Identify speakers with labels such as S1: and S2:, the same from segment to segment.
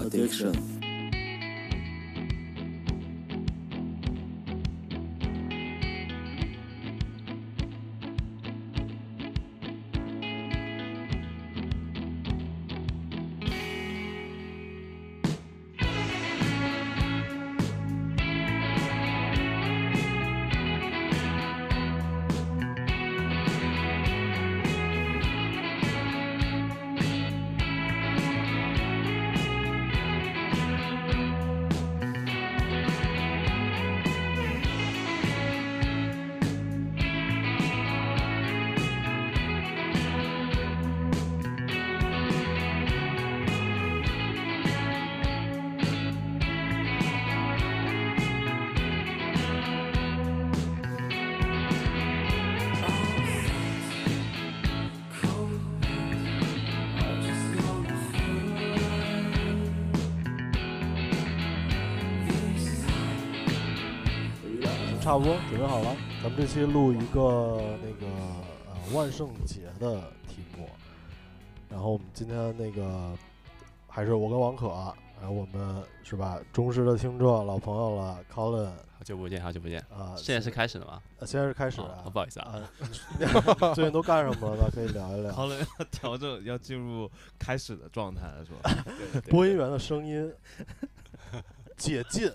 S1: addiction。
S2: 差不多准备好了，咱们这期录一个那个呃万圣节的题目，然后我们今天那个还是我跟王可，还有我们是吧忠实的听众老朋友了，Colin
S3: 好久不见，好久不见。
S2: 啊、
S3: 现在是开始了吗？
S2: 呃现在是开始
S3: 哦
S2: 啊，
S3: 不好意思啊，
S2: 啊， 最近都干什么了？可以聊一聊。
S4: 好了，要调整，要进入开始的状态了，是吧？
S2: 播音员的声音解禁。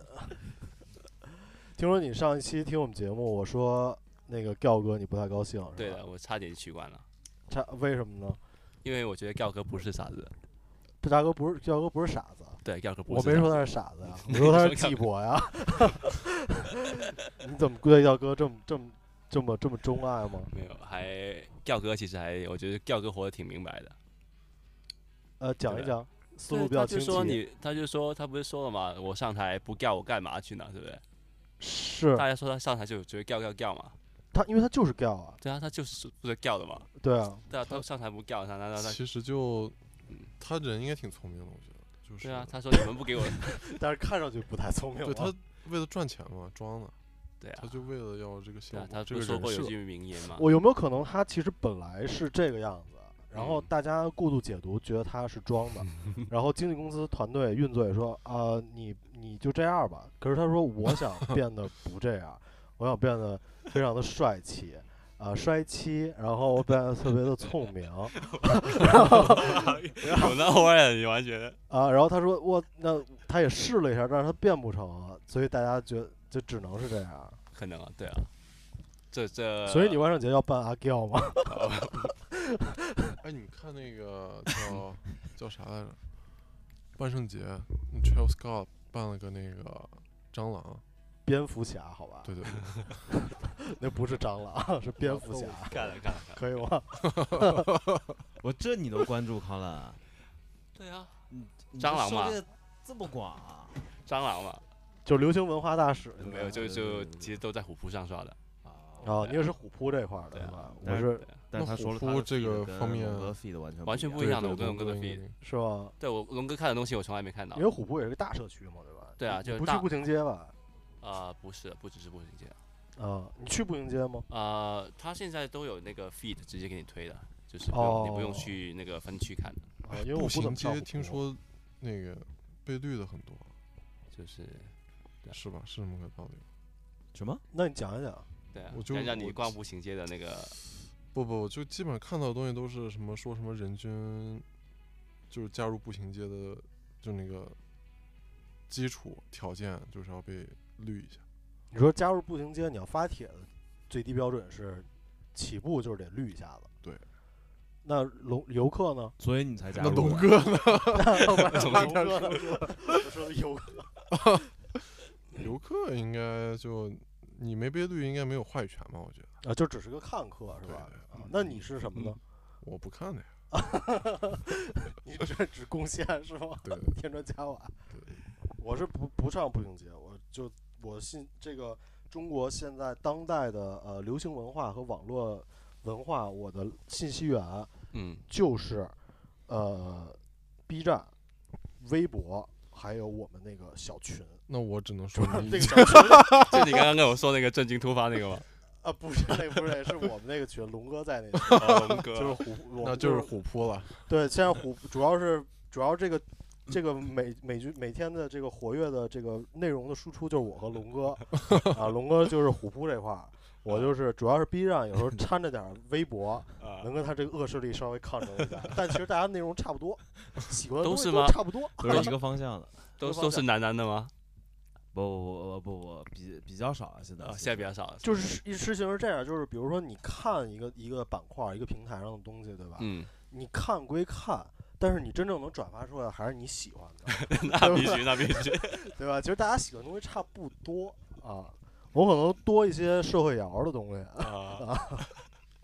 S2: 听说你上一期听我们节目，我说那个调哥你不太高兴，是吧
S3: 对的，我差点取关了，
S2: 差为什么呢？
S3: 因为我觉得吊哥不是傻子，
S2: 这大哥不是彪哥不是傻子，
S3: 对，吊哥不
S2: 我
S3: 是傻
S2: 没
S3: 子。
S2: 说他是傻 子呀，我说他是季伯 呀。你怎么对彪哥这么这么这么这么钟爱吗？
S3: 没有，还吊哥其实还，我觉得吊哥活得挺明白的，
S2: 呃，讲一
S3: 对
S2: 讲，思路
S3: 对
S2: 比较
S3: 他
S2: 清
S3: 就
S2: 晰。
S3: 说你，他就说他不是说了嘛，我上台不吊我干嘛去呢？对不对？
S2: 是
S3: 大家说他上台就觉得吊吊吊嘛，
S2: 他，因为他就是 gay 啊，
S3: 对啊，他就是负责吊的嘛，
S2: 对啊，
S3: 对啊，他上台不吊他，那那那，
S5: 其实就嗯他人应该挺聪明的，我觉得就是
S3: 对啊，他说你们不 给我，
S2: 但是看上去不太聪明啊。
S5: 对他为了赚钱嘛，装的，
S3: 对啊
S5: 他，就为了要这
S3: 对
S5: 个效
S3: 啊
S5: 果，，
S3: 他
S5: 这
S3: 不
S5: 个
S3: 是说
S5: 人
S3: 过有
S5: 设
S3: 句名言嘛，
S2: 我有没有可能他其实本来是这个样子，然后
S3: 嗯
S2: 大家过度解读，觉得他是装 的，然后经纪公司团队运作也说啊、你你就这样吧。可是他说我 想变得不这样，我想变得非常的帅气。啊、帅气，然后我变得特别的聪明啊、
S3: 有那味儿，你完全的，
S2: 啊然后他说我那他也试了一下，但是他变不成，所以大家觉就只能是这样。
S3: 可能啊，对啊，这这，
S2: 所以你万圣节要扮阿 Giao 吗？
S5: 哎，你看那个叫叫啥来着？万圣节那，Travis Scott 办了个那个蟑螂，
S2: 蝙蝠侠，好吧，
S5: 对对对，
S2: 那不是蟑螂， 是蝙蝠侠，
S3: 干了干了，干了
S2: 可以吗？
S4: 我这你都关注康 了，
S3: 对啊，
S4: 你
S3: 蟑螂
S4: 涉
S3: 嘛
S4: 猎这么广啊？
S3: 蟑螂嘛，
S2: 就流行文化大使
S3: 没有，就
S4: 对
S3: 就
S4: 对对
S3: 其实都在虎扑上刷的，
S2: 啊，你也是虎扑这块儿的
S3: 对啊
S2: 是吧？我
S4: 但
S2: 是
S3: 对啊
S4: 但是他
S5: 那虎
S4: 说了
S5: 扑
S4: 他的
S5: 这
S4: feed
S5: 个
S4: 跟
S5: 方面
S4: 龙哥 feed 完全
S3: 完全 不
S5: 对
S3: 一样的，我
S5: 对
S3: 跟
S5: 龙
S3: 龙哥的
S5: 应该
S3: feed，
S5: 那个
S2: 是吗？
S3: 对我龙哥看的东西我从来没看到
S2: 因为，虎扑也是个大社区嘛，对吧？
S3: 对啊
S2: 你
S3: 就是
S2: 不去
S3: 大
S2: 步行街吧？
S3: 啊，不是，不只是步行街，
S2: 啊，你去步行街吗？
S3: 啊，他现在都有那个 feed 直接给你推的，就是不用你不用
S2: 哦
S3: 去那个分区看的，
S2: 啊，因为我不怎
S5: 步行
S2: 么上
S5: 街
S2: 虎
S5: 听
S2: 扑
S5: 说那个被绿的很多，
S3: 就是对
S5: 是吧？是这么个道理吗？
S4: 什么？
S2: 那你讲一讲，
S3: 对啊
S5: 我，就
S3: 让让你
S5: 我
S3: 逛步行街的那个，
S5: 不不，我就基本上看到的东西都是什么说什么人均，就是加入步行街的，就那个基础条件就是要被绿一下。
S2: 你说加入步行街，你要发帖子，最低标准是起步就是得绿一下子。
S5: 对。
S2: 那龙游客 呢？
S4: 所以你才加
S5: 那
S4: 入
S5: 龙
S4: 啊
S5: 哥呢？
S2: 游客
S3: 从
S2: 呢？ 我说游客
S5: 游客应该就你没被绿，应该没有话语权吧？我觉得
S2: 啊，就只是个看客是
S5: 对
S2: 吧？
S5: 对
S2: 啊，那你是什么呢？
S5: 我不看的呀。
S2: 你这只贡献是吗？
S5: 对，
S2: 添砖加瓦。
S5: 对
S2: 我是不不上步行街，我就我信这个中国现在当代的呃流行文化和网络文化，我的信息源
S3: 嗯，
S2: 就是呃 B 站、微博，还有我们那个小群。
S5: 那我只能说你
S2: 那个小群
S3: 嗯就你刚刚跟我说那个震惊突发那个吗？
S2: 啊，不是那不是，是我们那个群，龙哥在那个群，
S3: 哦龙
S2: 就是
S3: 哥，
S2: 虎，我
S5: 那
S2: 们
S5: 就是是虎扑了。
S2: 对，现在虎主要是主要这个这个每每句每天的这个活跃的这个内容的输出就是我和龙哥啊，龙哥就是虎扑这块儿，我就是主要是 B 站有时候掺着点儿微博，
S3: 啊
S2: 能跟他这个恶势力稍微抗争一下，但其实大家内容差不多，喜欢的
S3: 都
S2: 东西
S3: 是
S2: 都
S3: 吗
S2: 差不多，
S4: 都是一个方向的。
S3: 都
S2: 方
S3: 都是
S2: 向
S3: 男男的吗？
S4: 不不不不不，比比较少啊，现在
S3: 啊，现在比较少了，
S2: 就是事事情是这样，就是比如说你看一个一个板块一个平台上的东西，对吧？
S3: 嗯，
S2: 你看归看，但是你真正能转发出来的还是你喜欢的，
S3: 那必须，那必须。
S2: 对吧？其实大家喜欢的东西差不多啊，我可能多一些社会摇的东西
S3: 啊，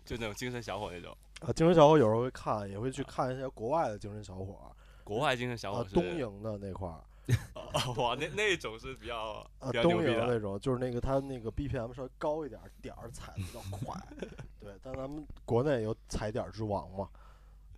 S3: 就那种精神小伙那种。
S2: 啊，精神小伙有时候会看，也会去看一些国外的精神小伙儿
S3: 国外精神小
S2: 啊
S3: 伙，是
S2: 东营的那块儿
S3: 哦哇，那那种是比较
S2: 啊，
S3: 比较
S2: 东
S3: 牛
S2: 营
S3: 逼
S2: 的
S3: 的。
S2: 那种，就是那个他那个 BPM 稍微高一点儿，点儿踩的比较快， 对。但咱们国内有踩点儿之王嘛，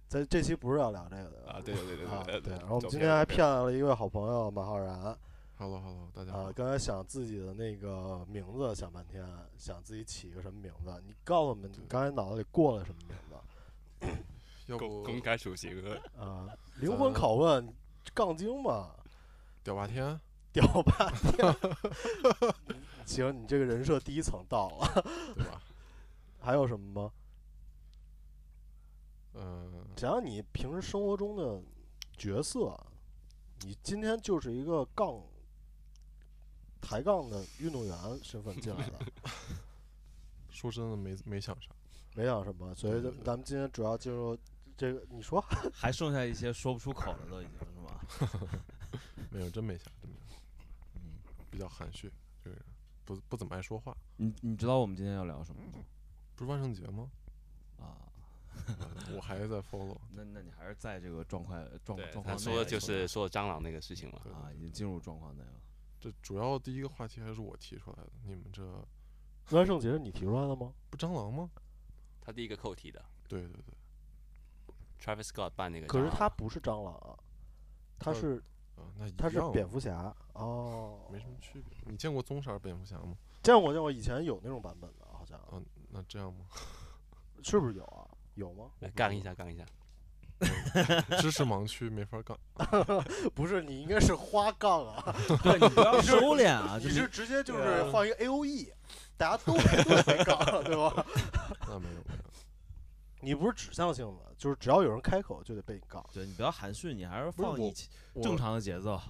S2: 在这期不是要聊这个的
S3: 啊，对对对对
S2: 啊，
S3: 对
S2: 对，然后我们
S3: 走
S2: 今
S3: 偏
S2: 天
S3: 了
S2: 还
S3: 走
S2: 骗了一位好朋友马浩然啊、
S5: Hello Hello，大家好。
S2: 呃刚才想自己的那个名字想半天，想自己起一个什么名字，你告诉我们你
S5: 对
S2: 刚才脑子里过了什么名字
S5: 要
S3: 公
S5: 不
S3: 公开处刑了，
S2: 啊？灵魂拷问，杠精嘛，
S5: 屌霸天？
S2: 屌吧你！ 行，你这个人设第一层到了，
S5: 对吧？
S2: 还有什么吗？
S5: 嗯，
S2: 讲讲你平时生活中的角色，你今天就是一个杠抬杠的运动员身份进来的。
S5: 说真的没没想啥。
S2: 没想什么，所以
S5: 对对
S2: 咱咱们今天主要进入这个，你 说啊
S4: 还剩下一些说不出口了，都已经是吧？
S5: 没有，真没想，真没想，
S4: 嗯，
S5: 比较含蓄，这个人不不怎么爱说话。
S4: 你你知道我们今天要聊什么吗？
S5: 不是万圣节吗？
S4: 啊，
S5: 嗯我还在 follow。
S2: 啊
S4: 那那你还是在这个状态状
S3: 对
S4: 状，
S3: 他
S4: 况内
S3: 说
S4: 来
S3: 的就
S4: 吧
S3: 是说的蟑螂那个事情嘛。
S5: 对
S4: 啊，
S5: 对
S4: 已
S5: 对
S4: 经进入状况内了。
S5: 这主要第一个话题还是我提出来的。你们这
S2: 万圣节是你提出来的吗？
S5: 不蟑螂吗？
S3: 他第一个扣题的
S5: 对对对，
S3: ，Travis Scott 扮那个蟑
S2: 可
S3: 螂
S2: 是
S3: 嘛。
S2: 他不是蟑螂啊，他
S5: 他
S2: 是
S5: 啊，那一
S2: 他是
S5: 样嘛
S2: 蝙蝠侠哦，
S5: 没什么区别。你见过棕色蝙蝠侠吗？
S2: 见过见过，以前有那种版本的，好像
S5: 啊，那这样吗？
S2: 是不是有啊？有吗？
S3: 来杠一下，杠一下。
S5: 知识盲区没法干。
S2: 不是，你应该是花杠啊，
S4: 对你不要收敛 啊！
S2: 你
S4: 就是
S2: 直接就是放一个 A O E，大家都都抬杠 了，对吧？
S5: 那没有没有，
S2: 你不是指向性的，就是只要有人开口就得被你杠，
S4: 对你不要含蓄，你还是
S5: 不是
S4: 放
S5: 我
S4: 一起正常的节奏。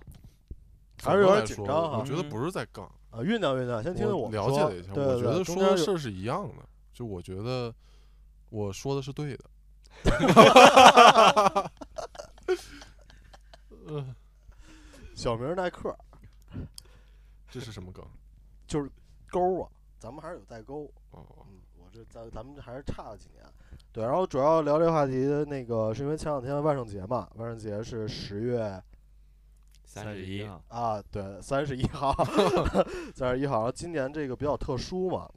S2: 还是有
S5: 反过
S2: 点
S5: 来
S2: 紧
S5: 说
S2: 张
S5: 我
S2: 哈
S5: 觉得
S4: 嗯
S5: 不是在杠，
S2: 啊，酝酿酝酿，先听听
S5: 我
S2: 们
S5: 了解
S2: 说
S5: 了一下，
S2: 对
S5: 我觉
S2: 对
S5: 得
S2: 中
S5: 说
S2: 间
S5: 的
S2: 有
S5: 事儿是一样的，就我觉得我说的是对的。呃，
S2: 小明耐克
S5: 这是什么梗？
S2: 就是勾啊，咱们还是有代沟。
S5: 哦，
S2: 嗯，我这咱咱们这还是差了几年。对，然后主要聊这个话题，那个是因为前两天万圣节嘛，万圣节是十月
S3: 三十
S4: 一
S3: 一，
S4: 啊，
S2: 啊，对，三十一号， 三十一号。然后今年这个比较特殊嘛，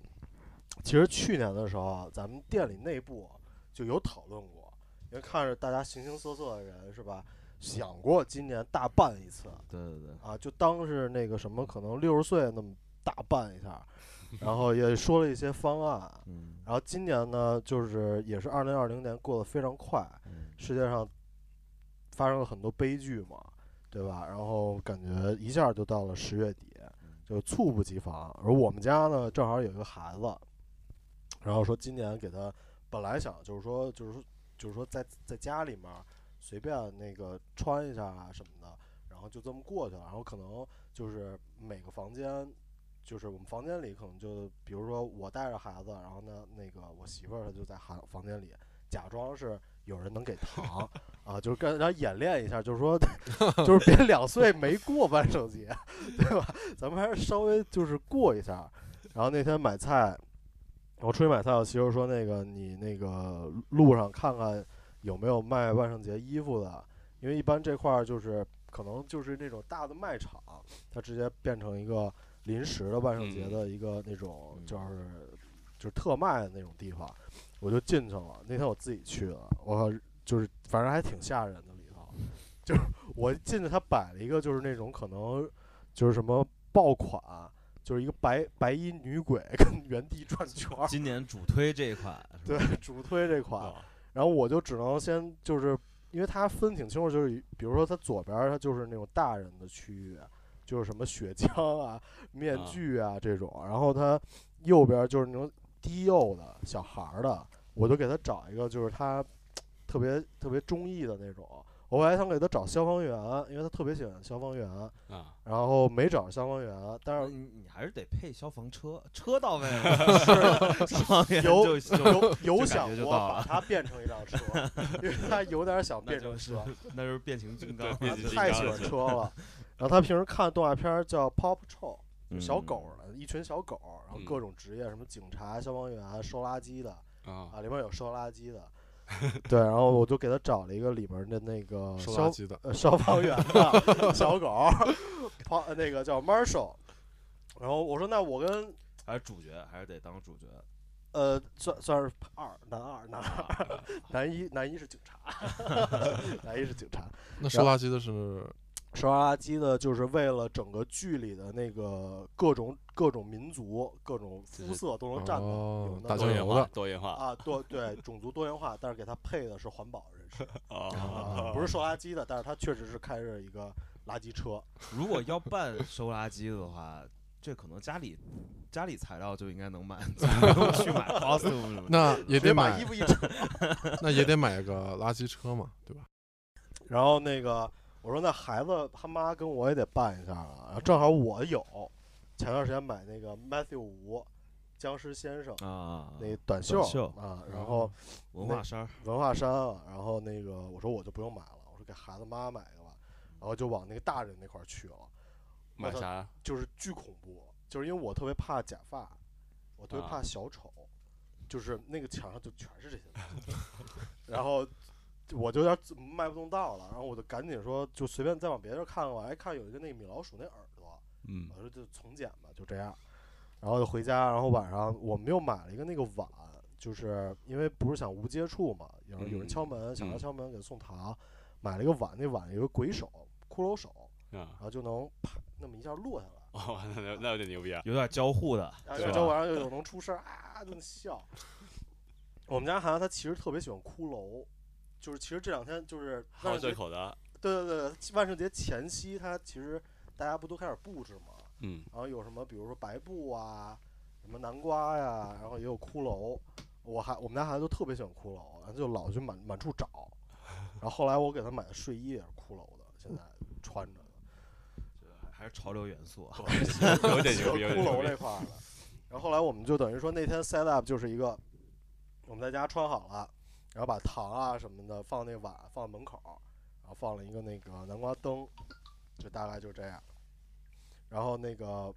S2: 其实去年的时候啊，咱们店里内部就有讨论过，因为看着大家形形色色的人是吧，想过今年大办一次，
S4: 对对对，
S2: 啊，就当是那个什么，可能六十岁那么大办一下，然后也说了一些方案。
S4: 嗯
S5: 啊
S2: 然后今年呢，就是也是二零二零年过得非常快，
S4: 嗯
S2: 世界上发生了很多悲剧嘛，对吧？然后感觉一下就到了十月底，就猝不及防。而我们家呢，正好有一个孩子，然后说今年给他本来想就是说就是说就是说在在家里面随便那个穿一下啊什么的，然后就这么过去了。然后可能就是每个房间。就是我们房间里可能就，比如说我带着孩子，然后呢，那个我媳妇儿她就在孩房间里假装是有人能给糖啊，就是跟然后演练一下，就是说， 就是别两岁没过万圣节，对吧？咱们还是稍微就是过一下。然后那天买菜，我出去买菜，我媳妇说那个你那个路上看看有没有卖万圣节衣服的，因为一般这块儿就是可能就是那种大的卖场，它直接变成一个临时的万圣节
S3: 嗯
S2: 的一个那种
S5: 嗯
S2: 就是就是特卖的那种地方。我就进去了。那天我自己去的，我靠就是反正还挺吓人的里头，就是我进去他摆了一个就是那种可能就是什么爆款，就是一个白白衣女鬼 跟原地转圈儿，
S4: 今年主推这一款，是吧
S2: 对，主推这款。
S3: 啊
S2: 然后我就只能先就是。因为它分挺清楚，就是比如说它左边儿它就是那种大人的区域，就是什么血浆啊、面
S3: 啊
S2: 具啊这种，然后它右边儿就是那种低幼的小孩儿的，我就给他找一个就是他特别特别中意的那种。我本来想给他找消防员，因为他特别喜欢消防员，
S3: 啊，
S2: 然后没找消防员，但是
S1: 你你还是得配消防车，车到位了， 上面
S2: 有
S1: 就行。
S2: 有 有
S4: 就感
S2: 想
S4: 觉就
S2: 过
S4: 到
S2: 把
S4: 了
S2: 它变成一辆车， 因为他有点想
S4: 那
S2: 变成
S4: 就是
S2: 车，
S4: 那就是变形金刚了，
S3: 变形金
S2: 太
S3: 刚
S2: 喜
S3: 了
S2: 欢
S3: 就
S2: 车了。然后他平时看动画片儿叫《Paw Patrol》，就小
S1: 嗯
S2: 狗儿的，一群小狗儿，然后各
S3: 嗯
S2: 种职业，什么警察、消防员、收垃圾的
S3: 啊，
S2: 啊，里面有收垃圾的。对，然后我就给他找了一个里面的那个
S5: 收
S2: 消
S5: 垃圾的，
S2: 呃消防员的小狗儿，跑呃那个叫 Marshall。然后我说，那我跟
S4: 嗯还是主角，还是得当主角。
S2: 呃算算是二男二男二 男一男一是警察， 男一是警察。
S5: 那收垃圾的是
S2: 收垃圾的，就是为了整个剧里的那个各种各种民族、各种肤色都能占到，
S5: 哦
S2: 有那
S5: 打
S2: 种
S3: 多
S5: 酱
S3: 元
S5: 油
S3: 化
S5: 的，
S3: 多元化
S2: 啊，多对种族多元化，但是给他配的是环保人 士，啊
S3: 啊，
S2: 不是收垃圾的，但是他确实是开着一个垃圾车，
S4: 如果要办收垃圾的话，这可能家里家里材料就应该能买，就不用去买 costume 什么的。
S5: 那
S2: 直
S5: 也
S2: 接
S5: 得
S2: 把衣
S5: 买，
S2: 服一扯。
S5: 那也得买个垃圾车嘛，对吧？
S2: 然后那个我说那孩子他妈跟我也得办一下啊，然后正好我有，前段时间买那个 Matthew 吴僵尸先生
S4: 啊，
S2: 那短袖
S4: 袖
S2: 啊，然后。
S4: 文化衫儿
S2: 文化衫啊，然后那个我说我就不用买了，我说给孩子妈买一个吧，然后就往那个大人那块儿去了，
S3: 买
S2: 那
S3: 啥？啊
S2: 就是巨恐怖，就是因为我特别怕假发，我特别
S3: 啊
S2: 怕小丑，就是那个墙上就全是这些东西， 然后我就有点走迈不动道了，然后我就赶紧说就随便再往别地儿看看吧，哎，看有一个那个米老鼠那耳朵，
S3: 嗯
S2: 我说就从简吧，就这样。然后就回家，然后晚上我们又买了一个那个碗，就是因为不是想无接触嘛，有人有人
S3: 嗯
S2: 敲门，小孩
S3: 嗯
S2: 敲门给送糖，买了一个碗，那碗有个鬼手、骷髅手，
S3: 啊
S2: 然，后就能啪那么一下落下来，
S3: 哦，那那有点牛逼啊，
S4: 有点交互的，
S2: 然
S4: 是
S2: 后就
S4: 吧
S2: 晚上就有能出声儿啊，就那笑。我们家孩子他其实特别喜欢骷髅，就是其实这两天就是万
S3: 好
S2: 圣
S3: 这
S2: 节，
S3: 口的，啊
S2: 对对对，万圣节前夕他其实大家不都开始布置嘛，
S3: 嗯
S2: 然后有什么比如说白布啊，什么南瓜呀、然后也有骷髅。我还我们家孩子都特别喜欢骷髅，然后就老去满满处找。然后后来我给他买的睡衣也是骷髅的，现在穿着的，
S4: 还是潮流元素
S2: 哦
S4: 啊。
S3: 有点
S2: 喜
S3: 牛
S2: 欢
S3: 逼，有
S2: 骷
S3: 点牛
S2: 髅
S3: 逼
S2: 这块儿的。然后后来我们就等于说那天 set up 就是一个，我们在家穿好了，然后把糖啊什么的放那碗放门口，然后放了一个那个南瓜灯，就大概就这样。然后那个，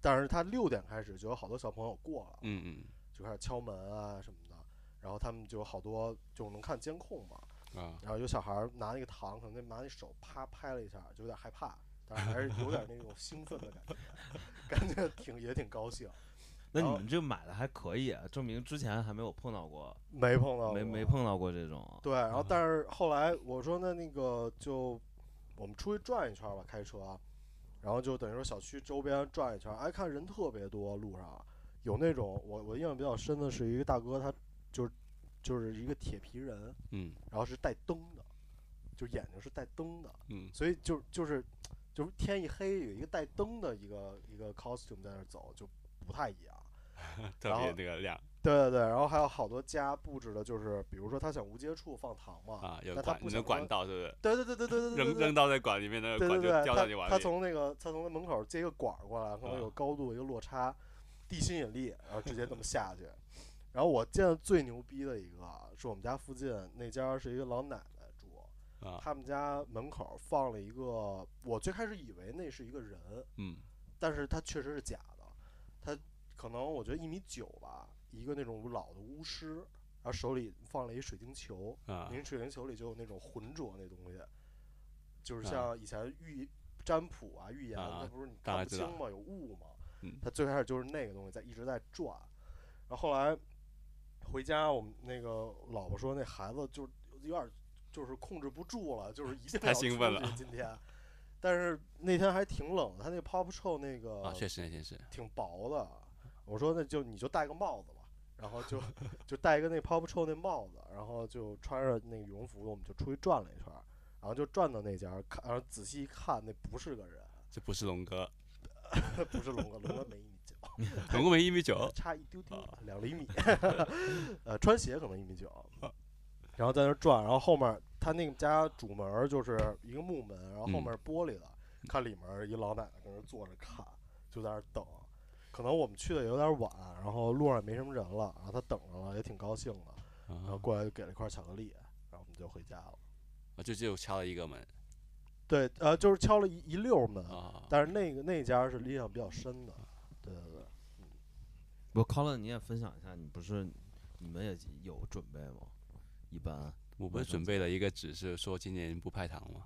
S2: 但是他六点开始就有好多小朋友过了，
S3: 嗯嗯。
S2: 就开始敲门啊什么的，然后他们就有好多就能看监控嘛，
S3: 啊，
S2: 然后有小孩儿拿那个糖，可能就拿那手啪拍了一下，就有点害怕，但是还是有点那种兴奋的感觉， 感觉挺也挺高兴，
S4: 那
S2: 然
S4: 你
S2: 后
S4: 们这买的还可以，啊证明之前还没有碰到过，
S2: 没碰到
S4: 没
S2: 过
S4: 没碰到嗯过这种。
S2: 对，然后但是后来我说那那个就我们出去转一圈吧，开车，啊然后就等于说小区周边转一圈，哎，看人特别多，路上有那种我我印象比较深的是一个大哥，他就是就是一个铁皮人，
S3: 嗯
S2: 然后是带灯的，就眼睛是带灯的，
S3: 嗯，
S2: 所以就就是就是天一黑有一个带灯的一个一个 costume 在那儿走就不太一样。
S3: 特
S2: 然
S3: 别
S2: 后
S3: 那个亮
S2: 对对对，然后还有好多家布置的就是，比如说他想无接触放糖嘛，
S3: 啊，有
S2: 那他
S3: 管
S2: 不
S3: 你
S2: 想
S3: 能管
S2: 说
S3: 道是
S2: 对对对对对对
S3: 不是？
S2: 对
S3: 扔
S2: 对
S3: 扔到那管里面，那个
S2: 对
S3: 管
S2: 对
S3: 就
S2: 对，
S3: 掉到你
S2: 他
S3: 碗
S2: 他
S3: 里。
S2: 从那个他从那门口接一个管儿过来，可能有
S3: 啊
S2: 高度一个落差，地心引力，然后直接那么下去。然后我见的最牛逼的一个啊是我们家附近那家是一个老奶奶住，
S3: 啊
S2: 他们家门口放了一个，我最开始以为那是一个人，
S3: 嗯
S2: 但是它确实是假的，它可能我觉得一米九吧，一个那种老的巫师，然后手里放了一水晶球，
S3: 啊
S2: 您水晶球里就有那种浑浊那东西，就是
S3: 啊
S2: 像以前预占卜啊、预言，
S3: 啊
S2: 那不是你
S3: 大
S2: 看
S3: 概
S2: 不
S3: 知
S2: 清
S3: 道
S2: 嘛，有雾嘛
S3: 嗯。
S2: 它最开始就是那个东西在一直在转，然后后来回家，我们那个老婆说那孩子就是有点儿就是控制不住了，就是一定
S3: 太
S2: 要
S3: 兴
S2: 出
S3: 奋
S2: 去
S3: 了
S2: 今天，但是那天还挺冷的，他那 Pop Show 那个
S3: 啊，确实那件事
S2: 挺薄的，我说那就你就戴个帽子吧，然后就 就戴一个那 Pop Patrol 那帽子，然后就穿着那个羽绒服，我们就出去转了一圈儿，然后就转到那家儿看，然后仔细一看，那不是个人，
S3: 这不是龙哥，
S2: 不是龙哥，龙哥没一米九，
S3: 龙哥没一米九，
S2: 差一丢丢
S3: 啊，
S2: 两厘米，呃，穿鞋可能一米九，然后在那儿转，然后后面儿他那个家主门儿就是一个木门，然后后
S3: 嗯
S2: 面儿玻璃的，看里面儿一老奶奶搁那儿坐着看，就在那儿等。可能我们去的也有点晚，然后路上也没什么人了，然后他等着了，也挺高兴的，然后
S3: 啊，
S2: 过来就给了一块巧克力，然后我们就回家了。
S3: 就只有敲了一个门
S2: 对，呃，就是敲了一一溜门，
S3: 啊，
S2: 但是那个那家是印象比较深的，对对对。
S4: 我 Colin，你也分享一下，你不是你们也有准备吗？一般
S3: 我们准备了一个纸是说今年不派糖嘛，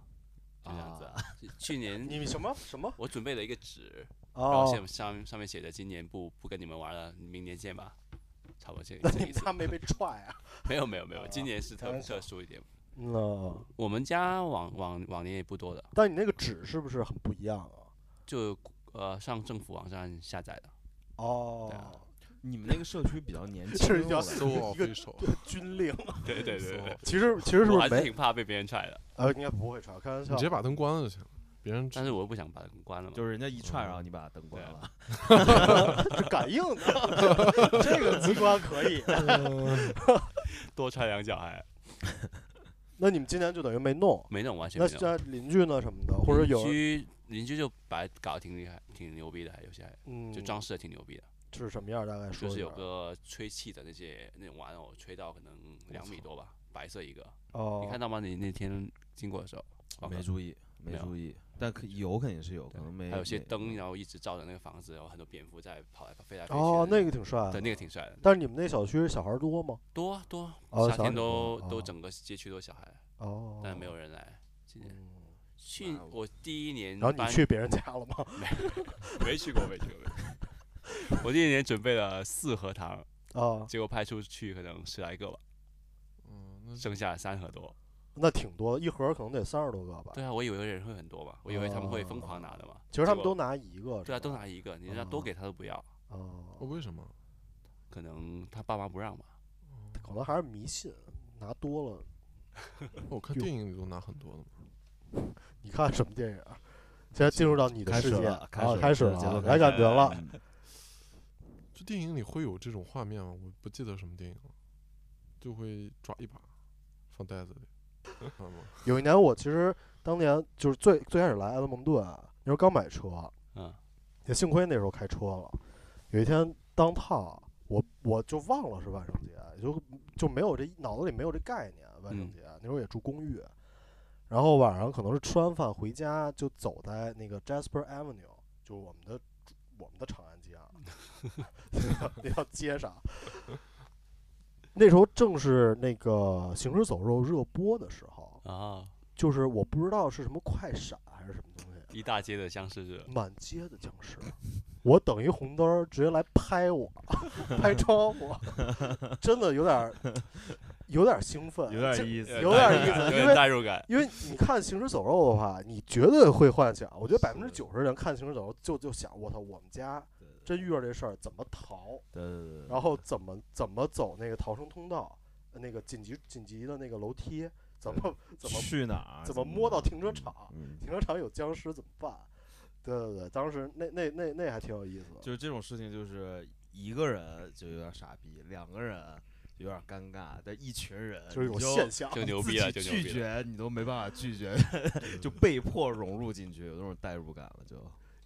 S3: 就这样子啊。去去年
S2: 你什么什么？
S3: 我准备了一个纸，然后
S2: 哦，
S3: 上上面上面写着今年不不跟你们玩了，明年见吧，差不多这
S2: 那
S3: 个
S2: 你
S3: 这个
S2: 们
S3: 意思。
S2: 家没被踹啊？
S3: 没有没有没有，今
S2: 啊
S3: 年是
S2: 开
S3: 特
S2: 玩
S3: 特
S2: 笑
S3: 殊一点。
S2: 嗯，
S3: 我们家往往往年也不多的，
S2: 但你那个纸是不是很不一样啊？
S3: 就呃上政府网站下载的，对啊
S2: 哦，
S4: 你们那个社区比较年轻，
S2: 这叫
S4: 我
S5: 搜
S4: 感
S5: 我
S2: 一个
S5: 飞手，
S2: 军令。
S3: 对对对
S5: 搜
S3: 对，
S2: 其实其实是
S3: 我
S2: 不
S3: 还
S2: 是
S3: 是
S2: 没？
S3: 挺怕被别人踹的，
S2: 呃，应该不会踹，开玩
S5: 你
S2: 笑
S5: 直。接把灯关了就行了，别
S2: 哎
S5: 人
S3: 但是我又不想把它关了嘛
S4: 觉，就是人家一踹，然后你把灯关
S3: 对啊
S4: 了，
S2: 是感应 的，这个机关可以。
S3: 多踹两脚还
S2: 那你们今年就等于没弄。
S3: 没弄完全
S2: 那
S3: 没弄。
S2: 像邻居呢什么的，或者有
S3: 邻居邻居就把它搞得挺厉害，挺牛逼的，还有些还
S2: 嗯，
S3: 就装饰的挺牛逼的，
S2: 是什么样？大概说
S3: 就是
S2: 一
S3: 有
S2: 下
S3: 个吹气的那些那种玩偶，吹到可能两米多吧，白色一个，
S2: 哦，
S3: 你看到吗？你那天经过的时候， 王
S4: 没
S3: 哥
S4: 注意，
S3: 没
S4: 没
S3: 有
S4: 注意，但可有肯定是有，可能没
S3: 还有些
S4: 没
S2: 嗯
S3: 灯，然后一直照着那个房子，然后很多蝙蝠在跑来跑飞来飞去的。
S2: 哦，那个挺帅的。
S3: 对那个挺帅的，
S2: 但是你们那小区小孩儿多吗？
S3: 多啊多啊，
S2: 哦
S3: 夏
S2: 小孩
S3: 天
S2: 儿
S3: 都
S2: 多
S3: 都
S2: 哦
S3: 整个街区都小孩，
S2: 哦，
S3: 但没有人来。今年
S2: 嗯。
S3: 去我第一年
S2: 然后
S3: 搬
S2: 你去别人家了吗？
S3: 没去过没去过没去 过，我第一年准备了四盒糖，
S2: 啊，
S3: 结果派出去可能十来个吧，
S5: 嗯，那
S3: 剩下三盒多。
S2: 那挺多的，一盒儿可能得三十多个吧。
S3: 对啊，我以为人会很多嘛，我以为他们会疯狂拿的嘛。
S2: 其实他们
S3: 结
S2: 都
S3: 果
S2: 拿一个，
S3: 对啊，
S2: 是吧
S3: 都拿一个，你让多
S2: 哦
S3: 给他都不要，
S2: 哦，
S5: 为什么？
S3: 可能他爸妈不让吧。
S2: 可能还是迷信，拿多了。
S5: 我哦看
S2: 哟
S5: 电影里都拿很多的嘛。
S2: 你看什么电影？啊现在进入到你的
S4: 开
S2: 世
S4: 始
S2: 界，
S4: 了
S2: 啊
S4: 开始了
S2: 开始
S4: 节目
S2: 了，
S4: 开
S2: 来
S4: 始
S2: 感觉了。
S4: 嗯
S5: 就电影里会有这种画面吗？我不记得什么电影了，就会抓一把放袋子里，看吗？
S2: 有一年我其实当年就是最最开始来埃德蒙顿啊，那时候刚买车，
S3: 嗯，
S2: 也幸亏那时候开车了。有一天当趟，我我就忘了是万圣节，就就没有这脑子里没有这概念。万圣
S3: 嗯
S2: 节、那时候也住公寓，然后晚上可能是吃完饭回家，就走在那个 Jasper Avenue，就是我们的我们的长安街啊，那条街上。那时候正是那个《行尸走肉》热播的时候，
S3: 啊，
S2: 就是我不知道是什么快闪还是什么东西，
S3: 一大街的相似是
S2: 满街的僵尸，我等一红灯儿直接来 拍我，拍窗户，真的有点儿有点儿兴奋，
S4: 有点
S2: 这
S4: 意思，
S2: 有点意思
S3: 有
S2: 因
S3: 点
S2: 为
S3: 代入感。
S2: 因为你看《行尸走肉》的话，你绝对会幻想。我觉得百分之九十人看《行尸走肉》就就想，我操，我们家真遇到这事儿怎么逃，
S4: 对对对对，
S2: 然后怎么怎么走那个逃生通道，呃那个紧急紧急的那个楼梯，怎么怎么
S4: 去哪儿？
S2: 怎么摸到停车场，
S4: 嗯，
S2: 停车场有僵尸怎么办？对对对，当时那那那那还挺有意思的。
S4: 就是这种事情，就是一个人就有点傻逼，两个人有点尴尬，但一群人
S2: 就是一
S4: 你
S2: 种现象。
S3: 就牛
S4: 自
S3: 逼了，就
S4: 己
S3: 牛
S4: 拒
S3: 逼了。
S4: 绝你都没办法拒绝，就被迫融入进去，有那种代入感了就。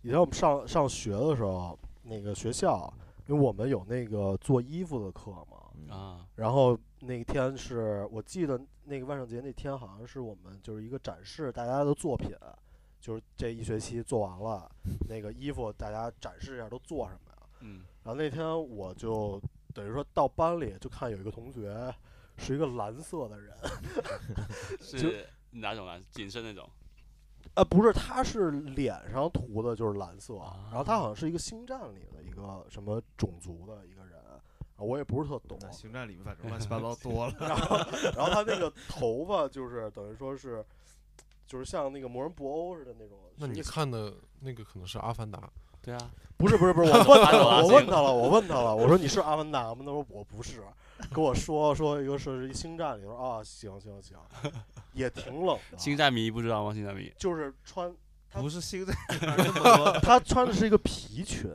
S2: 以前我们上上学的时候，那个学校，因为我们有那个做衣服的课嘛，
S4: 嗯，
S3: 啊，
S2: 然后那天是我记得那个万圣节那天，好像是我们就是一个展示大家的作品，就是这一学期做完了，那个衣服大家展示一下都做什么呀？
S3: 嗯，
S2: 然后那天我就等于说到班里就看有一个同学是一个蓝色的人，
S3: 是哪种啊？紧身那种
S2: 呃，不是，他是脸上涂的就是蓝色，
S3: 啊
S2: 然后他好像是一个星战里的一个什么种族的一个人，啊我也不是特懂。
S4: 那星战里面反正乱七八糟多 了，
S2: 然后，然后他那个头发就是等于说是，就是像那个魔人布欧似的那种。
S5: 那
S2: 是一
S5: 你
S2: 个
S5: 看的那个可能是《阿凡达》，
S3: 对啊，
S2: 不是不是不是，我问他了，我问他了，我问他了，我说你是阿凡达吗？他说我不是，跟我说说一个是一星战里头啊，行行行，也挺冷的，
S3: 星战迷不知道吗？星战迷
S2: 就是穿他
S4: 不是星战里面这么多
S2: 他穿的是一个皮裙，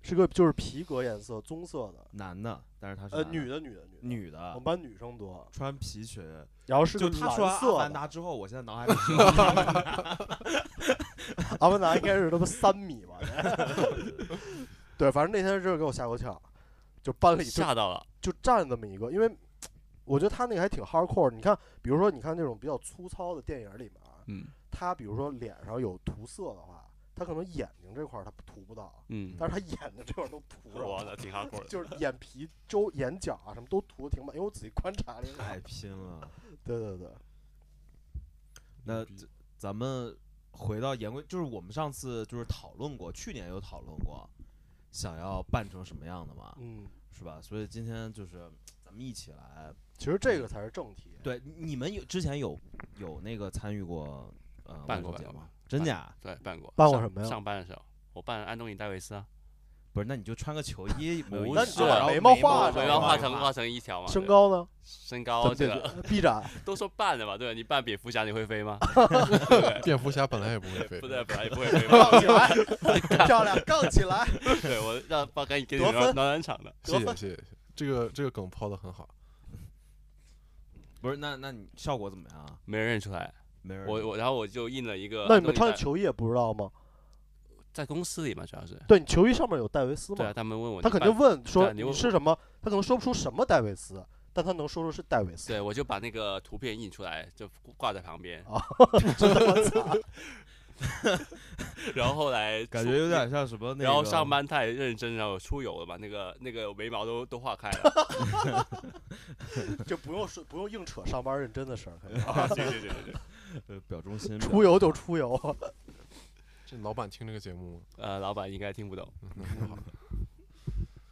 S2: 是个就是皮革颜色棕色的，
S4: 男的，但是他是
S2: 呃
S4: 男的
S2: 女的女的女
S4: 女
S2: 的，我
S4: 的
S2: 们班女生多，
S4: 穿皮裙，
S2: 然后是
S4: 就
S2: 个
S4: 他
S2: 蓝
S4: 说完阿
S2: 色
S4: 凡
S2: 的，
S4: 达之后，我现在脑海里只有
S2: 阿凡达应该是他妈三米吧， 对，反正那天真是给我吓够呛，就班里就
S3: 吓到了，
S2: 就站这么一个，因为我觉得他那个还挺 hardcore 的。你看，比如说你看那种比较粗糙的电影里面啊，
S3: 嗯
S2: 他比如说脸上有涂色的话，他可能眼睛这块儿他涂不到，
S3: 嗯，
S2: 但是他眼睛这块儿都涂
S3: 我
S2: 上了，
S3: 的挺 hardcore 的，
S2: 就是眼皮周、眼角啊什么都涂的挺满，因为我仔细观察了一下
S4: 太。拼了。
S2: 对对对，
S4: 那
S5: 逼
S4: 咱们回到言归，就是我们上次就是讨论过，去年有讨论过，想要办成什么样的嘛，
S2: 嗯，
S4: 是吧？所以今天就是咱们一起来，
S2: 其实这个才是正题。
S4: 对，你们有之前有有那个参与过呃万
S3: 办过
S4: 圣节
S3: 办过
S4: 吗？真假？
S3: 对，办过，
S2: 办过
S3: 上
S2: 什么呀
S3: 上班的时候，我办安东尼戴维斯啊，
S4: 不是，那你就穿个球 衣
S3: 不
S4: 模一样，
S3: 是
S2: 那你就把
S4: 然后
S2: 眉毛画
S3: 我
S2: 上
S3: 们要画
S2: 画
S3: 成画成一条嘛，
S2: 身
S3: 对
S2: 高呢？
S3: 身
S2: 咱
S3: 高
S2: 们
S3: 这
S2: 解
S3: 个
S2: 决臂展，
S3: 都说办了嘛，对吧？你办蝙蝠侠你会飞吗？
S5: 蝙蝠侠本来也不会
S3: 对
S5: 飞，
S3: 不对，本来也不会 飞嘛。
S2: 杠起来，漂亮，杠起 来。
S3: 对我让帮赶紧给你
S2: 得
S3: 暖
S2: 分
S3: 暖暖场的，
S5: 谢谢谢谢，这个这个梗抛的很好。
S4: 不是，那那你效果怎么样啊？
S3: 没人认出来。
S4: 没人
S3: 我我然后我就印了一个安东尼戴，
S2: 那你们穿的球衣也不知道吗？
S3: 在公司里嘛，主要是。
S2: 对你球衣上面有戴维斯吗
S3: 对啊，？他们问我
S2: 他
S3: 你
S2: 肯
S3: 办
S2: 定问说
S3: 对啊你
S2: 你
S3: 问
S2: 是什么，他可能说不出什么戴维斯，但他能说出是戴维斯。
S3: 对，我就把那个图片印出来，就挂在 旁边。
S2: 真他妈 惨！
S3: 然后后来
S4: 感
S3: 出
S4: 觉有点像什么那个，
S3: 然后上班太认真，然后出油了吧？那个那个眉毛都都化 开了。
S2: 就不用说，不用硬扯上班认真的事儿，可能
S3: 啊对对对对对。
S4: 呃表忠心，
S2: 出游就出游。
S5: 这老板听这个节目吗？
S3: 呃，老板应该听不懂。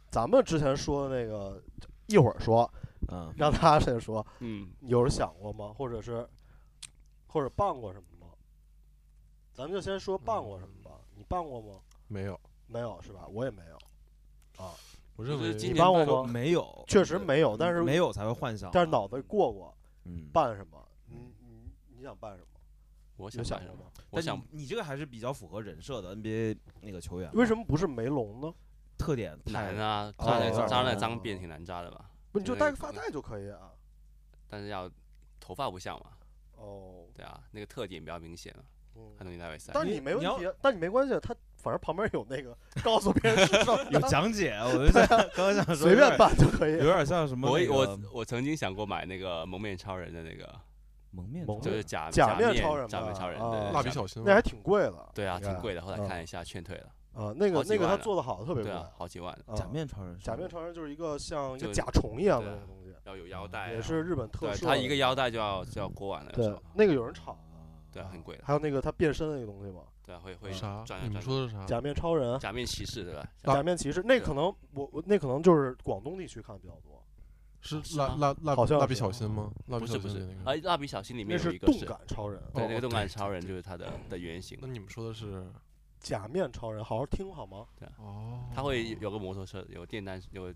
S2: 咱们之前说的那个，一会儿说，
S4: 嗯，
S2: 让他先说，
S3: 嗯，
S2: 有人想过吗？或者是，或者办过什么吗？咱们就先说办过什么吧。你办过吗？
S5: 没有，
S2: 没有是吧？我也没有，
S5: 我
S3: 就
S5: 认为
S3: 是今
S2: 你
S3: 年
S2: 帮我
S3: 办
S2: 吗
S3: 公
S4: 没有，嗯
S2: 确实没有，但是
S4: 没有才会幻想嘛，啊
S2: 但是脑袋过过，
S4: 嗯，
S2: 办什么？你你你想办什么？
S3: 我
S2: 有
S3: 想
S2: 想
S3: 办什
S2: 过
S3: 么？
S2: 吗？
S3: 我
S4: 但
S3: 想
S4: 你你这个还是比较符合人设的 NBA 那个球员嘛，啊
S2: 为什么不是梅龙呢？
S4: 特点太
S3: 难啊，
S2: 哦
S3: 扎那
S2: 哦
S3: 扎那
S2: 哦
S3: 脏
S2: 哦
S3: 辫挺难扎的吧？
S2: 不，你
S3: 就
S2: 就
S3: 那
S2: 戴
S3: 个
S2: 个发
S3: 可能
S2: 带就可以啊。
S3: 但是要头发不像嘛，
S2: 哦，
S3: 对啊，那个特点比较明显嘛。
S2: 嗯，
S3: 安东尼戴维斯啊，
S2: 但
S4: 你
S2: 你没
S4: 你要
S2: 问题啊，但你没关系啊，他反正旁边有那个 告诉别人是 什么
S4: 有
S2: 的，
S4: 讲解，啊我就想刚刚想说
S2: 随便，办就可
S4: 有
S2: 以。
S4: 点有点像什么
S3: 我
S4: 那个
S3: 我我曾经想过买那个蒙面超人的那个，
S4: 蒙面
S2: 蒙
S3: 就
S4: 就是
S3: 假
S2: 假面
S3: 面
S2: 超人
S3: 假面
S2: 吧
S3: 超人，
S2: 啊
S3: 对对
S5: 蜡笔
S3: 假
S5: 小新
S2: 那还
S5: 嘛，
S2: 挺贵的
S3: 对啊，
S2: 应该
S3: 挺贵的，后来
S2: 嗯
S3: 看一下劝退了，
S2: 啊。那
S3: 好
S2: 个
S3: 几
S2: 那个
S3: 万
S2: 他
S3: 呢
S2: 做的好，特别
S3: 对
S2: 贵。
S3: 啊，好几万呢，
S2: 啊
S4: 假面超人是吗，
S2: 假面超人就是一个像一
S3: 就
S2: 个甲虫一样的
S3: 对
S2: 那个东西，
S3: 要有腰带啊，
S2: 也是日本特
S3: 对，
S2: 摄
S3: 他
S2: 的。
S3: 一个腰带就要就要过万了，有
S2: 对
S3: 时候，
S2: 那个有人炒，
S3: 对，啊很贵的，
S2: 还有那个他变身的那个东西嘛，
S3: 对啊，会会
S5: 啥
S3: 转？转
S5: 你们
S3: 转
S5: 说的是啥？
S2: 假面超人、
S3: 假面骑士对吧？
S5: 啊
S2: 假面骑士，那
S3: 啊对
S2: 可能我我那可能就是广东地区看的比较多，
S5: 是
S3: 是
S5: 蜡
S3: 吗
S5: 蜡蜡
S2: 好像
S5: 蜡笔
S2: 是啊
S5: 小新吗？蜡笔
S3: 不
S5: 小
S3: 是不
S5: 新
S3: 是哎
S5: 的那，
S3: 而
S5: 个。
S3: 蜡笔小新里
S2: 那
S3: 面有
S2: 是
S3: 一个
S2: 动
S3: 是，
S2: 感超人。
S3: 对，那
S5: 哦
S3: 个动感
S5: 对
S3: 超人
S5: 对
S3: 就是他的的原型
S5: 那，你们说的是
S2: 假面超人，好好听好吗？
S5: 哦，
S3: 他会有有个摩托车，有电单有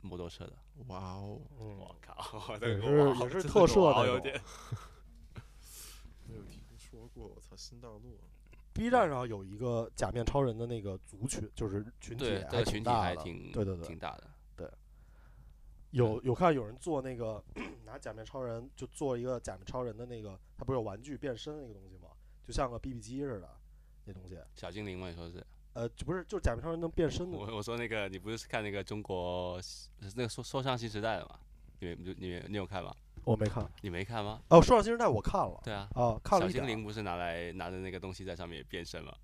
S3: 摩托车的，
S5: 哇哦，
S2: 嗯，
S3: 我靠，这
S2: 也
S3: 个
S2: 是
S3: 哇
S2: 也是
S3: 这
S2: 特
S3: 个
S2: 摄
S3: 哇
S2: 那
S3: 有
S2: 种
S3: 点。
S5: 没有听说过，我操，新大陆。
S2: B 站上有一个假面超人的那个族群，就是群体
S3: 对，这
S2: 还
S3: 个
S2: 挺
S3: 群体
S2: 大
S3: 还
S2: 的
S3: 挺
S2: 对对对
S3: 挺大的，
S2: 有有看有人做那个 拿假面超人就做一个假面超人的那个，他不是有玩具变身那个东西吗？就像个 BB 机似的那东西，
S3: 小精灵嘛，你说是？
S2: 呃，就不是就是假面超人能变身的，
S3: 我我说那个，你不是看那个中国那个说说唱新时代的嘛？你没你没你有看吗？
S2: 我没看。
S3: 你没看吗？
S2: 哦，说上新时代我看了，
S3: 对啊，
S2: 啊，看
S3: 小
S2: 了一
S3: 精
S2: 点
S3: 灵
S2: 儿。
S3: 不是拿来拿着那个东西在上面变身吗？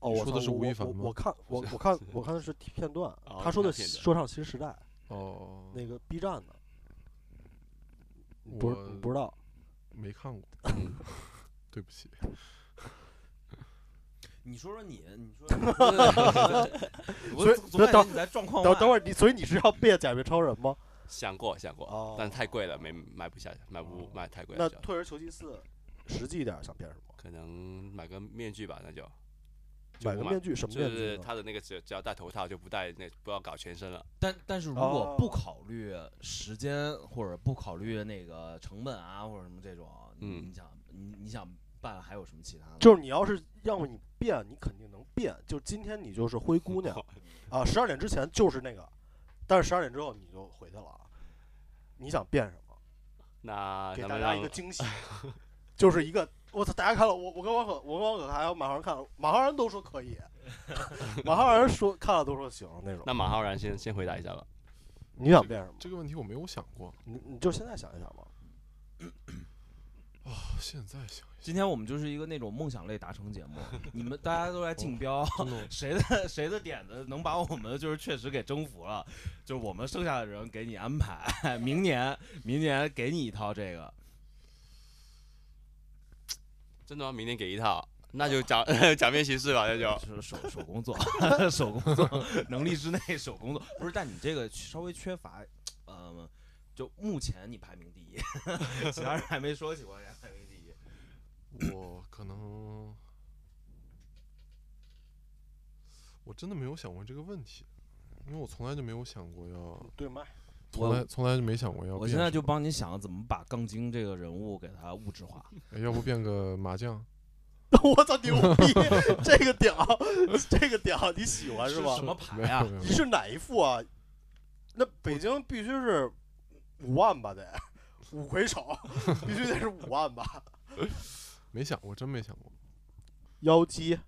S2: 哦，
S5: 你
S2: 我
S5: 说
S2: 操
S5: 的是
S2: 我
S5: 吴亦
S2: 我
S5: 凡
S2: 我
S5: 吗
S2: 我看我我看我看的是片段，
S3: 哦
S2: 他说的
S3: 你看片段嗯
S2: 说唱新时代
S5: 哦，
S2: 那个 B 站的，你不是
S5: 我
S2: 你不知道。
S5: 没看 过，对不起。
S4: 你说说你，你 说
S2: 所
S4: 我
S2: 以
S4: 总总感觉
S2: 等
S4: 你在状
S3: 哦
S4: 况
S2: 等
S4: 外
S2: 等会儿你，所以你是要变假面超人吗？
S3: 想过想过
S2: 哦，
S3: 但是太贵了，没买不下，买不
S2: 哦
S3: 买太贵
S2: 那
S3: 了，就
S2: 退而求其次，实际一点儿想变什么？
S3: 可能买个面具吧，那就就
S2: 买
S3: 不
S2: 个
S3: 买
S2: 面具什么
S3: 就
S2: 面具
S3: 是
S2: 呢？
S3: 他的那个只只要戴头套就不戴那不要搞全身了。
S1: 但但是如果不
S2: 哦
S1: 考虑时间或者不考虑那个成本啊或者什么这种，你
S3: 嗯
S1: 你想你你想办还有什么其他的？
S2: 就是你要是要么你变，你肯定能变。就今天你就是灰姑 娘啊，十二点之前就是那个，但是十二点之后你就回去了啊。你想变什么？
S3: 那
S2: 给
S3: 哎咱
S2: 大
S3: 们
S2: 家一
S3: 让
S2: 个惊 喜，就是一个我操！大家看了我，我跟王可，我跟王可还有马浩然看了，马浩然都说 可以，马浩然说看了都说行那种。
S3: 那马浩然先先回答一下吧。
S2: 你想变什么？
S5: 这个问题我没有想过，
S2: 你你就现在想一想吧。
S5: 现在想一
S1: 今天我们就是一个那种梦想类达成节 目，你们大家都来
S4: 哦
S1: 竞标，
S5: 想，真的
S1: 谁的谁的点子能把我们就是确实给征服了，就是我们剩下的人给你安排，明年明年给你一套这个，
S3: 真的吗？明天给一套， 那就假假面骑士吧，那就。
S1: 是手手工作， 手工作，能力之内手工作。不是，但你这个稍微缺乏，呃，就目前你排名第一， 其他人还没说起过，人家排名第一。
S5: 我可能 我真的没有想过这个问题，因为我从来就没有想过要，
S2: 对麦，
S5: 从来从来就没想过要变什么。
S1: 我现在就帮你想怎么把杠精这个人物给他物质化。
S5: 哎要不变个 麻将？
S2: 我操 牛逼！这个屌，这个屌，你喜啊欢是吧？
S1: 什么牌
S5: 没有
S1: 呀
S5: 没有
S2: 你是哪一副啊？那北京必须是五万吧得，五魁 首必须得是五万吧。
S5: 没想过，真没想过，
S2: 妖姬、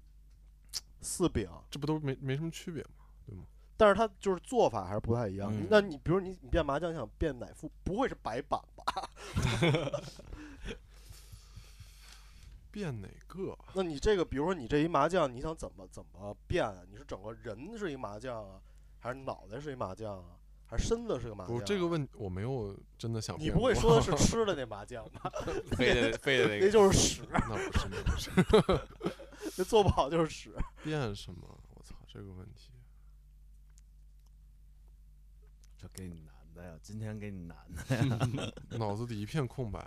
S2: 四饼，
S5: 这不都没没什么区别吗？
S2: 但是它就是做法还是不太一样。
S1: 嗯
S2: 那你比如你你变麻将想变哪副？不会是白板吧？
S5: 变哪个？
S2: 那你这个比如说你这一麻将，你想怎么怎么变啊？你是整个人是一麻将啊，还是脑袋是一麻将啊，还是身子是个麻将
S5: 不，
S2: 啊？
S5: 这个问我没有真的想
S2: 你
S5: 变
S2: 不
S5: 过。
S2: 会说的是吃的那麻将吧？
S3: 废的废的
S5: 哎
S3: 那
S2: 那
S3: 个，
S2: 就是屎，
S5: 那不是那不是
S2: 那做不好就是屎。
S5: 变什么？我操，这个问题
S1: 这给你难的呀，今天给你难的。
S5: 脑子里一片空白，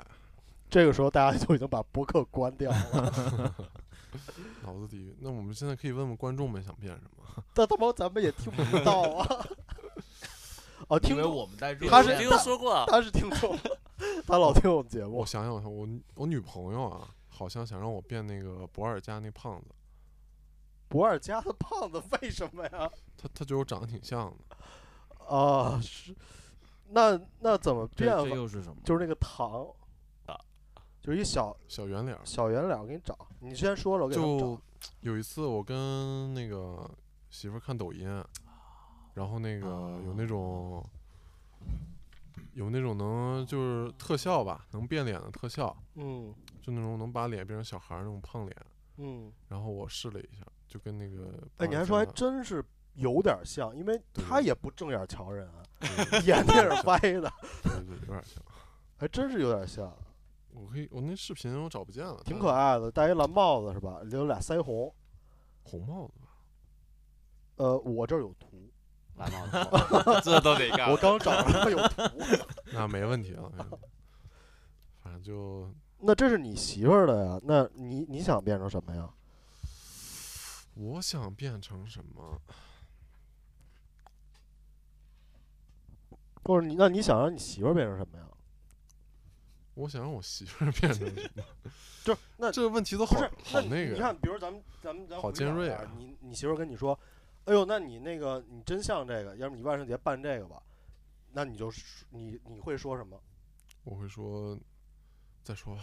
S2: 这个时候大家就已经把博客关掉了。
S5: 脑子里那我们现在可以问问观众们想变什么？
S2: 但他妈咱们也听不到啊！哦，
S1: 因
S2: 听
S1: 为
S2: 众
S1: 我们在热
S2: 他
S3: 我
S2: 是
S3: 已经都说过了，
S2: 他是听 众，他老听我们节目
S5: 我。想想看，我我女朋友啊，好像想让我变那个博尔加那胖子，
S2: 博尔加的胖子为什么呀？
S5: 她她觉得我长得挺像的，
S2: 啊，是那那怎么
S1: 这
S2: 变
S1: 这
S2: 法？
S1: 又是什么？
S2: 就是那个糖
S3: 啊，
S2: 就是一小
S5: 小圆脸儿。
S2: 小圆脸，我给你找。你先说了，我给他们
S5: 就
S2: 找。
S5: 有一次我跟那个媳妇儿看抖音，啊然后那个有那种有那种能就是特效吧，能变脸的特效，
S2: 嗯
S5: 就那种能把脸变成小孩儿那种胖脸。
S2: 嗯，
S5: 然后我试了一下，就跟那个
S2: 哎，
S5: 巴
S2: 你
S1: 啊
S5: 尔
S2: 还说还
S5: 加
S2: 真是有点像，因为
S5: 对
S2: 他也不正眼瞧人 啊，
S5: 对
S2: 眼睛也是歪的，
S5: 对对，有点像。
S2: 还真是有点像。
S5: 我可以，我那视频我找不见了，
S2: 挺
S5: 它
S2: 可爱的，戴一蓝帽子是吧？留俩腮红。
S5: 红帽子吧？
S2: 呃，我这儿有图，
S3: 蓝帽子， 这都得干。？
S2: 我刚找着有图。
S5: 那没问题 啊，没问题反正就
S2: 那这是你媳妇儿的呀？那你你想变成什么呀？
S5: 我想变成什么？
S2: 或者你那你想让你媳妇儿变成什么呀？
S5: 我想让我媳妇儿 变成什么？
S2: 就是那
S5: 这个问题都好
S2: 不是
S5: 好
S2: 那
S5: 个
S2: 你
S5: 呀，
S2: 看，比如咱们咱们咱
S5: 好
S2: 回
S5: 尖
S2: 想一
S5: 锐
S2: 下
S5: 啊
S2: 你你媳妇儿跟你说，哎呦，那你那个你真像这个，要不你万圣节办这个吧？那你就说你你会说什么？
S5: 我会说，再说吧，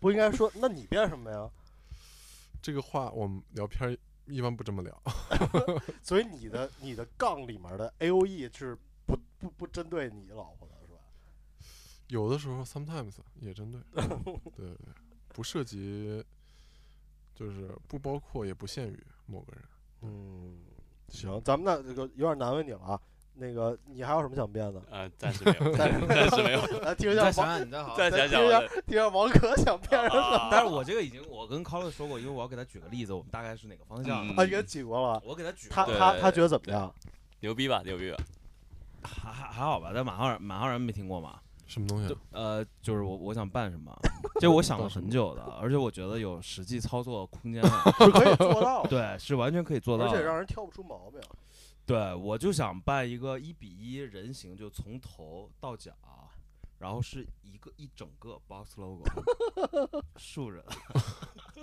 S2: 不应该说，那你变什么呀？
S5: 这个话我们聊天儿一般不这么聊，
S2: 所以你的你的杠里面的 A O E 是不不不针对你老婆的是吧？
S5: 有的时候 sometimes 也针对， 对对对，不涉及，就是不包括也不限于某个人。
S2: 嗯，行，咱们那这个有点难为你了啊。那个，你还有什么想变的
S3: 呃，暂时没 有，
S2: 但是
S3: 暂时没有，
S2: 来听一
S1: 你
S2: 下
S1: 再
S2: 王，
S1: 想想，你再好好
S3: 再想想
S2: 听一
S3: 我
S2: 下听
S3: 的。
S2: 一下王可想变 什么？
S3: 啊
S1: 但是我这个已经，我跟 Colin 说过，因为我要给他举个例子，我们大概是哪个方向
S3: 嗯
S1: 的。
S2: 啊，你给举过了，
S1: 我给他举
S2: 他
S1: 个
S3: 对
S2: 他他觉得 怎么样？
S3: 牛逼吧，牛逼吧。
S1: 还还还好吧，但马浩然马浩然没听过嘛？
S5: 什么东西啊
S1: 就？呃，就是我我想办什么， 这我想了很久的，而且我觉得有实际操作空间的，
S2: 是可以做 到的，
S1: 对，是完全可以做到
S2: 而
S1: 的。
S2: 且让人挑不出毛病。
S1: 对，我就想办一个一比一人形，就从头到脚，然后是一个一整个 box logo 竖着的，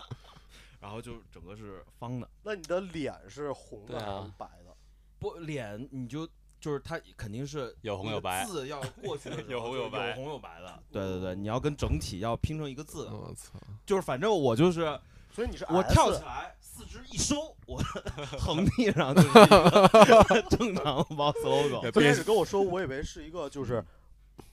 S1: 然后就整个是方的。
S2: 那你的脸是红的
S3: 对啊
S2: 还是白的？
S1: 不，脸你就就是它肯定是
S3: 有红
S1: 那
S3: 有
S1: 个
S3: 白
S1: 字要过去的时 候
S3: 有红
S1: 就
S3: 有白
S1: 有红有白的。对对对，你要跟整体要拼成一个字，
S2: 嗯
S5: 我操！
S1: 就是反正我就是
S2: 所以你是 S,
S1: 我跳起来，四肢一收， 我横地上就是一个正常的 box logo。
S2: 最开始跟我说，我以为是一个就是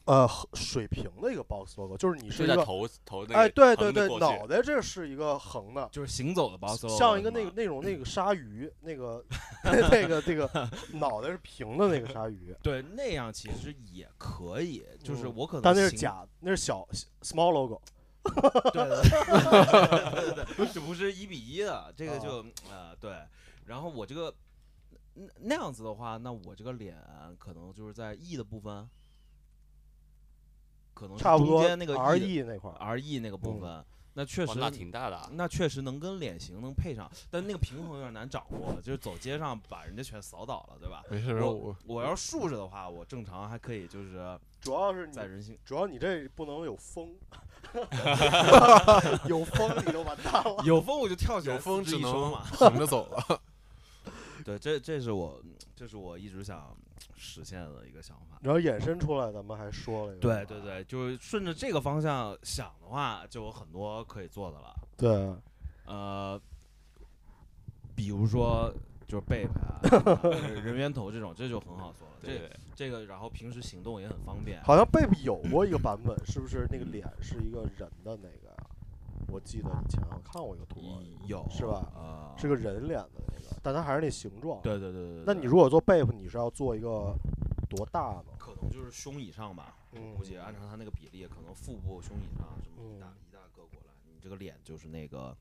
S2: 呃水平的一个 box logo，就是你是
S3: 就
S2: 一
S3: 嗯在
S2: 个
S3: 头头那个
S2: 哎对对
S3: 横着
S2: 对，
S3: 过去
S2: 脑袋这是一个横的。
S1: 就是行啊走的 boss，logo
S2: 像一个
S1: 是吗
S2: 那个那种那个鲨鱼，那个那 个这个 脑袋是平的那个鲨鱼，
S1: 对那样其实也可以，就是
S2: 嗯
S1: 我可能
S2: 但那是
S1: 行，
S2: 假，那是小 small logo。
S1: 对对对对对对，这不是一比一的，这个
S2: 啊
S1: 就呃对，然后我这个那那样子的话，那我这个脸可能就是在 E 的部分，可能是
S2: 差不
S1: 中
S2: 多
S1: 间那个
S2: R E 那块儿，
S1: R E 那个
S2: 嗯
S1: 部分，那确
S3: 哇
S1: 实
S3: 那挺大的啊，
S1: 那确实能跟脸型能配上，但那个平衡有点难掌握，就是走街上把人家全扫倒了，对吧？
S5: 没事，
S1: 我
S5: 我
S1: 我要是竖着的话，我正常还可以，就是
S2: 主要是你
S1: 在人行
S2: 主要你这不能有 风，有风你就完蛋 了。
S1: 有风我就跳起来，
S5: 有风
S1: 四
S5: 只
S1: 肢一收
S5: 能
S1: 嘛。
S5: 横着走了。
S1: 对，这这是我这是我一直想实现的一个想法。
S2: 然后衍生出来，咱们还说了一个，啊
S1: 对对对，就是顺着这个方向想的话，就有很多可以做的了。
S2: 对，
S1: 呃，比如说就是 Bape 啊、人 源头这种，这就很好做了。
S3: 对
S1: 这
S3: 对
S1: 这个，然后平时行动也很方便。
S2: 好像 Babe 有过一个版本，是不是那个脸是一个人的那个呀？我记得以前我看过一个图，
S1: 有
S2: 是吧
S1: 啊，
S2: 是个人脸的那个，但它还是那形状。，
S1: 对对对对对。
S2: 那
S1: 对
S2: 你如果做 Babe，你是要做一个多大呢？
S1: 可能就是胸以上吧，
S2: 嗯
S1: 估计按照他那个比例，可能腹部、胸以上什么一大
S2: 嗯
S1: 一大个过来，你这个脸就是那个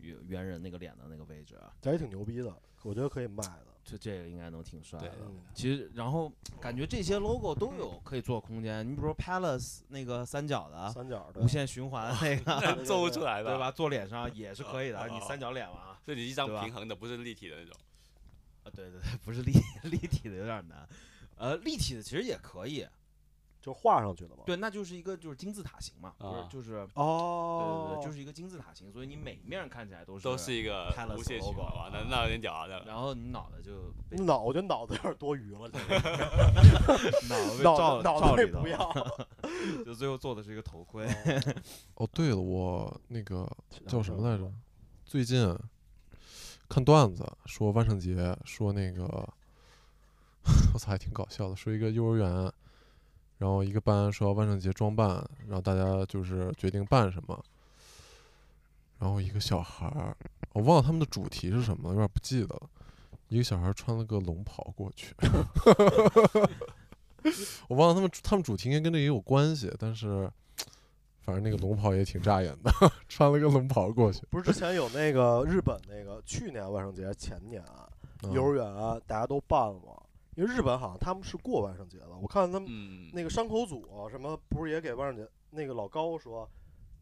S1: 原原人那个脸的那个位置，啊
S2: 这也挺牛逼的，我觉得可以卖的。
S1: 这这个应该能挺帅
S3: 对
S1: 的。
S2: 嗯，
S1: 其实，然后感觉这些 logo 都有可以做空间，你比如说 Palace 那个三角的
S2: 三角的
S1: 啊无限循环那个，
S2: 对
S3: 做不出来的，
S1: 哦对？吧？做脸上也是可以的，
S3: 哦
S1: 你三角脸嘛，
S3: 所以你是一张
S1: 对吧
S3: 平衡的，不是立体的那种。
S1: 啊，对对对，不是立立体的有点难，呃，立体的其实也可以，
S2: 就画上去了嘛。
S1: 对，那就是一个就是金字塔形嘛，不是
S3: 啊
S1: 就是。对对
S2: 哦，
S1: 对，就是是一个金字塔形，所以你每面看起来都是
S3: 都是。一个
S1: 拍了
S3: 无限
S1: logo
S3: 循环哇，那那有点屌啊，那个
S1: 然后你脑袋就被
S2: 脑，我觉得脑子有点多余 了，这个
S1: 脑袋被
S2: 脑
S1: 罩
S2: 脑
S1: 罩
S2: 子
S1: 里
S2: 也
S1: 头
S2: 不
S1: 了，
S2: 要。
S1: 就最后做的是一个头盔。
S5: 哦，对了，我那个叫什
S2: 嗯
S5: 么来着？最近看段子说万圣节，说那个， 我操，还挺搞笑的。说一个幼儿园，然后一个班说要万圣节装扮，然后大家就是决定扮什么。然后一个小孩儿，我忘了他们的主题是什么了，有点不记得了。一个小孩儿穿了个龙袍过去， 我忘了他们他们主题应该跟这也有关系，但是反正那个龙袍也挺扎眼的，穿了个龙袍过去。
S2: 不是之前有那个日本那个去年万圣节前年啊
S5: 嗯
S2: 幼儿园啊大家都办了嘛，因为日本好像他们是过万圣节的。我看他们
S3: 嗯，
S2: 那个山口组啊、什么不是也给万圣节那个老高说，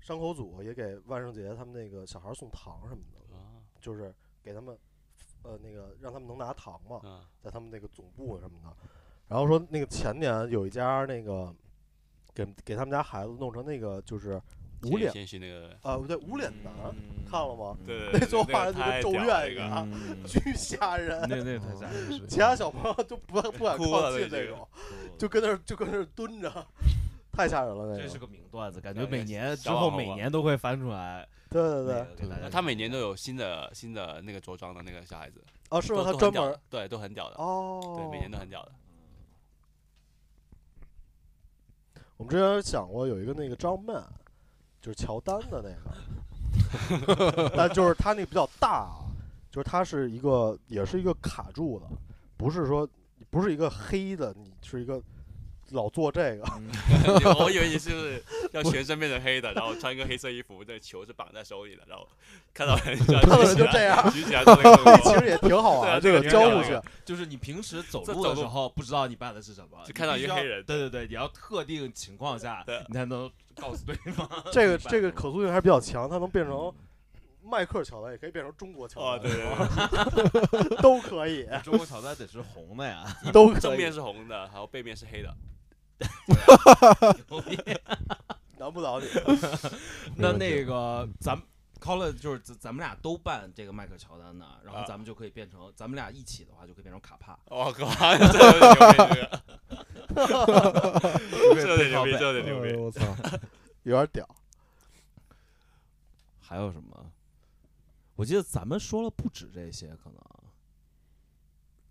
S2: 山口组也给万圣节他们那个小孩送糖什么的，
S3: 啊
S2: 就是给他们呃那个让他们能拿糖嘛，
S3: 啊
S2: 在他们那个总部什么的。然后说那个前年有一家那个给给他们家孩子弄成那个就是无脸
S3: 先是那个，
S2: 啊、 不对无脸男，看了吗？ 啊
S1: 嗯
S3: 对，
S2: 那
S3: 对
S2: 作
S3: 对那
S2: 画的
S3: 个
S2: 就跟
S3: 太
S2: 咒
S3: 屌
S2: 怨
S3: 了
S2: 一
S3: 那
S2: 样
S3: 个
S1: 嗯
S2: 巨吓人。
S1: 那那太吓
S5: 嗯
S1: 人了。
S2: 其他小朋友都不不敢
S3: 哭
S2: 靠
S3: 了都
S2: 近
S3: 已
S2: 那
S3: 经
S2: 种，就跟那儿就跟那儿蹲着， 太吓人了那
S1: 这
S2: 个
S1: 是。个名段子，感觉
S3: 感觉
S1: 每年之
S3: 小网
S1: 后
S3: 红
S1: 每
S3: 吧
S1: 年都会翻出来。
S2: 对对对，
S5: 对
S1: 对
S3: 他每年都有新的新的那个着装的那个小孩子，
S2: 哦，是
S3: 都
S2: 吗？他
S3: 都很
S2: 专
S3: 屌
S2: 门
S3: 的对都很屌的，
S2: 哦，
S3: 对每年都很屌的。
S2: 我们之前讲过有一个那个张曼，就是乔丹的那 个，但就是他那个比较大啊，就是他是一个也是一个卡住的，不是说不 是一个黑的，你是一个老做这个，
S3: 我以为你是不是让全身变成黑的，然后穿一个黑色衣服，那个球是绑在手里的，然后看到人 看
S2: 到人就这样
S3: 举起来做 那个动
S2: 其
S3: 作，
S2: 实也挺好玩
S3: 对啊
S2: 儿，这个
S3: 这个挺
S2: 交
S3: 好
S2: 互
S3: 玩
S2: 性。
S3: 儿，
S4: 就是你平时走
S3: 这
S4: 路
S3: 走
S4: 的时
S3: 路
S4: 候不知道你办的是什么，
S3: 就看到
S4: 你
S3: 一
S4: 必
S3: 个
S4: 须
S3: 黑
S4: 要
S3: 人
S4: 对对对，你要特定情况下
S3: 对
S4: 你才能告诉对方
S2: 这个
S4: 你办
S2: 这个
S4: 什么
S2: 可塑性还是比较强，它能变成迈克尔乔丹，也可以变成中国乔
S3: 哦，对
S2: 丹，
S3: 对对，
S2: 都可以，
S1: 哎
S4: 中国乔丹得是红的呀，
S2: 都可
S3: 正
S2: 以
S3: 面，是红的，然后背面是黑的，
S4: 牛逼
S2: 难不倒你。
S4: 那
S5: 没问题
S4: 那个咱们 Colin 就是咱咱们俩都办这个迈克乔丹的，然后
S3: 啊
S4: 咱们就可以变成，咱们俩一起的话就可以变成卡帕，
S3: 我靠，这有点牛 逼，
S4: 就可以
S3: 这个这有点
S4: 背靠背
S3: 牛逼，这有点牛逼
S2: 哎呦，我操， 有点屌。
S4: 还有什么？我记得咱们说了不止这些，可能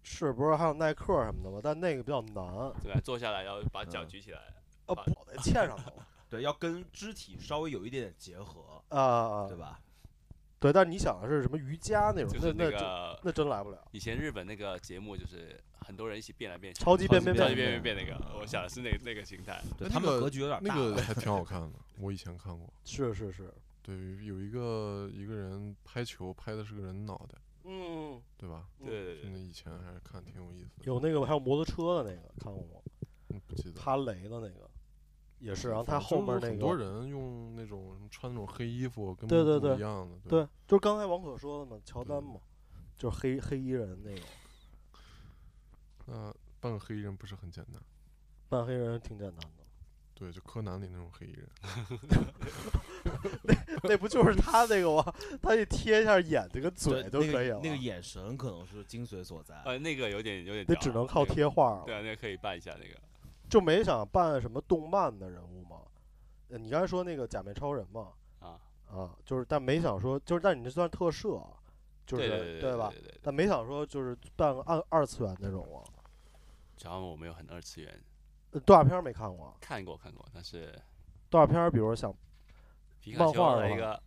S2: 是不是还有耐克什么的吗？但那个比较难
S3: 对吧？坐下来，然后把脚举起来，
S2: 啊，
S3: 啊
S2: 不得嵌上头
S4: 对，要跟肢体稍微有一点点结合，
S2: 啊啊
S4: 对，吧？
S2: 对。但是你想的是什么瑜伽那种
S3: 就，
S2: 那
S3: 是
S2: 那
S3: 那
S2: 真
S3: 个
S2: 那真来不了。
S3: 以前日本那个节目，就是很多人一起变来变去，
S2: 超级变变
S3: 超级
S2: 变，
S3: 变变变那个，我想的是那个那个形态，
S4: 对
S5: 那
S4: 他们
S5: 个
S4: 格局有点
S5: 那
S4: 大，
S5: 个还挺好看的，我以前看过。
S2: 是是是，
S5: 对，有一个一个人拍球拍的是个人脑袋，
S2: 嗯，
S5: 对吧？
S3: 对对
S5: 真
S3: 对
S5: 的以前还是看挺有意思的。
S2: 有那个还有摩托车的那个看过吗？
S5: 嗯不记得
S2: 哈雷的那个也是，然后他
S5: 反正
S2: 后面
S5: 就
S2: 那
S5: 是很多
S2: 个，
S5: 人用那种什么穿那种黑衣服，跟
S2: 对对
S5: 不
S2: 对
S5: 一样的。
S2: 对，就是刚才王可说的嘛，乔丹
S5: 对
S2: 嘛，就是黑黑衣人那种，
S5: 那扮个黑衣人不是很简单？
S2: 扮黑人挺简单的，
S5: 对，就柯南里那种黑衣人。
S2: 那不就是他那个吗？他一贴一下眼睛跟嘴
S4: 对
S2: 就可以了，
S4: 那个。那个眼神可能是精髓所在。
S3: 呃，那个有点有点
S2: 那
S3: 屌啊，
S2: 只能靠
S3: 那个，
S2: 贴画了，
S3: 对啊，那个可以办一下那个，
S2: 就没想办什么动漫的人物吗？呃你刚才说那个假面超人嘛，
S3: 啊
S2: 啊，就是但没想说，就是但你这算特摄，啊就是
S3: 对对
S2: 吧？
S3: 对对，
S2: 但没想说就是办个二二次元那种啊，
S3: 主要我没有很二次元，
S2: 呃动画片儿没看过啊，
S3: 看过看过，但是
S2: 动画片儿比如想
S3: 皮
S2: 漫
S3: 卡
S2: 画
S3: 丘的
S2: 的
S3: 一个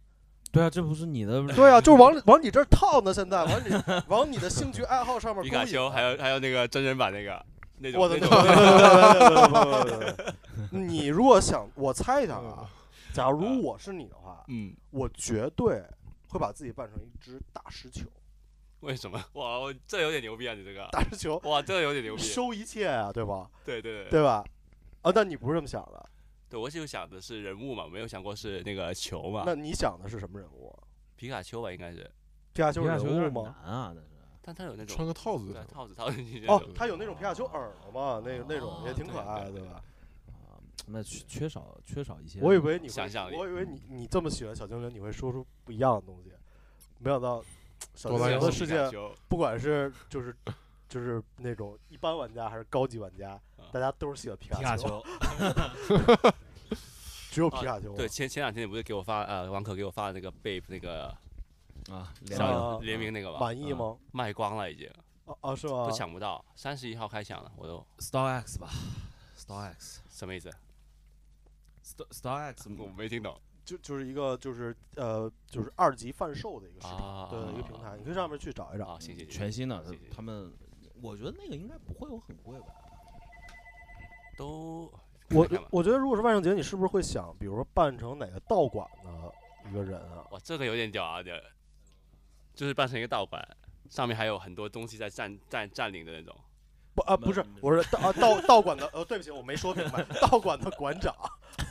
S4: 对啊，这不是你的
S2: 对啊，就是往里往你这儿套呢，现在往你往你的兴趣爱好上面
S3: 皮
S2: 勾
S3: 卡
S2: 引。
S3: 丘，还有还有那个真人版那个那种
S2: 我的
S3: 那
S2: 天！
S3: 种，
S2: 你如果想，我猜一下啊，假如我是你的话，
S3: 嗯，
S2: 我绝对会把自己扮成一只大石球，
S3: 为什么？哇，我这有点牛逼啊，你这个，
S2: 大石球
S3: 哇，这有点牛逼，
S2: 收一切啊，对吧？
S3: 对对对
S2: 对吧？啊，但你不是这么想的，
S3: 对，我就想的是人物嘛，没有想过是那个球嘛
S2: 那，你想的是什么人物？啊
S3: 皮卡丘吧应该是，
S2: 皮卡丘
S4: 皮卡
S2: 人
S4: 丘有
S2: 物
S4: 点
S2: 吗
S4: 难？啊，但是
S3: 但它有那
S5: 穿
S3: 种
S5: 个套子就
S3: 对
S5: 行。
S3: 套子套子进去那
S2: 哦
S3: 种，，
S2: 他有那种皮卡丘耳朵嘛，那那种也挺可爱的，
S3: 对对
S2: 对吧？
S4: 啊，那缺缺少缺少一些。
S2: 我以为你会
S3: 想象力嗯
S2: 我以为你你这么喜欢小精灵，你会说出不一样的东西，没想到小
S5: 哆
S2: 精
S5: 啦 A
S2: 灵
S5: 梦
S2: 的
S5: 的
S2: 世
S3: 皮卡
S2: 界，
S3: 丘
S2: 不管是就是就是那种一般玩家还是高级玩家，
S3: 嗯
S2: 大家都是喜欢皮
S4: 皮卡
S2: 丘，
S4: 丘，
S2: 只有皮卡丘。
S3: 啊对，，前前两天你不是给我发呃，王可给我发的那个 Babe 那个
S4: 啊，
S2: 联
S3: 小
S2: 名
S3: 游
S2: 啊
S3: 联名那个吧，
S2: 满意吗？
S3: 卖光了已经，
S2: 啊啊，是吗
S3: 都？抢嗯不到，三十一号开抢了，我都
S4: Star X 吧，Star X。
S3: 什么意思？
S4: Star Star X
S3: 我没听懂
S2: 就就是一个就是呃就是二级贩售的一个市场，
S3: 啊，
S2: 对一个平台，你可以上面去找一找。
S3: 啊，行行行，
S4: 全新的
S3: 谢谢，
S4: 他们，我觉得那个应该不会有很贵 吧？
S3: 都
S2: 我
S3: 看看吧
S2: 我觉得如果是万圣节，你是不是会想，比如说扮成哪个道馆的一个人啊？
S3: 哇，这个有点屌啊，点就是扮成一个道馆，上面还有很多东西在占占占领的那种。
S2: 不啊，不
S4: 那
S2: 是
S4: 那，
S2: 我是道啊道道馆的，呃，对不起，我没说明白，道馆的馆长，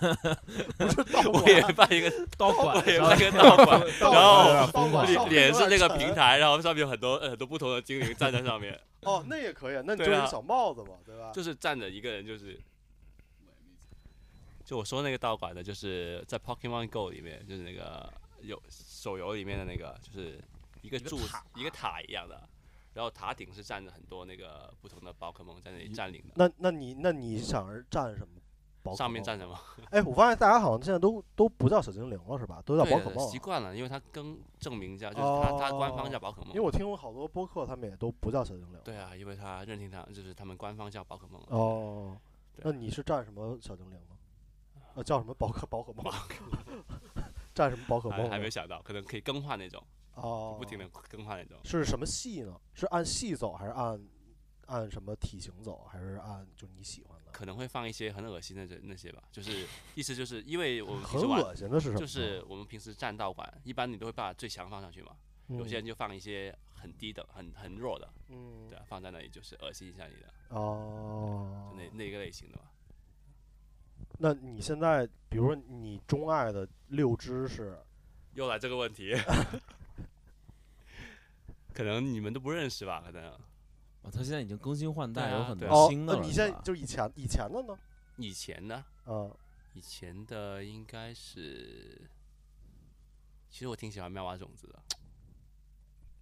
S2: 不是道
S3: 我也
S2: 馆，
S3: 扮一个，
S4: 道
S3: 我
S4: 馆
S3: 也扮一个道馆，
S2: 道
S3: 然
S2: 馆
S3: 后
S2: 道馆
S3: 脸
S2: 上
S3: 脸是那
S2: 有
S3: 个
S2: 点
S3: 平
S2: 沉
S3: 台，然后上面有很多呃很多不同的精灵站在上面，
S2: 哦，那也可以，那你就
S3: 对啊
S2: 是小帽子嘛，对吧？
S3: 就是站着一个人就是。就我说那个道馆的，就是在 Pokemon Go 里面，就是那个有手游里面的那个，就是一个
S4: 一个
S3: 柱子
S4: 塔
S3: 一个塔一样的，然后塔顶是站着很多那个不同的宝可梦在那里
S5: 一
S3: 占领的，
S2: 那那你那你想是站什么？宝可
S3: 上面
S2: 梦
S3: 站什么？
S2: 哎，我发现大家好像现在都都不叫小精灵了，是吧？都叫
S3: 对
S2: 宝
S3: 的，
S2: 可梦了啊
S3: 习。惯了，因为它更正名叫，就是它它官方
S2: 哦
S3: 叫宝可
S2: 因为
S3: 梦。
S2: 我听过好多播客，他们也都不叫小精灵。
S3: 对啊，因为它认定它就是他们官方叫宝可梦。，
S2: 哦，
S3: 对
S2: 那你是站什么小精灵吗？呃，叫什么宝可宝可梦？ 站什么宝可梦
S3: 还
S2: 呢？
S3: 还没有想到，可能可以更换那种，
S2: 哦，
S3: 不停的更换那种。
S2: 是什么系呢？是按系走还是按按什么体型走，还是按就是你喜欢的？
S3: 可能会放一些很恶心的那那些吧， 就是意思就是因为我们平
S2: 很
S3: 时玩
S2: 恶心的是什么？
S3: 就是我们平时站道馆，一般你都会把最强放上去嘛，有些人就放一些很低的、很很弱的，
S2: 嗯，
S3: 对啊，放在那里就是恶心一下你的，
S2: 哦
S3: 就，那那个类型的嘛。
S2: 那你现在比如说你钟爱的六只是
S3: 又来这个问题， 可能你们都不认识吧？可能
S1: 啊，他现在已经更新换代，
S3: 对啊
S1: 有很
S3: 对啊
S2: 哦
S1: 多，新
S2: 那
S1: 的
S4: 呃
S1: 了。
S2: 你
S1: 是
S2: 现
S1: 吧
S2: 在就以前以前的呢？
S3: 以前呢，
S2: 啊，
S3: 以前的应该是，其实我挺喜欢妙蛙种子的。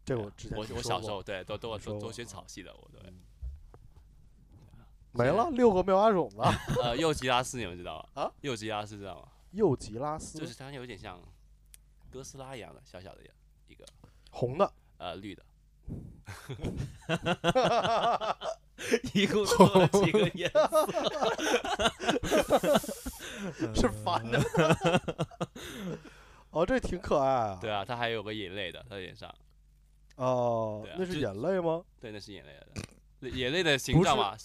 S2: 这个
S3: 对
S2: 我
S3: 啊
S2: 之前
S3: 我
S2: 听
S3: 我
S2: 说
S3: 小
S2: 过
S3: 时候对都都
S2: 听说
S3: 都都
S2: 过
S3: 学
S2: 啊
S3: 草系的，我对。
S2: 没了六个妙蛙 种子，
S3: 呃，右吉拉斯你们知道吗？
S2: 啊，嗯
S3: 右吉拉斯知道吗？
S2: 右吉拉斯
S3: 就是它有点像哥斯拉一样的小小的一个
S2: 红的，
S3: 呃绿的，
S1: 一共多了几个颜色？
S2: 是反的。嗯 哦，这挺可爱啊。
S3: 对啊，它还有个眼泪的，它脸上，
S2: 哦
S3: 对，啊
S2: 那是
S3: 就
S2: 眼泪吗？
S3: 对，那是眼泪的，眼泪的形状嘛，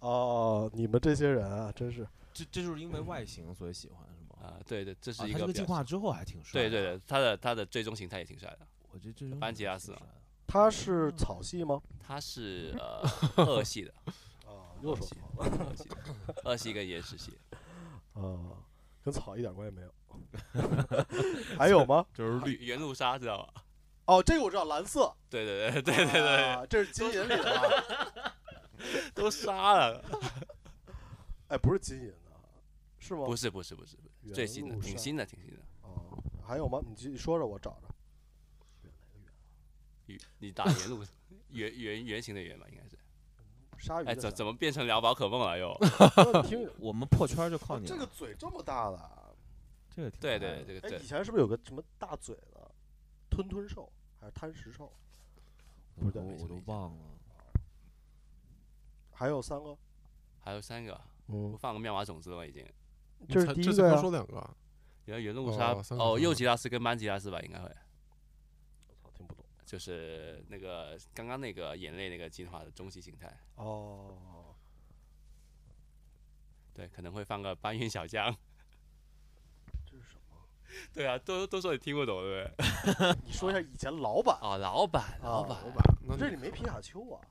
S2: 哦，你们这些人啊，真是
S4: 这这就是因为外形所以喜欢是吗？
S3: 啊，对对，这
S1: 啊
S3: 是一
S1: 他这
S3: 个
S1: 个
S3: 比
S1: 进
S3: 较，
S1: 化之后还挺帅。
S3: 对对，对，它的它的最终形态也挺帅的，
S1: 我觉得这种
S3: 班吉拉斯
S1: 挺帅的
S2: 他是草系吗？
S3: 它是呃恶系的，
S2: 啊，
S3: 恶
S2: 又说
S3: 系，恶系的， 恶系跟岩石系，
S2: 啊，跟草一点关系没有。 还有吗？
S5: 就是绿，
S3: 啊原路杀知道吗？
S2: 哦，这个我知道，蓝色。
S3: 对对 对对对对，
S2: 啊，这是金银里的 吧。
S3: 都杀了，
S2: 哎，不是金银的，是吗？
S3: 不是不是不是，不是最新的，挺新的，挺新的。
S2: 啊。还有吗？你继续说说，我找找。
S3: 鱼，你打原路圆圆圆形的圆吧，应该是。
S2: 鲨鱼
S3: 哎，
S2: 的
S3: 怎
S2: 啥？
S3: 怎么变成聊宝可梦了又？
S2: 么哦听？
S1: 我们破圈就
S4: 哦
S1: 靠你
S2: 这
S1: 了。
S2: 个嘴这么大的啊，
S1: 这个挺
S3: 对
S1: 可爱
S3: 对，这
S1: 的
S3: 个
S2: 哎，
S3: 对
S2: 以，前是不是有个什么大嘴的吞吞兽还是贪食兽？
S1: 我
S2: 不
S1: 都
S2: 对
S1: 我都忘了。
S2: 还有三个，
S3: 还有三个，不
S2: 嗯，
S3: 放个妙蛙种子了吗？已经。
S2: 这是
S5: 才
S2: 第一
S5: 这次
S2: 个
S5: 刚
S2: 呀
S5: 说两个啊，
S3: 然后原路杀
S5: 哦三个
S3: 哦，
S5: 三
S3: 右
S5: 个
S3: 吉拉斯跟班吉拉斯吧，应该会
S2: 我操，听不懂。
S3: 就是那个刚刚那个眼泪那个进化的终极形态，
S2: 哦，
S3: 对，可能会放个搬运小将。
S2: 这是什么？
S3: 对啊，都都说你听不懂，对不对？
S2: 你说一下以前老版，
S3: 哦，老板，
S2: 啊
S3: 板
S2: 老，
S5: 那
S2: 这
S5: 你
S2: 里没皮卡丘啊？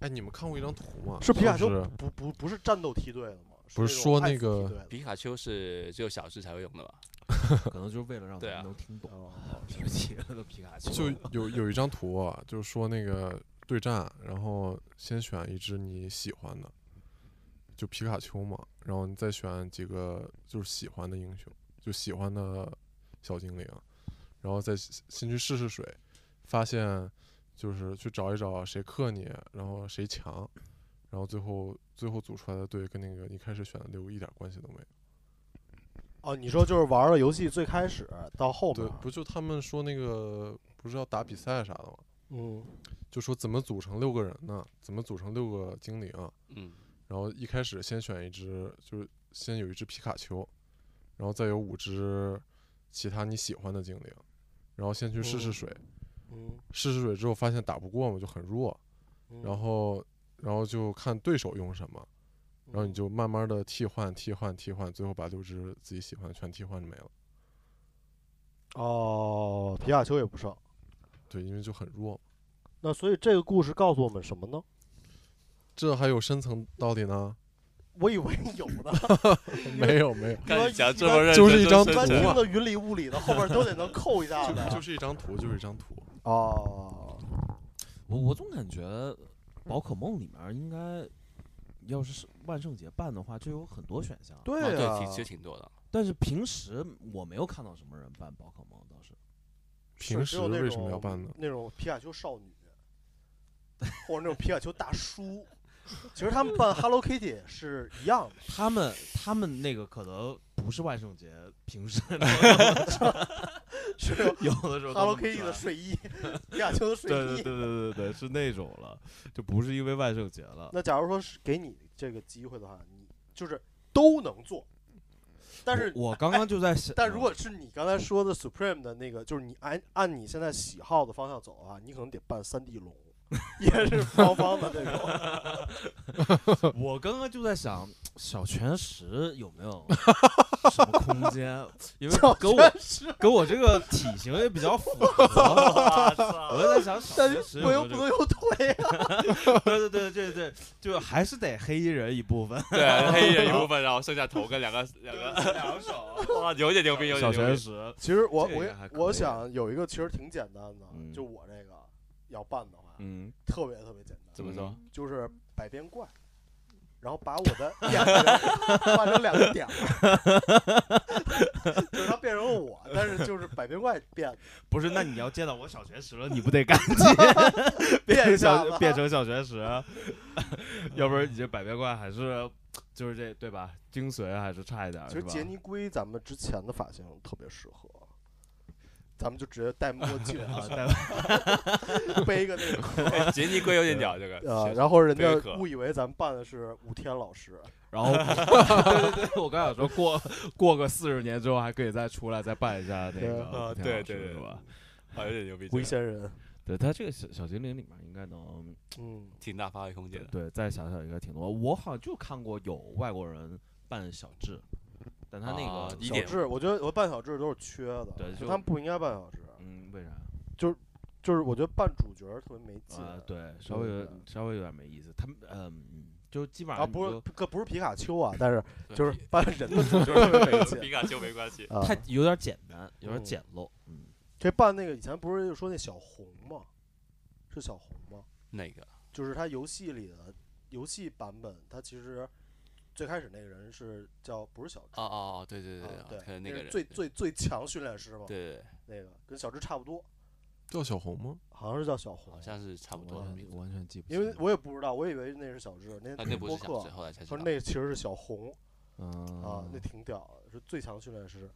S5: 哎，你们看过一张图吗？
S2: 是皮卡丘
S5: 就是
S2: 不不不是战斗梯队的吗？
S5: 不是说那个
S3: 皮卡丘是只有小智才会用的吧？
S1: 可能就是 为了让
S3: 对
S1: 咱
S3: 啊
S1: 们能听懂。
S2: 哦，
S1: 什么 企鹅的皮卡丘？
S5: 就有有一张图啊，就是说那个对战，然后先选一只你喜欢的，就皮卡丘嘛，然后你再选几个就是喜欢的英雄，就喜欢的小精灵，然后再先先去试试水，发现就是去找一找谁克你，然后谁强，然后最后最后组出来的队跟那个一开始选的队伍一点关系都没有。
S2: 哦，你说就是玩了游戏最开始到后
S5: 对
S2: 面，，啊
S5: 不就他们说那个不是要打比赛啥的吗？
S2: 嗯，
S5: 就说怎么组成六个人呢？怎么组成六个精灵？
S3: 嗯，
S5: 然后一开始先选一只，就是先有一只皮卡丘，然后再有五只其他你喜欢的精灵，然后先去试试
S2: 嗯
S5: 水，
S2: 嗯，
S5: 试试水之后发现打不过嘛，就很弱，
S2: 嗯
S5: 然后然后就看对手用什
S2: 哦嗯
S5: 么，然后你就慢慢的替换替换替换，最后把六只自己喜欢的全替换没了。
S2: 哦，皮卡丘也不剩。
S5: 对，因为就很弱。
S2: 那所以这个故事告诉我们什么呢？
S5: 这还有深层道理 呢？
S2: 我以为有 呢，
S5: 没有没有，
S3: 看你讲这
S2: 一
S3: 么
S2: 般
S3: 认真，
S5: 就是一张
S2: 一般
S5: 图
S2: 听
S5: 啊
S2: 的云里雾里的，后边都得能扣一下的。
S5: 就是一张图，就是一张图。
S2: 哦，
S1: 我我总感觉宝可梦里面应该，要是是万圣节办的话，就有很多选项。
S2: 对
S5: 啊
S2: 啊
S3: 哦
S2: 呀、
S3: 挺其实挺多 的。
S1: 但是平时我没有看到什么人办宝可梦，倒是
S2: 是
S5: 平
S2: 只
S5: 时
S2: 有那
S5: 为什么
S2: 种
S5: 要办呢？
S2: 那种皮卡丘少 女，或者那种皮卡丘大叔，其实他们办 Hello Kitty 是一样的。
S1: 他们他们那个可能不是万圣节，平时
S2: 是有
S1: 有的时候
S2: Hello
S1: 他们
S2: Kitty 的
S1: 穿
S2: 睡衣，皮卡丘的睡衣。
S4: 对对对对对对，是那种了，就不是因为万圣节了。
S2: 那假如说是给你这个机会的话，你就是都能做，但是
S1: 我我刚刚就在想，
S2: 但如果是你刚才说的 Supreme 的那个，就是你按按你现在喜好的方向走的话，你可能得办三 D 龙，也 是方方的那种。
S1: 我刚刚就在想，小泉石有没有什么空间？因为
S2: 小
S1: 跟我跟我这个体型也比较符合，我就在想小泉石有
S2: 我
S1: 没
S2: 又
S1: 有
S2: 不能用
S1: 这个。
S2: 腿啊，
S1: 对对对对对，就还是得黑衣人一部分。
S3: 对啊，黑人一部分，然后剩下头跟两个两个啊
S4: 两手。
S3: 哇，有点牛逼，有点
S1: 小
S3: 牛
S1: 泉
S3: 逼。
S1: 石，
S2: 其实我
S1: 这个
S2: 我
S1: 也
S2: 也
S1: 还可
S2: 我
S1: 以
S2: 想有一个其实挺简单的，
S1: 嗯
S2: 就我这个要办的话，
S1: 嗯，
S2: 特别特别简单，
S3: 怎么说？
S2: 就是百变怪，然后把我的眼睛 画成两个点儿就是它变成了我，但是就是百变怪变 的
S4: 不是，那你要见到我小泉石了，你不得赶紧变成
S2: 变下
S4: 小
S2: 吧
S4: 变成小泉 石，要不然你这百变怪还是就是这对吧？精髓还是差一
S1: 啊
S4: 点儿，
S2: 其
S4: 是
S2: 实
S4: 吧？，
S2: 杰尼龟咱们之前的发型特别适合。咱们就直接戴墨镜
S4: 啊，但
S2: 背一个那个壳儿，
S3: 哎杰尼龟有点屌，这个。
S2: 呃，然后人
S3: 贝
S2: 家
S3: 壳
S2: 误以为咱们办的是吴天老师，
S4: 然后 对对对，我刚想说过过个四十年之后还可以再出来再办一下那个，
S3: 啊
S4: 我天
S3: 对
S4: 老师
S3: 对
S4: 是
S3: 对
S4: 吧？
S3: 啊，有点牛逼，这
S2: 龟
S3: 个
S2: 仙人，
S1: 对他这个小小精灵里面应该能
S2: 嗯，
S3: 挺大发挥空间的。
S1: 对再想想应该挺多。我好像就看过有外国人扮小智，但他那
S3: 啊
S1: 个
S3: 一
S2: 小
S3: 点
S2: 智，我觉得我办小智都是缺的，
S1: 对
S2: 就
S1: 就
S2: 他们不应该办小智，
S1: 嗯为啥？
S2: 就是我觉得扮主角特别没劲
S1: 啊，对，稍微有
S2: 对
S1: 稍微有点没意思。他们嗯，就基本
S2: 啊，
S1: 上你
S2: 不是
S1: 就
S2: 可不是皮卡丘啊，但是
S3: 对
S2: 就是扮人的主角特别没
S3: 皮
S2: 劲
S3: 卡丘没 关系，
S2: 啊。
S1: 太有点简单，有
S3: 哦
S1: 点
S2: 嗯
S1: 简陋。嗯，
S2: 这扮那个以前不是说那小红吗？是小红吗？
S3: 那个
S2: 就是他游戏里的游戏版本，他其实最开始那个人是叫不是小智
S3: 哦哦哦，对对
S2: 啊
S3: 对，可
S2: 对，
S3: 能那
S2: 是
S3: 个人
S2: 最最最强训练师嘛，
S3: 对对，
S2: 那个跟小智差不多，
S5: 叫小红吗？
S2: 好像是叫小红
S3: 好，像是差不多
S1: 我
S3: 的
S1: 完
S3: 名
S1: 全
S3: 字。
S1: 完全记不清
S2: 因
S1: 了。
S2: 为我也不知道，我以为那是小智，那
S3: 啊，
S2: 听
S3: 那不
S2: 播
S3: 是小智，
S2: 客
S3: 后来才知
S2: 说
S3: 道。
S2: 那其实是小红
S1: 嗯
S2: 啊，那挺屌的，是最强训练师。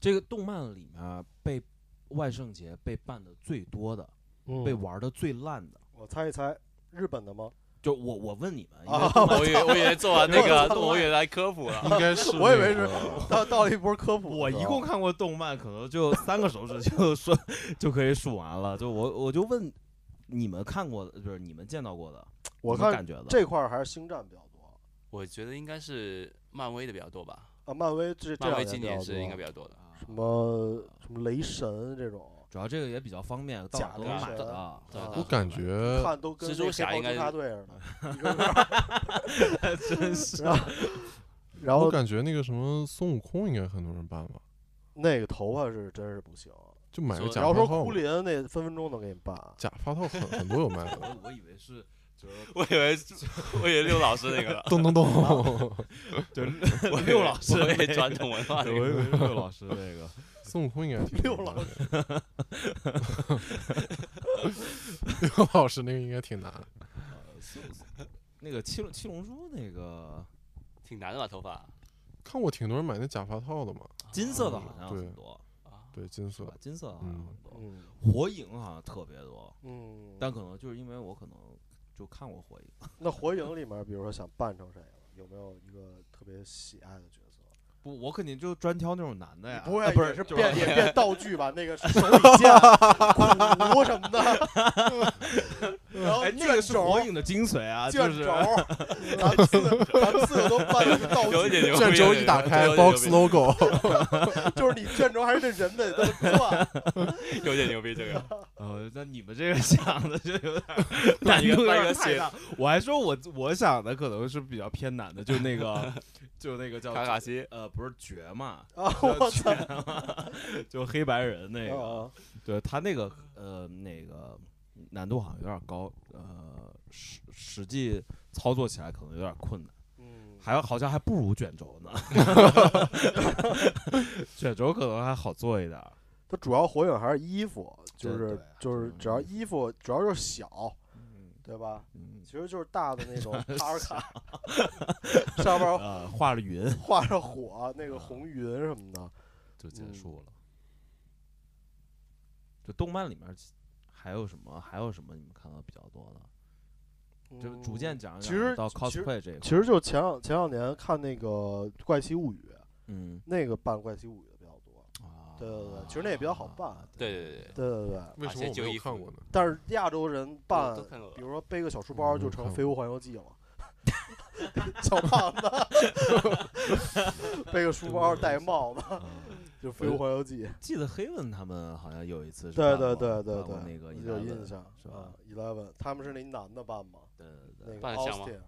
S1: 这个动漫里面啊被万圣节被办的最多的，
S3: 嗯
S1: 被玩的最烂的，
S2: 我猜一猜，日本的吗？
S1: 就我我问你们，因为
S2: 啊
S1: 动漫
S3: 我以为我以为做完那个，我以为来科普了。
S5: 应该是
S2: 我以
S5: 那
S2: 为是
S5: 个
S2: 到到了一波科普是吧，
S4: 我一共看过动漫，可能就三个手指就说就可以数完了。
S1: 就我我就问你们看过的，就是你们见到过的，
S2: 我
S1: 你们
S2: 看
S1: 感觉的
S2: 这块儿还是星战比较多
S3: 我觉得应该是漫威的比较多吧，
S2: 啊，漫威这这
S3: 漫威
S2: 两
S3: 今
S2: 比较
S3: 年是应该
S2: 多
S3: 比较多的。
S1: 啊
S2: 什么什么雷神这种，
S1: 主要这个也比较方便，到
S2: 假
S1: 哪都
S2: 的
S1: 能
S3: 是
S1: 买
S2: 吧
S1: 得到。
S3: 对
S2: 啊
S3: 对
S5: 我感觉
S2: 看都跟
S3: 蜘
S2: 那
S3: 蛛
S2: 个
S3: 侠
S2: 黑
S3: 应
S2: 豹
S3: 该
S2: 纠察
S3: 是
S2: 队似的，一个个儿
S4: 真 是
S2: 然后然
S5: 我
S2: 后
S5: 感觉那个什么孙悟空应该很多人办吧，
S2: 那个头发是真是不行，
S5: 就买个
S3: 说
S5: 假
S2: 然后
S5: 发
S2: 说
S5: 套
S2: 库
S5: 嘛，
S2: 林那分分钟能给你办，
S5: 假发套很很多有卖的，，
S4: 我以为是就
S3: 我以为是我以为六老师那个了
S5: 咚咚咚，
S4: 就
S3: 我以为
S4: 六老师
S3: 我以
S4: 那
S3: 为
S4: 个
S3: 传统文化
S4: 我
S3: 那
S4: 以
S3: 个。
S4: 为是六老师那个。
S5: 孙悟空应该挺
S2: 六
S5: 多
S2: 老
S5: 人办的 六老师那个应该挺难，
S1: 呃那个七龙七龙珠那个
S3: 挺难的吧，头发啊
S5: 看过挺多人买那假发套的嘛，
S1: 金色的好像
S5: 对
S1: 很多，
S3: 啊
S5: 对，金
S1: 是
S5: 色
S1: 吧，？金色的好像很多，
S2: 嗯
S1: 火影好像特别多，
S2: 嗯，
S1: 但可能就是因为我可能就看过火影。
S2: 那火影里面，比如说想扮成谁了，有没有一个特别喜爱的角色？
S1: 不，我肯定就专挑那种男的呀。
S2: 不会
S4: 呃
S1: 啊不
S2: 也是
S1: 就
S2: 变 也变道具吧？那个手里剑、啊鼓什么的，然后
S4: 哎，那个
S2: 卷
S4: 是火
S2: 轴、
S4: 影的精髓啊，就
S2: 哦卷
S4: 是
S2: 轴，咱们四个咱们四个都扮的是道
S3: 有一
S2: 具，
S3: 点牛逼。
S5: 卷轴一打开
S3: 有点牛逼
S5: ，box logo，
S2: 就是你卷轴还是这人的，都转。
S3: 有点牛逼，这个
S4: 呃，那你们这个想的就有点儿难
S3: 一个
S4: 度有点
S3: 半个
S4: 儿
S3: 血
S4: 太大。我还说我我想的可能是比较偏难的，就那个就那个叫
S3: 卡卡西
S4: 呃不是绝嘛，
S2: 啊！
S4: 叫
S2: 我操！
S4: 绝嘛，就黑白人那个，
S2: 啊
S4: 对他那个呃那个难度好像有点儿高，呃实实际操作起来可能有点儿困难，
S2: 嗯，
S4: 还好像还不如卷轴 呢，卷轴可能还好做一点儿。
S2: 它主要火影还是衣服，就
S4: 对
S2: 是
S4: 对
S2: 就是只要衣服，主要就是小，
S4: 嗯
S2: 对吧？
S4: 嗯
S2: 其实就是大的那种哈尔卡，上面
S4: 呃，画了云
S2: 画着火，那个红云什么的。
S4: 就结
S2: 嗯
S4: 束了。
S1: 就动漫里面还有什么？还有什么你们看到比较多的？就逐渐
S2: 嗯。
S1: 讲一讲
S2: 其实
S1: 到
S2: 其实
S1: cosplay 这一块，
S2: 其实就前两前两年看那个《怪奇物语》，
S1: 嗯
S2: 那个办《怪奇物语》的比较多，
S1: 啊，
S2: 对对对，其实那也比较好办。
S4: 啊
S3: 对对对对，
S2: 对对对，
S5: 为
S3: 啊
S5: 什
S3: 先
S5: 么我
S3: 揪
S5: 没
S3: 衣
S5: 有看
S3: 服
S5: 过呢？
S2: 但是亚洲人办
S3: 我都，看过了
S2: 比如说背个小书
S5: 我
S2: 包
S5: 没有
S2: 就成
S5: 看
S2: 《飞屋环游记》了。 小胖子背个书包，戴帽子，就《飞屋环游记》。
S1: 记得黑问他们好像有一次是
S2: 对
S1: 办
S2: 对
S1: 过
S2: 对对
S1: 办过
S2: 对，
S1: 那个
S2: 有
S1: Eleven，
S2: 印象
S1: 是吧
S2: 啊？Eleven，他们是那男的办嘛，
S1: 对
S2: 那
S1: 对
S2: 个
S3: 办得像吗
S2: Austin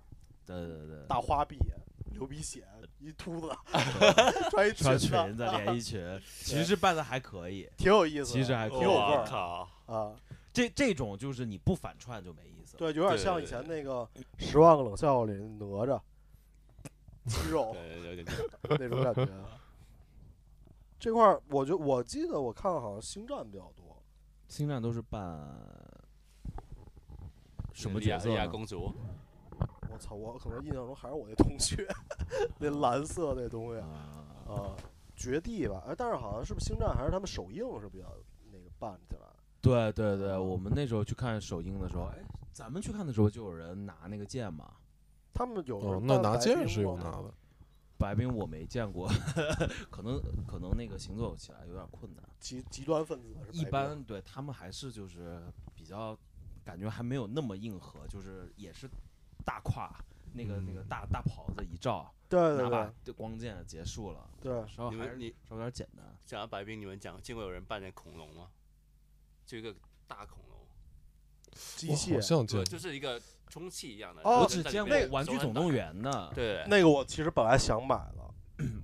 S1: 对对对，
S2: 大花臂，流鼻血，一秃 子，穿一
S1: 穿
S2: 裙子，
S1: 裙子连衣 裙，其实办的还可以。
S2: 挺有意思的，
S1: 其实还
S2: 挺
S1: 可以
S2: 有味
S3: 我
S2: 儿
S3: 靠，
S2: 啊。
S1: 这这种就是你不反串就没意思了。
S2: 对，有点
S3: 对
S2: 像
S3: 对
S2: 以
S3: 对
S2: 前那个《十万个冷笑话》里哪 吒肌肉
S3: 对对对有点像
S2: 那种感觉。啊这块儿，我就我记得我看好像星战比较多，
S1: 星战都是办什么
S3: 莉
S1: 角
S3: 亚
S1: 色啊
S3: 莉亚
S1: 呢？
S3: 公主，
S2: 我操，我可能印象中还是我那同学那蓝色那东西啊
S1: 啊，
S2: 啊，绝地吧，哎，但是好像是不是星战还是他们首映是比较那个办起来，
S1: 对对对，我们那时候去看首映的时候，哎，咱们去看的时候就有人拿那个剑嘛。
S2: 他们有时候
S5: 哦，那
S2: 办
S5: 拿
S2: 白
S5: 剑
S2: 冰
S5: 是有
S2: 吗
S5: 拿的，
S1: 白冰我没见过， 可能可能那个行走起来有点困难。
S2: 极极端分子是白
S1: 一
S2: 冰
S1: 般对他们还是就是比较感觉还没有那么硬核，就是也是大胯那个那个大大袍子一罩，
S2: 对
S1: 拿
S2: 对对啊
S1: 把这光剑结束了，
S2: 对，
S1: 稍
S3: 你
S1: 微还是
S3: 们你
S1: 稍微有点简单。
S3: 讲到白冰，你们讲见过有人扮演恐龙吗？就一个大恐龙，
S2: 机
S5: 我好
S2: 械
S5: 像见
S3: 对，
S5: 过。
S3: 就是一个充气一样的。
S2: 哦
S1: 我
S3: 然后
S1: 只
S3: 在
S1: 见
S3: 里
S1: 过
S3: 面
S1: 《玩具总动员》的
S3: 手，掌打开。对，
S2: 那个我其实本来想买了，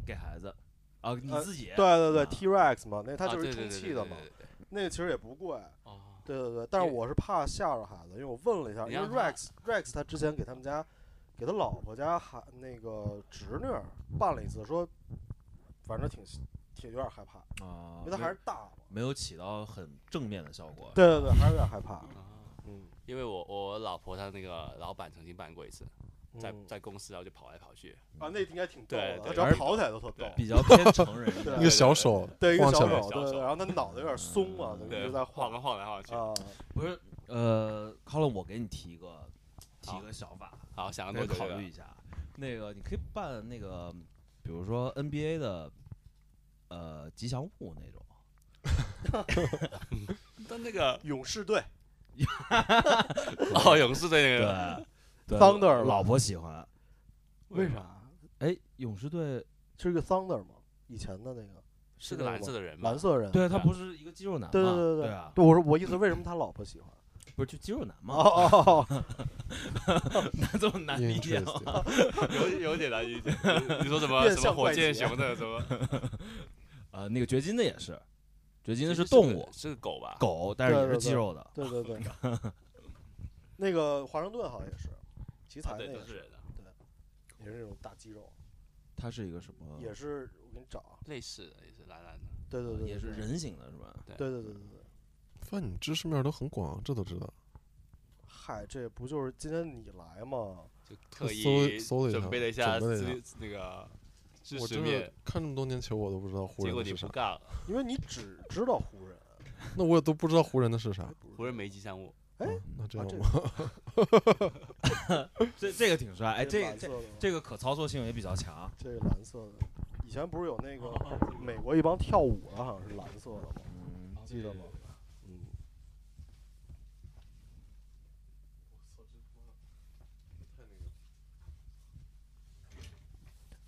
S1: 给孩子啊，你
S2: 呃
S1: 自己
S2: 对对对
S1: 啊
S2: ，T Rex 嘛，那它
S3: 啊
S2: 就
S3: 对
S2: 是
S3: 对
S2: 充
S3: 对
S2: 气
S3: 对
S2: 的
S3: 对
S2: 嘛，
S3: 对对对
S2: 那个其实也不贵，
S3: 哦，
S2: 对对对，但是
S3: 因为
S2: 我是怕吓着孩子，因为我问了一下，
S3: 你
S2: 因为
S3: 让他
S2: Rex Rex 他之前给他们家给他老婆家孩那个侄女儿办了一次，说反正挺挺有点害怕，
S1: 啊
S2: 因，为他还是大嘛，
S1: 没有起到很正面的效果。
S2: 对对对，还是有点害怕，
S3: 啊
S2: 嗯，
S3: 因为我我老婆她那个老板曾经扮过一次，在
S2: 嗯
S3: 在公司，然后就跑来跑去，
S2: 啊，那应该挺逗
S3: 对
S2: 的，
S3: 对
S2: 他只要
S1: 而
S2: 跑起来都特逗。
S1: 嗯比较偏成 人
S2: 对
S5: 一
S1: 的
S5: 个
S3: 对
S5: 小
S3: 对
S5: 手
S2: 对，一个
S5: 晃
S2: 小
S5: 起来
S2: 手，对
S3: 小
S2: 对，
S3: 手
S2: 然后他脑袋有点松嘛，就一
S3: 对
S2: 直，在
S3: 晃来
S2: 晃
S3: 晃来晃去。
S2: 啊。
S1: 不是，呃，Colin，我给你提一个提
S3: 好
S1: 一个想法，
S3: 好，想了
S1: 可以
S3: 多久
S1: 考
S3: 这个啊
S1: 虑一下。那个你可以办那个，比如说 NBA 的，呃，吉祥物那种。
S3: 但那个
S2: 勇士队
S3: 哦，勇士队那个
S1: 对，对
S2: Thunder
S1: 老婆喜欢。
S3: 嗯
S2: 为啥？
S1: 哎，勇士队，
S2: 是个 Thunder 吗？以前的那个
S3: 是个蓝色的人吗？
S2: 蓝色人，
S1: 对他
S3: 对啊
S1: 不是一个肌肉男嘛？
S2: 对对对对
S1: 啊，
S2: 对，我说我意思，为什么他老婆喜欢？
S1: 不是就肌肉男嘛？
S2: 哦哦哦，哦
S1: 那 这么
S5: 嗯
S1: 难理解啊吗？
S5: interesting，
S3: 有有点 难理解。你说什么
S2: 变
S3: 什么
S2: 相
S3: 火
S2: 怪啊
S3: 箭
S2: 杰
S3: 熊的什么？
S1: 呃，那个掘金的也是，掘金的
S3: 其
S1: 是
S3: 实
S1: 动
S3: 个
S1: 物，
S3: 是个狗吧？
S1: 狗，但是
S2: 对
S1: 也
S2: 对
S1: 是肌
S2: 对
S1: 肉 的。
S2: 对对对， 那个华盛顿好像也是，奇
S3: 啊
S2: 才那
S3: 对，都
S2: 个
S3: 是人的，
S2: 也是那种大肌肉，
S1: 它是一个什么？
S2: 也是我给你找，类
S3: 类似的也是蓝蓝的。
S2: 对对对，
S1: 啊也
S2: 对
S1: 是，人形的是吧？
S2: 对对对对对。
S5: 发现你知识面都很广，啊这都知道。
S2: 嗨，这不就是今天你来嘛？
S3: 就特
S5: 搜
S3: 意
S5: 搜了一
S3: 准
S5: 下
S3: 备了一
S5: 准
S3: 下
S5: 备了一
S3: 资料
S5: 下
S3: 那个知
S5: 我
S3: 识
S5: 真的
S3: 面，
S5: 看这么多年球，我都不知道湖
S3: 结
S5: 人
S3: 果
S5: 的
S3: 你
S5: 是
S3: 不
S5: 啥，
S3: 干了，
S2: 因为你只知道湖 人，
S5: 那我也都不知道湖人的是啥。
S3: 啊湖人没嗯吉祥物，
S5: 啊那这
S2: 啊
S5: 样
S2: 这
S5: 吧，
S1: 这这个挺帅，哎，这
S2: 蓝
S1: 这
S2: 色的吗
S1: 这个可操作性也比较强。
S2: 这个蓝色的，以前不是有那个 美国一帮跳舞的，好像是蓝色的吗？
S1: 嗯，
S2: 记得吗？嗯。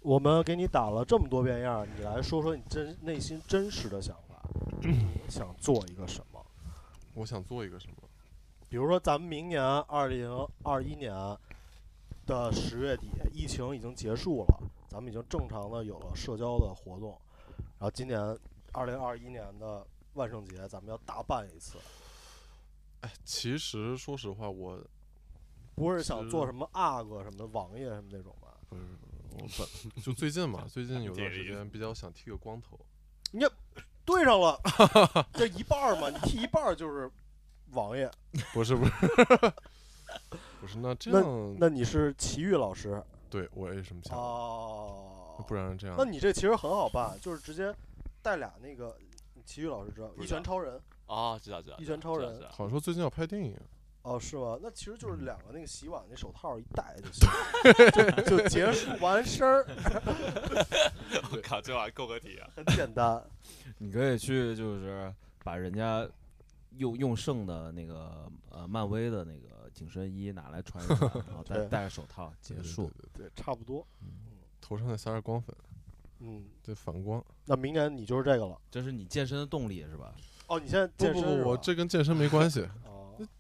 S2: 我们给你打了这么多遍样儿，你来说说你真内心真实的想法，你想做一个什么？
S5: 我想做一个什么？
S2: 比如说，咱们明年二零二一年的十月底，疫情已经结束了，咱们已经正常的有了社交的活动。然后今年二零二一年的万圣节，咱们要大办一次，
S5: 哎，其实说实话，我
S2: 不是想
S5: 是
S2: 做什么阿哥什么的王爷什么那种吧？
S5: 不是我本就最近嘛，最近有
S3: 解
S5: 段
S3: 释
S5: 时
S3: 一下
S5: 间比较想剃个光头。
S2: 对上 了，这一半儿嘛，你剃一半儿就是王爷。
S5: 不是不 是不是，那这样
S2: 那你是齐豫老师
S5: 嗯对我也什么想法？
S2: 哦
S5: 那，不然这样
S2: 那你这其实很好办，就是直接带俩那个齐豫老师知道，
S3: 不
S2: 一
S3: 知道
S2: 拳超人，
S3: 哦，知道知道，
S2: 一
S3: 知道
S2: 拳超
S3: 知道
S2: 人
S3: 知道
S5: 好像说最近要拍电影，
S2: 哦，是吗？那其实
S5: 嗯
S2: 就是两个那个洗碗那手套一戴就行，就就结 束完事儿，
S3: 我靠，这玩意儿够个体 啊！
S2: 很简单。
S1: 你可以去就是把人家用用剩的那个呃漫威的那个紧身衣拿来穿一 穿，然后戴
S2: 对
S1: 戴着手套结
S5: 对
S1: 束
S5: 对。对对
S2: 对，差不多。
S5: 头上再撒点光粉，
S2: 嗯，
S5: 对，反光。
S2: 那明年你就是这个了。
S1: 这是你健身的动力是吧？
S2: 哦，你现在
S5: 不
S2: 健
S5: 不
S2: 身
S5: 不，我
S2: 是吧
S5: 这跟健身没 关系。
S2: 哦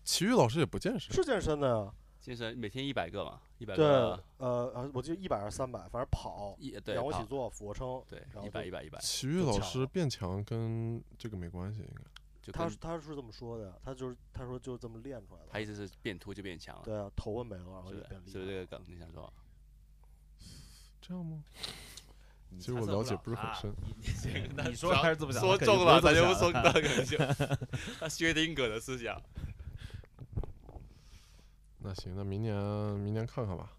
S5: 体育老师也不健身，
S2: 是健身的呀。
S3: 健身每天一百个嘛，一百
S2: 对，
S3: 个
S2: 呃，我记得一百还是三百，反正跑、
S3: 一对
S2: 仰卧
S3: 跑
S2: 起坐、俯卧撑，
S3: 对
S2: 然后
S3: 一百
S2: 就
S3: 一百一百，
S5: 体育
S2: 就
S5: 老
S2: 巧
S5: 师
S2: 了
S5: 变强跟这个没关系，应该。
S3: 就
S2: 他
S3: 跟
S2: 是他是这么说的呀，他就是他说就是这么练出来的。
S3: 他意思是变秃就变强了，
S2: 对啊，头发没了，然后
S3: 是
S2: 就
S3: 不是
S2: 变？厉
S3: 是
S2: 害了。
S3: 不是这个梗？你想说？
S5: 这样吗？
S1: 你
S5: 其实
S1: 猜
S5: 我
S1: 测
S5: 了
S1: 不
S5: 解不是很
S2: 啊
S1: 他
S5: 深。
S1: 你说还是这么想的？
S3: 说
S1: 肯定
S3: 中
S1: 不
S3: 了，咱
S1: 是这么
S3: 就不说
S1: 想的
S3: 那个就， 他薛定谔的思想。
S5: 那行，那明年明年看看吧。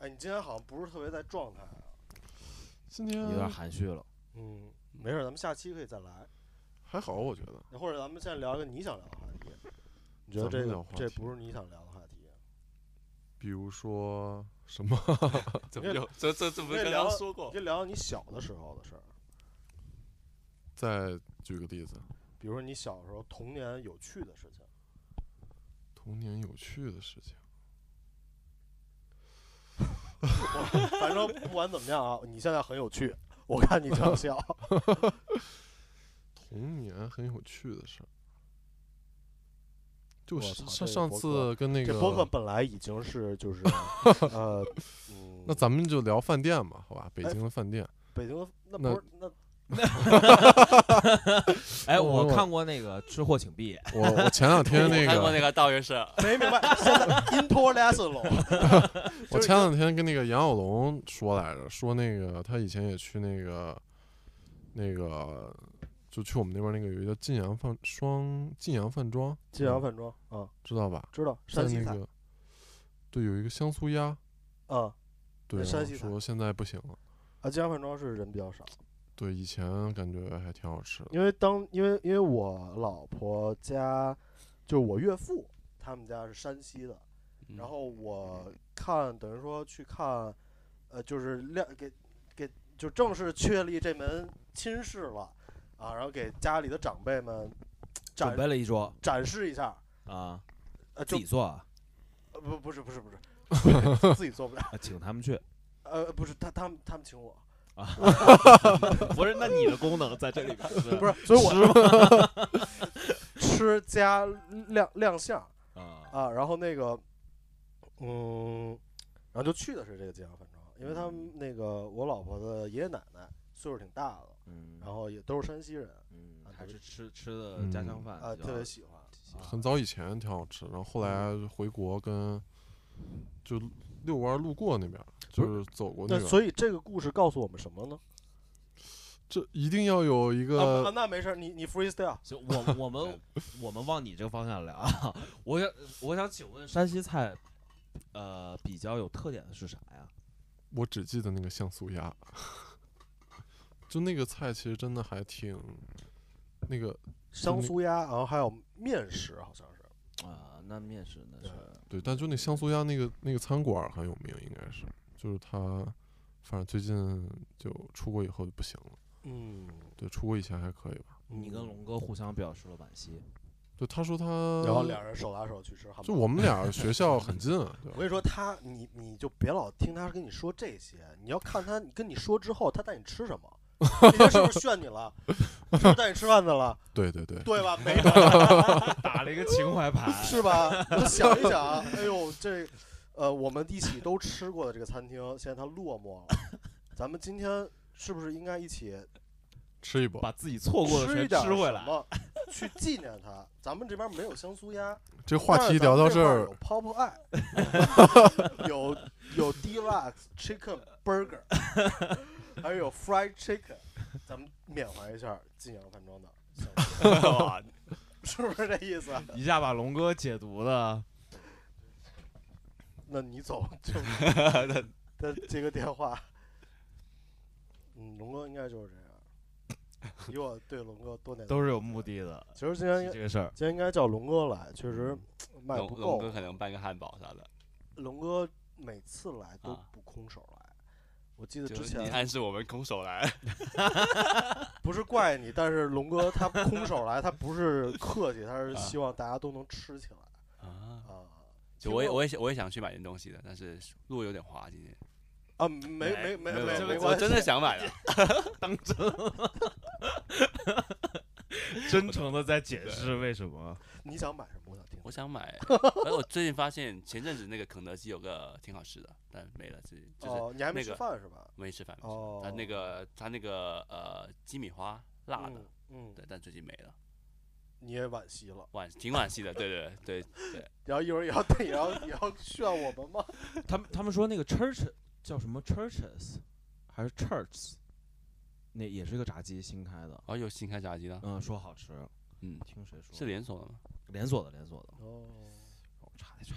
S2: 哎，你今天好像不是特别在状态啊。
S5: 今
S1: 有点
S5: 天
S1: 含蓄了。
S2: 嗯，没事儿，咱们下期可以再来，
S5: 还好，我觉得。
S2: 或者咱们现在聊一个你想聊的话题。你觉得
S5: 咱
S2: 这
S5: 们
S2: 个
S5: 聊话
S2: 这
S5: 题
S2: 不是你想聊的话题？
S5: 比如说什么？
S3: 怎么就这这这不是
S2: 因为
S3: 刚
S2: 聊
S3: 刚
S2: 了
S3: 说过
S2: 你？就聊你小的时候的事儿，
S5: 再举个例子，
S2: 比如说你小时候童年有趣的 事情。
S5: 童年有趣的事情。
S2: 我反正不管怎么样啊，你现在很有趣，我看你 想笑。
S5: 童年很有趣的事儿，就
S2: 我
S5: 是
S2: 操这
S5: 上上
S2: 播客
S5: 次跟那
S2: 这播客
S5: 个，
S2: 本来已经是 就是呃，嗯，
S5: 那咱们就聊饭店吧，好吧？北
S2: 哎
S5: 京的饭店，
S2: 北京的那
S5: 那
S2: 不是那
S1: 哎，
S5: 我
S1: 我看过那个《吃货请闭眼
S5: 我我前 两天那
S3: 我看过
S5: 个，
S3: 那个道元社，
S2: 没明白，现在 into lesson 了。
S5: 我
S2: 就是
S5: 前两天跟那个杨小龙说来着，说那个他以前也去那个那个，就去我们那边那个有一个叫晋阳饭双晋阳饭庄，
S2: 晋阳饭庄啊，
S5: 知道吧？
S2: 知道
S5: 在
S2: 山西
S5: 那
S2: 菜
S5: 个对有一个香酥鸭，
S2: 啊
S5: 对，
S2: 山
S5: 然后
S2: 西菜
S5: 说现在不行了。
S2: 啊，晋阳饭庄是人比较少，
S5: 对，以前感觉还挺好吃的。
S2: 因为当因为因为我老婆家就是我岳父他们家是山西的，
S5: 嗯
S2: 嗯然后我看等于说去看，呃，就是亮给给就正式确立这门亲事了啊，然后给家里的长辈们》，
S1: 准
S2: 展
S1: 备了一桌
S2: 展示一下，
S1: 啊，
S2: 呃，
S1: 自
S2: 就
S1: 己做啊，
S2: 呃不不是不是不是，自己做不了，
S1: 啊请他们去。
S2: 呃不是他他们他们请我，
S4: 不是，那你的功能在这里 边
S2: 不是，所以 我吃加亮亮相
S1: 啊，
S2: 啊，然后那个嗯，然后就去的是这个晋阳饭庄，因为他们那个我老婆的爷爷奶奶岁数挺大的了。
S1: 嗯
S2: 然后也都是山西人，
S1: 嗯
S2: 啊，
S1: 还
S2: 对
S1: 是吃吃的家乡饭
S2: 啊，
S1: 比较
S2: 特别喜欢。
S1: 啊
S5: 很早以前挺好吃，然后后来
S2: 嗯
S5: 回国跟就遛弯儿路过那边儿，就是走过那
S2: 那
S5: 边
S2: 所
S5: 儿。
S2: 以这个故事告诉我们什么呢？
S5: 这一定要有一
S2: 啊不啊，
S5: 个
S2: 那没事儿，你你 freestyle
S1: 行，我 我们我们往你这个方向聊啊。我想我想请问山西菜，呃，比较有特点的是啥呀？
S5: 我只记得那个像素鸭，就那个菜其实真的还挺那个
S2: 香
S5: 那
S2: 酥鸭，然后还有面食，好像是。
S1: 啊，那面食那是
S5: 对，但就那香酥鸭那个那个餐馆儿很有名，应该是就是它，反正最近就出国以后就不行了。
S2: 嗯，
S5: 对，出国以前还可以吧。
S1: 你跟龙哥互相表示了惋 惜。
S5: 对，他说他
S2: 然后两人手拉手去吃汉堡。
S5: 嗯就我们俩学校很近，啊
S2: 我
S5: 对吧
S2: 跟你说，他你你就别老听他跟你说这些，你要看他跟你说之后，他带你吃什 么。那天是不是炫你了？是不是带你吃饭去了？
S5: 对对对，
S2: 对 吧？没有
S1: 打了一个情怀牌
S2: 是吧？我想一想啊，哎呦，这呃，我们一起都吃过的这个餐厅，现在它落寞了。咱们今天是不是应该一起
S5: 吃一 波。
S1: 把自己错过的
S2: 吃一
S1: 全
S2: 点
S1: 吃回
S2: 什
S1: 来。
S2: 么，去纪念它？咱们这边没有香酥鸭，
S5: 这话
S2: 但
S5: 题
S2: 是咱
S5: 聊到
S2: 们
S5: 这
S2: 块
S5: 儿
S2: 有，泡泡爱， 有有 deluxe chicken burger，还 有 fried chicken，咱们缅怀一下晋阳饭庄的香酥鸭，
S3: 哇，
S2: 是不是这意思啊？
S1: 一下把龙哥解读的，
S2: 那你走就 再接个电话。嗯，龙哥应该就是这样。以我对龙哥多年的
S4: 都是有目的的。
S2: 其实今天应
S4: 这个事儿，
S2: 今天应该叫龙哥来，确实卖
S3: 龙
S2: 不
S3: 龙
S2: 够。
S3: 哥可能办个汉堡啥的，
S2: 龙哥每次来都
S3: 啊
S2: 不空手来，我记得
S3: 就
S2: 之
S3: 是你
S2: 前
S3: 暗示我们空手来，
S2: 不是怪你，但是龙哥他空手来，他不是客气，他是
S3: 啊
S2: 希望大家都能吃起来
S3: 啊，
S2: 啊
S3: 就我也我也想我也想去买点东西的，但是路有点滑今天，
S2: 啊！没没没
S3: 哎有
S2: 没
S3: 有
S2: 没
S3: 我
S2: 关
S3: 真
S2: 系，
S3: 的想 买的，
S4: 当真，真诚的在解释为什么。
S2: 你想买什么？我想听。
S3: 我 想买，而我最近发现前阵子那个肯德基有个挺好吃的，但没了，自己就是
S2: 哦，你还没
S3: 那
S2: 吃
S3: 个
S2: 饭是吧？
S3: 没吃饭，没吃
S2: 哦，
S3: 他那个他那个呃鸡米花辣的，
S2: 嗯，嗯，
S3: 对，但最近没了，
S2: 你也惋惜了，
S3: 惋挺惋惜的，对对 对，
S2: 然后一会儿也要 也要也要炫我们 吗？
S1: 他们他们说那个 church 叫什么 churches 还是 churches，那也是一个炸鸡新开的，
S3: 哦，有新开炸鸡了，
S1: 嗯，说好吃，
S3: 嗯，
S1: 听谁说？
S3: 是连锁的吗？
S1: 连锁的，连锁的。
S2: 哦
S1: 我查一查，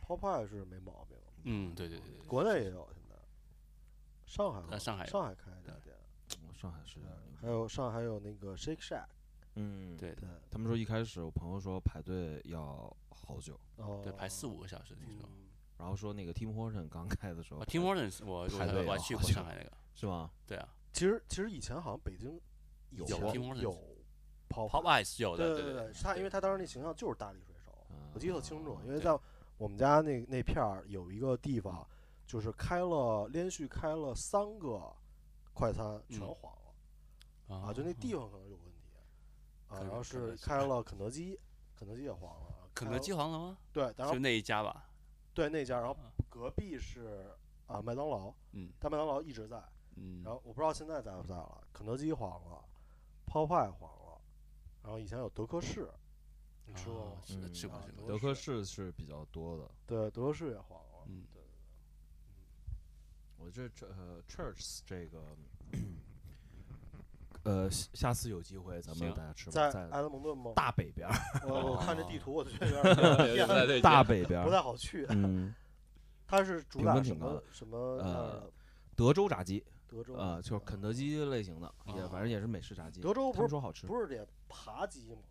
S2: 泡泡是没毛病，
S3: 嗯，对对对对，
S2: 国内也有现在，上海好像
S3: 上海有
S2: 上海开一家店，
S1: 我上海是
S2: 对，还有上海有那个 Shake Shack，
S1: 嗯，
S3: 对
S2: 对，
S1: 他们说一开始我朋友说排队要好久，
S2: 哦，
S3: 对，排四五个小时，听说。
S2: 嗯
S1: 然后说那个 Tim Horton 刚开的时候
S3: 啊
S1: 排，
S3: ，Tim Hortons，我我
S1: 排
S3: 还
S1: 队
S3: 我还
S1: 要
S3: 去
S1: 好
S3: 过
S1: 久
S3: 上海那个，
S1: 是吗？
S3: 对啊
S2: 其实其实以前好像北京
S1: 有
S2: 以前
S1: 啊
S3: ，Tim Hortons
S2: 有泡泡
S3: ，Pop，Eyes 有的，
S2: 对
S3: 对啊
S2: 对，啊他因为他当时那形象就是大力水手，我记得特清楚，因为
S3: 对
S2: 在我们家那那片儿有一个地方，就是开了连续开了三个快餐，全
S3: 嗯
S2: 黄了
S3: 啊
S2: 啊，就那地方可能有问题啊。
S3: 可
S2: 然后
S3: 能可
S2: 是
S3: 能是
S2: 开了肯德基，肯德基也黄了，
S3: 肯
S2: 开
S3: 德
S2: 了
S3: 基黄了吗？
S2: 对，然后
S3: 就那一家吧，
S2: 对那家，然后
S3: 啊
S2: 隔壁是啊麦当劳，
S3: 嗯
S2: 但麦当劳一直在，
S3: 嗯，
S2: 然后我不知道现在在不在了，肯德基黄了，泡派黄了，然后以前有德克士，你吃过吗
S3: 啊？是的吃过
S2: 啊
S3: 吃过，
S2: 德
S1: 嗯德克士是比较多的，
S2: 对，德克士也黄了，
S3: 嗯
S2: 对，
S1: 我这这呃 Church 这个，呃，下下次有机会咱们
S3: 行
S1: 大家吃吧，
S2: 在啊
S1: 在
S2: 埃德蒙顿吗？
S1: 大北边儿，
S2: 我我看这
S3: 哦
S2: 地图，我就觉得 有点儿
S3: 对对对
S1: 大北边
S2: 不
S1: 儿，
S2: 太好去。
S1: 嗯，
S2: 它是主
S1: 评
S2: 打
S1: 分
S2: 什
S1: 挺高
S2: 么
S1: 的
S2: 什么那儿的
S1: 德州炸鸡，
S2: 德州啊
S1: 呃，就是肯德基类型的，也
S3: 啊
S1: 反正也是美式炸鸡。
S2: 德州
S1: 他
S2: 不
S1: 们
S2: 是
S1: 说好吃，
S2: 不是得扒鸡吗？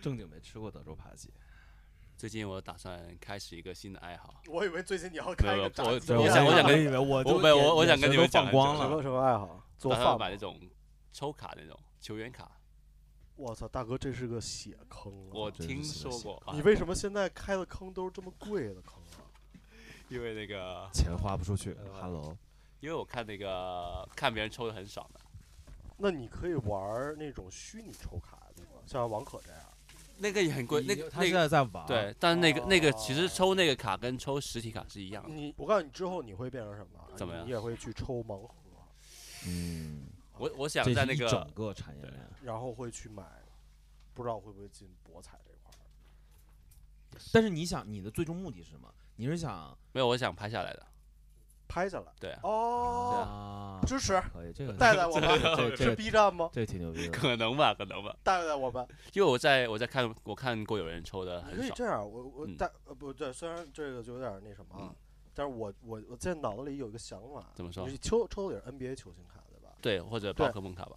S1: 正经没吃过德州扒鸡。
S3: 最近我打算开始一个新的爱好，
S2: 我以为最近你要
S3: 没
S2: 开
S3: 有
S2: 一个
S3: 我
S2: 炸
S3: 我
S2: 鸡
S3: 对
S2: 店啊
S3: 我想我想跟
S1: 以为我
S3: 我没有我我想跟你们讲
S1: 放光
S3: 很
S2: 什
S3: 久
S1: 了，
S2: 么什么爱好？做
S3: 打算
S2: 饭
S3: 买那
S2: 吗。
S3: 种抽卡那种球员卡，
S2: 我操，大哥，这是个血坑啊！
S3: 我
S1: 真是
S3: 听
S1: 新的
S3: 说
S1: 习
S3: 过啊，
S2: 你为什么现在开的坑都是这么贵的坑啊？
S3: 因为那个
S1: 钱花不出去
S3: 呃。
S1: Hello，
S3: 因为我看那个看别人抽的很爽的，
S2: 那你可以玩儿那种虚拟抽卡，对吗？像王可这样。
S3: 那个也很贵，那
S1: 你
S3: 个
S1: 他
S3: 那
S1: 现
S3: 个
S1: 在啊在玩，，
S3: 对，但那个那个其
S2: 哦
S3: 实抽那个卡跟抽实体卡是一样的。
S2: 你，我告诉你，之后你会变成什么？
S3: 怎么
S2: 你
S3: 样
S2: 你也会去抽盲盒，
S1: 嗯，
S3: 我我
S1: 这
S3: 想
S1: 是
S3: 在那
S1: 一
S3: 个
S1: 整个产业
S3: 对
S1: 链。
S2: 然后会去买，不知道会不会进博彩这块儿。
S1: 但是你想，你的最终目的是什么？你是想
S3: 没有，我想拍下来的，
S2: 拍下来。
S3: 对啊，
S2: 哦，
S1: 啊，
S2: 支持，
S1: 可以，这个
S2: 带带 我们，
S1: 这
S2: 是
S1: 这个
S2: B 站吗？
S1: 这挺牛逼的。
S3: 可能吧，可能吧，
S2: 带带我们，
S3: 因为我在我在看我看过有人抽的
S2: 你
S3: 很
S2: 可以
S3: 爽，
S2: 这样，我我
S3: 嗯
S2: 带呃不对，虽然这个就有点那什么啊
S3: 嗯，
S2: 但是我我我现在脑子里有一个想法，
S3: 怎么说
S2: 你抽抽的也是 NBA 球星卡对吧？
S3: 对，或者
S2: 对
S3: 宝可梦卡吧，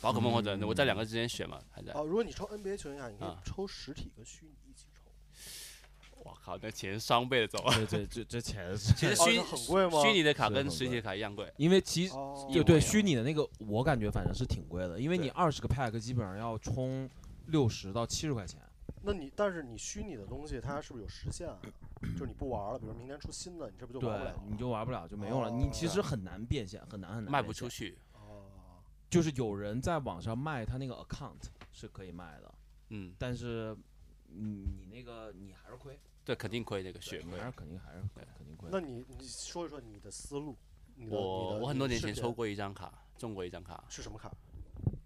S3: 宝可梦或者
S1: 嗯
S3: 我在两个之间选嘛，还在，
S2: 哦，如果你抽 NBA 球星卡，你可以
S3: 啊
S2: 抽实体跟虚拟一起抽。
S3: 我靠，那钱双倍的走，
S1: 对对，这这钱 是，
S3: 其实
S2: 哦，
S3: 虚
S2: 那很贵吗？
S3: 虚拟的卡
S1: 是
S3: 跟
S1: 很
S3: 实体
S1: 贵
S3: 的卡一样贵，
S1: 因为其实
S2: 哦，
S1: 对
S3: 有
S1: 对
S3: 没
S1: 虚拟的那个，我感觉反正是挺贵的，因为你
S3: 对
S1: 二十个 pack 基本上要充六十到七十块钱。
S2: 那你但是你虚拟的东西，它是不是有时 限啊？就是你不玩了，比如明年出新的，你这不就玩不了
S1: 对
S2: 了？，
S1: 你
S3: 啊
S1: 就玩不了，就没用了。你
S2: 哦
S1: 其实很难变现，很难很难。
S3: 卖不出，去，
S2: 哦，
S1: 就是有人在网上卖他那个 account 是可以卖的，
S3: 嗯，
S1: 但是你你那个你还是亏，
S3: 对，肯定亏那个血
S1: 对你
S3: 亏
S1: 还。是肯定还是
S3: 对
S1: 肯定亏。
S2: 那你你说一说你的思路。你的你
S3: 我
S2: 的
S3: 我很
S2: 你
S3: 多
S2: 的
S3: 年
S2: 视
S3: 前
S2: 频
S3: 抽过一张卡，中过一张卡，
S2: 是什么卡？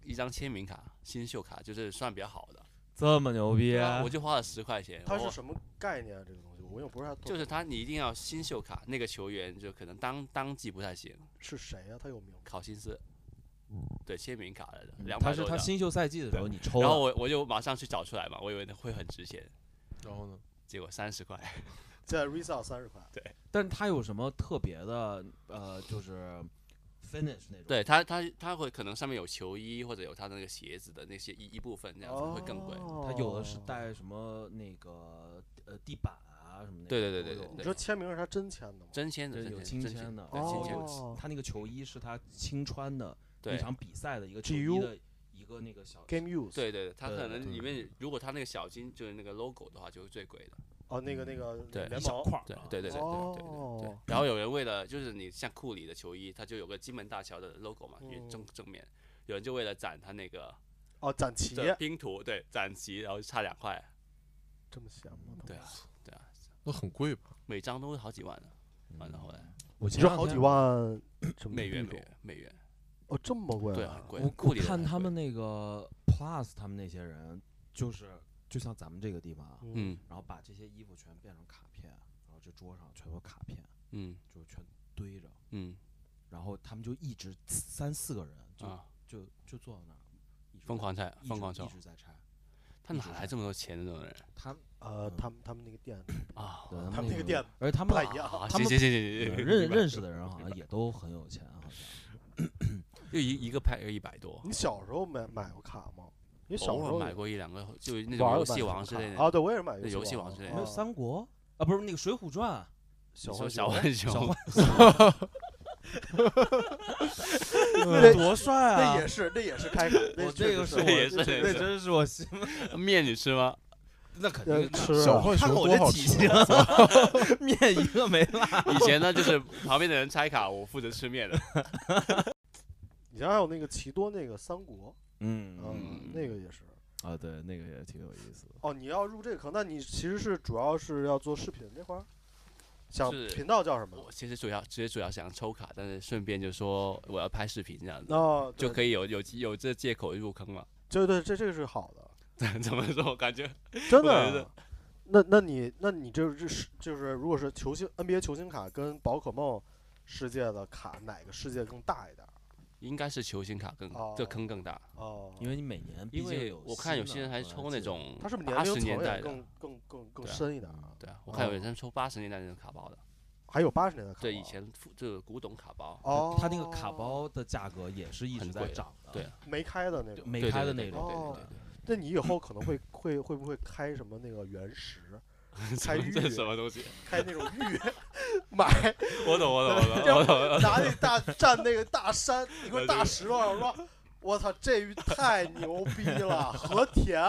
S3: 一张签名卡，新秀卡，就是算比较好的，
S1: 这么牛逼
S3: 对啊我就花了十块钱。
S2: 它
S3: 我
S2: 是什么概念啊？这个东西我又不是太懂。
S3: 就是他，你一定要新秀卡，那个球员就可能当当季不太行，
S2: 是谁呀、他有名吗？
S3: 考辛斯，对签名卡来的，
S1: 嗯
S3: 两
S1: 他
S3: 百
S1: 是
S3: 多
S1: 他
S3: 张。
S1: 新秀赛季的时候你抽
S3: 然后
S1: 了，
S3: 我我就马上去找出来嘛，我以为会很值钱，
S5: 然后呢？
S3: 结果三 十块。
S2: 在 Resale 三十块，
S1: 但他有什么特别的呃，就是 finish 那种。
S3: 对它它它会可能上面有球衣或者有它的那个鞋子的那些一一部分，这样子会更贵。
S2: 哦
S1: 它有的是带什么那个呃地板啊什么那种
S3: 对对对
S1: 都
S3: 对
S1: 有
S3: 对
S2: 你说签名是他真签的吗？
S3: 真签的
S1: 对，有
S3: 真
S1: 亲
S3: 签真
S1: 签的，
S3: 对亲签的
S2: 哦
S1: 他那个球衣是他亲穿的一
S3: 对
S1: 场比赛的一个球衣
S2: GU
S1: 的一个那个小，
S2: Game Use
S3: 对对，它
S1: 对
S3: 可
S1: 对
S3: 能
S5: 对
S3: 里面如果它那个小金就是那个 logo 的话，就是最贵的。
S2: 哦，那个那个
S3: 嗯对
S1: 一
S2: 联
S1: 小
S2: 盟
S1: 块儿
S3: 对
S1: 啊，
S3: 对对对对对对
S2: 哦。
S3: 然后有人为了就是你像库里的球衣，它就有个金门大桥的 logo 嘛，
S2: 嗯
S3: 正正面。有人就为了攒它那个
S2: 哦，展旗
S3: 这拼图，对，攒齐，然后差两块，
S2: 这么闲吗？
S3: 对啊，对啊，
S5: 那很贵吧？
S3: 每张都好几万呢。
S1: 嗯
S3: 完了后来
S1: 我
S2: 你
S1: 前
S2: 说
S1: 两
S2: 好
S1: 天
S2: 几万什么
S3: 美元
S2: 币
S3: 美元美元，
S2: 哦，这么贵
S3: 对，
S2: 啊
S3: 很贵。
S1: 我
S3: 库
S1: 我
S3: 里的
S1: 看
S3: 很
S1: 他
S3: 贵
S1: 们那个 Plus 他们那些人，就是就像咱们这个地方啊，
S3: 嗯
S1: 然后把这些衣服全变成卡片，然后这桌上全都卡片，
S3: 嗯
S1: 就全堆着，
S3: 嗯
S1: 然后他们就一直三四个人就、
S3: 啊，
S1: 就就坐在那儿，一直
S3: 疯
S1: 在
S3: 狂拆
S1: 一，
S3: 疯
S1: 直
S3: 狂抽
S1: 一，直在拆。
S3: 他哪来这么多钱的这种人
S1: 他们
S2: 呃，他们他们那个店
S3: 啊？
S1: 对
S2: 他们
S1: 们
S2: 那
S1: 那
S2: 个店
S1: 而且他
S2: 不
S1: 们
S2: 太一样，
S3: 啊，
S1: 他
S3: 行
S1: 们
S3: 行行行
S1: 呃
S3: 行，
S1: 认
S3: 明白
S1: 认识的人好像也都很有钱，啊好像。
S3: 就一一个拍一百多，
S2: 你小时候买买过卡吗？你小
S3: 偶
S2: 时
S3: 尔
S2: 候
S3: 买
S2: 有
S3: 过一两个，就那种
S2: 玩
S3: 游
S2: 了吧
S3: 戏
S2: 什么
S3: 王之
S2: 卡
S3: 类的。
S2: 啊？对，我也是买
S3: 对游戏
S2: 王
S3: 王之类
S1: 没
S3: 的
S1: 有
S2: 啊
S1: 三国啊，不是那个《水浒传
S2: 小
S3: 你说
S2: 浣
S3: 小
S2: 熊
S3: 浣熊，》，
S2: 对
S1: 多帅
S2: 那
S1: 啊！
S2: 也是那也是开卡，那
S1: 我
S2: 确
S1: 这
S2: 实
S1: 个
S2: 是
S1: 我
S2: 我
S3: 也是
S1: 这那真是我心，
S3: 面你吃吗？
S1: 那肯
S2: 呃
S1: 定
S2: 吃
S5: 小
S2: 啊
S5: 浣
S1: 看看
S5: 熊
S1: 我
S5: 多
S1: 这
S5: 好
S1: 体
S5: 吃
S1: 型
S5: 啊，
S1: 面一个没落。
S3: 以前呢，就是旁边的人拆卡，我负责吃面的。
S2: 以前还有那个奇多那个三国，
S1: 嗯
S2: 嗯，那个也是。
S1: 啊，对，那个也挺有意思的。
S2: 哦，你要入这个坑，那你其实是主要是要做视频这块儿，想
S3: 是
S2: 频道叫什么？
S3: 我其实主要其实主要想抽卡，但是顺便就说我要拍视频这样子，
S2: 哦，
S3: 就
S2: 对
S3: 可以有有有这借口入坑了。
S2: 对对，这这个是好的，
S3: 怎么说？我感觉
S2: 真
S3: 我
S2: 的
S3: 觉得。
S2: 那那你那你这这是就是，如果是球星 NBA 球星卡跟宝可梦世界的卡，哪个世界更大一点儿？
S3: 应该是球星卡更
S2: 哦
S3: 这坑更大，
S2: 哦，
S1: 因为你每年，
S3: 因为我看有些人还抽那，种
S2: 它是不是
S3: 八
S2: 年
S3: 十
S2: 龄层
S3: 年代
S2: 也
S3: 的
S2: 更，更更更
S3: 对啊
S2: 深一点儿啊？
S3: 对啊，我看有
S2: 哦
S3: 人抽八十年代那种卡包的，
S2: 还有八十年代卡包啊，
S3: 对，以前复就是古董卡包，
S2: 哦，啊
S1: 他那个卡包的价格也是一直在涨的，
S3: 对
S2: 没开的那种。
S1: 没
S3: 对
S1: 开
S3: 对
S1: 的
S3: 对对
S1: 那种。
S3: 对
S2: 哦
S3: 对对对
S2: 那你以后可能会会会不会开什么那个原石， 开玉
S3: 这是什么东西？
S2: 开那 种玉，买
S3: 我懂，我懂， 我懂， 我懂。
S2: 拿那大站那个大山一块
S3: 对
S2: 大
S3: 对
S2: 石头上说，我操，这鱼太牛逼了，和田。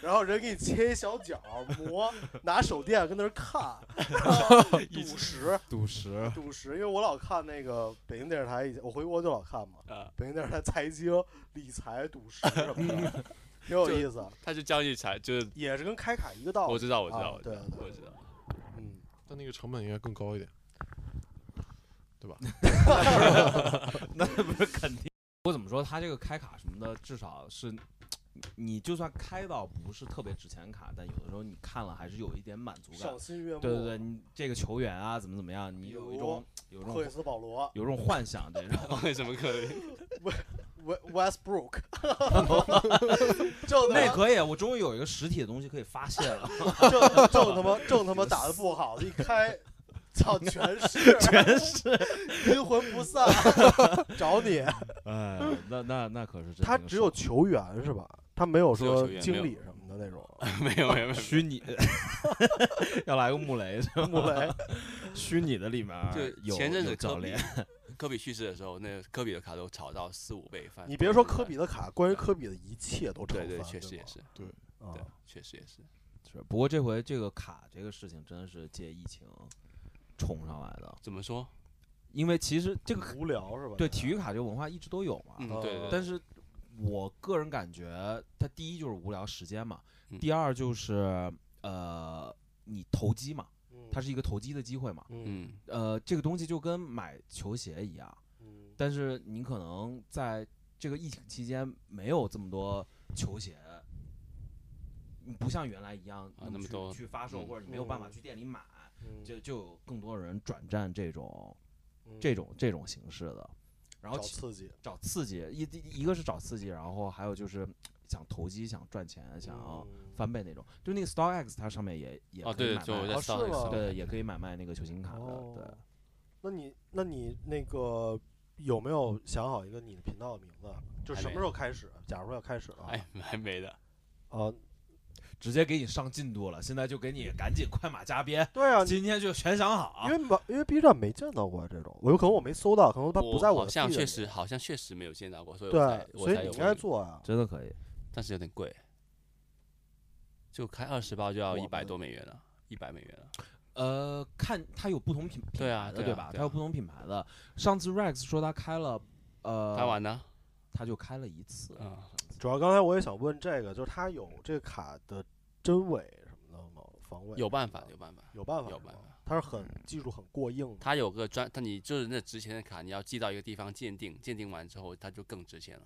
S2: 然后人给你切一小角磨，拿手电跟那儿 看，然后赌石，
S1: 赌石，
S2: 赌石，因为我老看那个北京电视台，以前我回国就老看嘛，
S3: 啊，
S2: 北京电视台财经、理财、赌石什么的，挺有
S3: 嗯就
S2: 意思，
S3: 他就交易财，就是
S2: 也是跟开卡一个道理。
S3: 我知道，我知
S2: 啊
S3: 道，我知
S2: 对
S3: 道，
S2: 对
S3: 我知道。
S2: 嗯，
S5: 但那个成本应该更高一点，对吧？
S1: 那不是肯定。我怎么说，他这个开卡什么的，至少是你就算开到不是特别值钱的卡，但有的时候你看了还是有一点满足感
S2: 赏。心哦悦目。
S1: 对对对，你这个球员啊，怎么怎么样，你
S2: 比
S1: 有
S2: 如
S1: 一种有一种
S2: 克里斯保 罗、
S1: 有一种幻想，这种
S3: 为什么可 能？
S2: West Westbrook，正
S1: 那
S2: 他
S1: 可以，啊我终于有一个实体的东西可以发泄了，
S2: 妈正正他妈正他妈打的不好的一开，操，全是
S1: 真是。
S2: 阴魂不散，找 你。
S1: 哎，那那那可是真
S2: 他
S1: 挺
S2: 只有
S1: 爽
S2: 球员是吧？他没有
S3: 只有
S2: 说
S3: 球员没
S2: 经
S3: 有
S2: 理什么的那种。
S3: 没有，没有，没有。
S1: 虚拟， 要来个穆雷是吧？
S2: 穆雷，
S1: 虚拟的里面儿
S3: 就
S1: 有
S3: 前阵
S1: 有
S3: 子
S1: 教
S3: 科比
S1: 练，
S3: 科比去世的时候，那科比的卡都炒到四五倍翻。
S2: 你别说科比，的卡，关于科比的一切都超
S3: 对
S2: 凡，
S3: 对，
S2: 对
S3: 确实也
S2: 吗
S3: 是，
S2: 啊
S3: 对，确实也是。
S1: 是不过这回这个卡这个事情真的是借疫情冲上来的，
S3: 怎么说？
S1: 因为其实这个
S2: 无聊是吧？
S1: 对体育卡这个文化一直都有嘛，
S2: 哦
S3: 嗯，对对。
S1: 但
S3: 是
S1: 是我个人感觉，它第一就是无聊时间嘛，
S3: 嗯
S1: 第二就是呃你投机嘛，
S2: 嗯，
S1: 它是一个投机的机会嘛，
S2: 嗯
S3: 嗯，
S1: 呃这个东西就跟买球鞋一样。
S2: 嗯
S1: 但是你可能在这个疫情期间没有这么多球鞋，你不像原来一样
S3: 啊那
S1: 么
S3: 么
S1: 去
S3: 多
S1: 去发售，
S3: 嗯
S1: 或者你没有办法
S2: 嗯
S1: 去店里买，
S2: 嗯
S1: 就就有更多人转战这种
S2: 嗯
S1: 这种这种形式的，然后
S2: 找
S1: 其
S2: 刺激，
S1: 找刺激，一一一个是找刺激，然后还有就是想投机、想赚钱、想要
S2: 嗯
S1: 翻倍那种，就那个 StockX 它上面也也
S3: 哦，
S1: 可以
S3: 对，
S1: 买
S3: 就嗯我
S1: 卖
S3: 在
S2: 哦是吗
S3: Star 哦
S1: 对，也可以买卖那个球星卡的，
S2: 哦
S1: 对。
S2: 那你那你那个有没有想好一个你的频道的名字？就
S3: 还
S2: 什么
S3: 没
S2: 时候开始？假如说要开始了，
S1: 哦
S3: 哎，还没的，
S2: 啊，
S1: 直接给你上进度了，现在就给你赶紧快马加鞭，
S2: 对啊，
S1: 今天就全想好
S2: 因。
S3: 啊
S2: 为网因为 B 站没见到过这种，我有可能我没搜到，可能它不在我
S3: 好
S2: 的
S3: 像
S2: feed
S3: 确
S2: 里
S3: 实好像确实没有见到过，所以我才
S2: 对，
S3: 我
S2: 所以
S3: 才
S2: 你
S3: 有
S2: 应该
S3: 问
S2: 做啊。
S1: 真的可以，
S3: 但是有点贵，就开二十包就要
S2: 我
S3: 一百
S2: 们
S3: 多美元了，一百美元了。
S1: 呃，看它有不同品品
S3: 对啊
S1: 牌的
S3: 对啊
S1: 吧？
S3: 对
S1: 它
S3: 啊
S1: 有不同品牌的。上次 Rex 说他开了，
S2: 啊
S1: 呃，
S3: 开完呢？
S1: 他就开了一次，
S3: 嗯，
S2: 主要刚才我也想问这个，就是它有这个卡的真伪什么的吗？防伪
S3: 嗯有办法，有办法。
S2: 有办法
S3: 有
S2: 是
S3: 办
S2: 吗
S3: 法
S2: 它是很技术很过硬的。
S3: 它有个专，它你就是那值钱的卡，你要寄到一个地方鉴定，鉴定完之后它就更值钱了。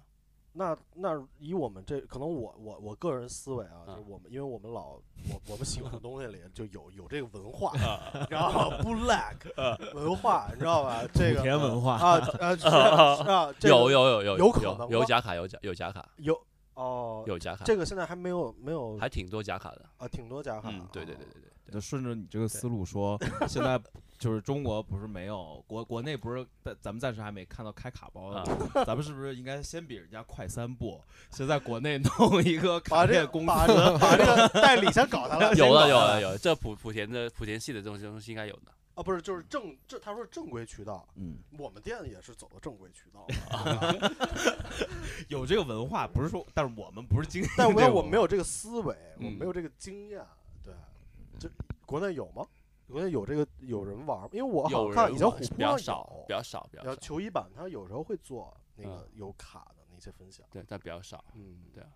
S2: 那那以我们这可能我我我个人思维啊，
S3: 嗯
S2: 就是我们因为我们老我我们喜欢的东西里就有有这个文化，你
S3: 啊
S2: 知道吗 ？Black 文化，你知道吧？这个
S1: 田文化。
S2: 啊啊是啊，这个
S3: 有有有有
S2: 有可能
S3: 有
S2: 吗
S3: 有假卡，有假有假卡，
S2: 有哦，
S3: 有假卡，
S2: 这个现在还没有没有
S3: 还挺多假卡的。
S2: 啊，挺多假卡的
S3: 嗯
S2: 啊。，
S3: 对对对对对。，
S1: 就顺着你这个思路说， 现在就是中国不是没有国国内不是咱咱们暂时还没看到开卡包的吗，咱们是不是应该先比人家快三步，先在国内弄一个
S2: 把
S1: 卡
S2: 这
S1: 片
S2: 个
S1: 公司？
S2: 把这个把这个代理先搞他来
S3: 有了
S2: 先
S3: 有
S2: 搞他
S3: 了
S2: 来
S3: 有了，这莆莆田的莆田系的这种东西应该有的。
S2: 啊，不是就是正这他说正规渠道，
S1: 嗯，
S2: 我们店也是走的正规渠 道嘛，
S1: 有这个文化，不是说，但是我们不是经，
S2: 但我
S1: 这个
S2: 我
S1: 文
S2: 没有这个思维，我
S3: 嗯
S2: 没有这个经验，对，这国内有吗？国内有这个有人玩吗？因为我好
S3: 有
S2: 像看
S3: 人
S2: 以前
S3: 玩
S2: 虎扑
S3: 比较
S2: 上
S3: 少，比
S2: 有，
S3: 较少，比较
S2: 然后
S3: 少。嗯
S2: 球衣版他有时候会做那个有卡的那些分享，
S3: 对，但比较少，
S2: 嗯，
S3: 对啊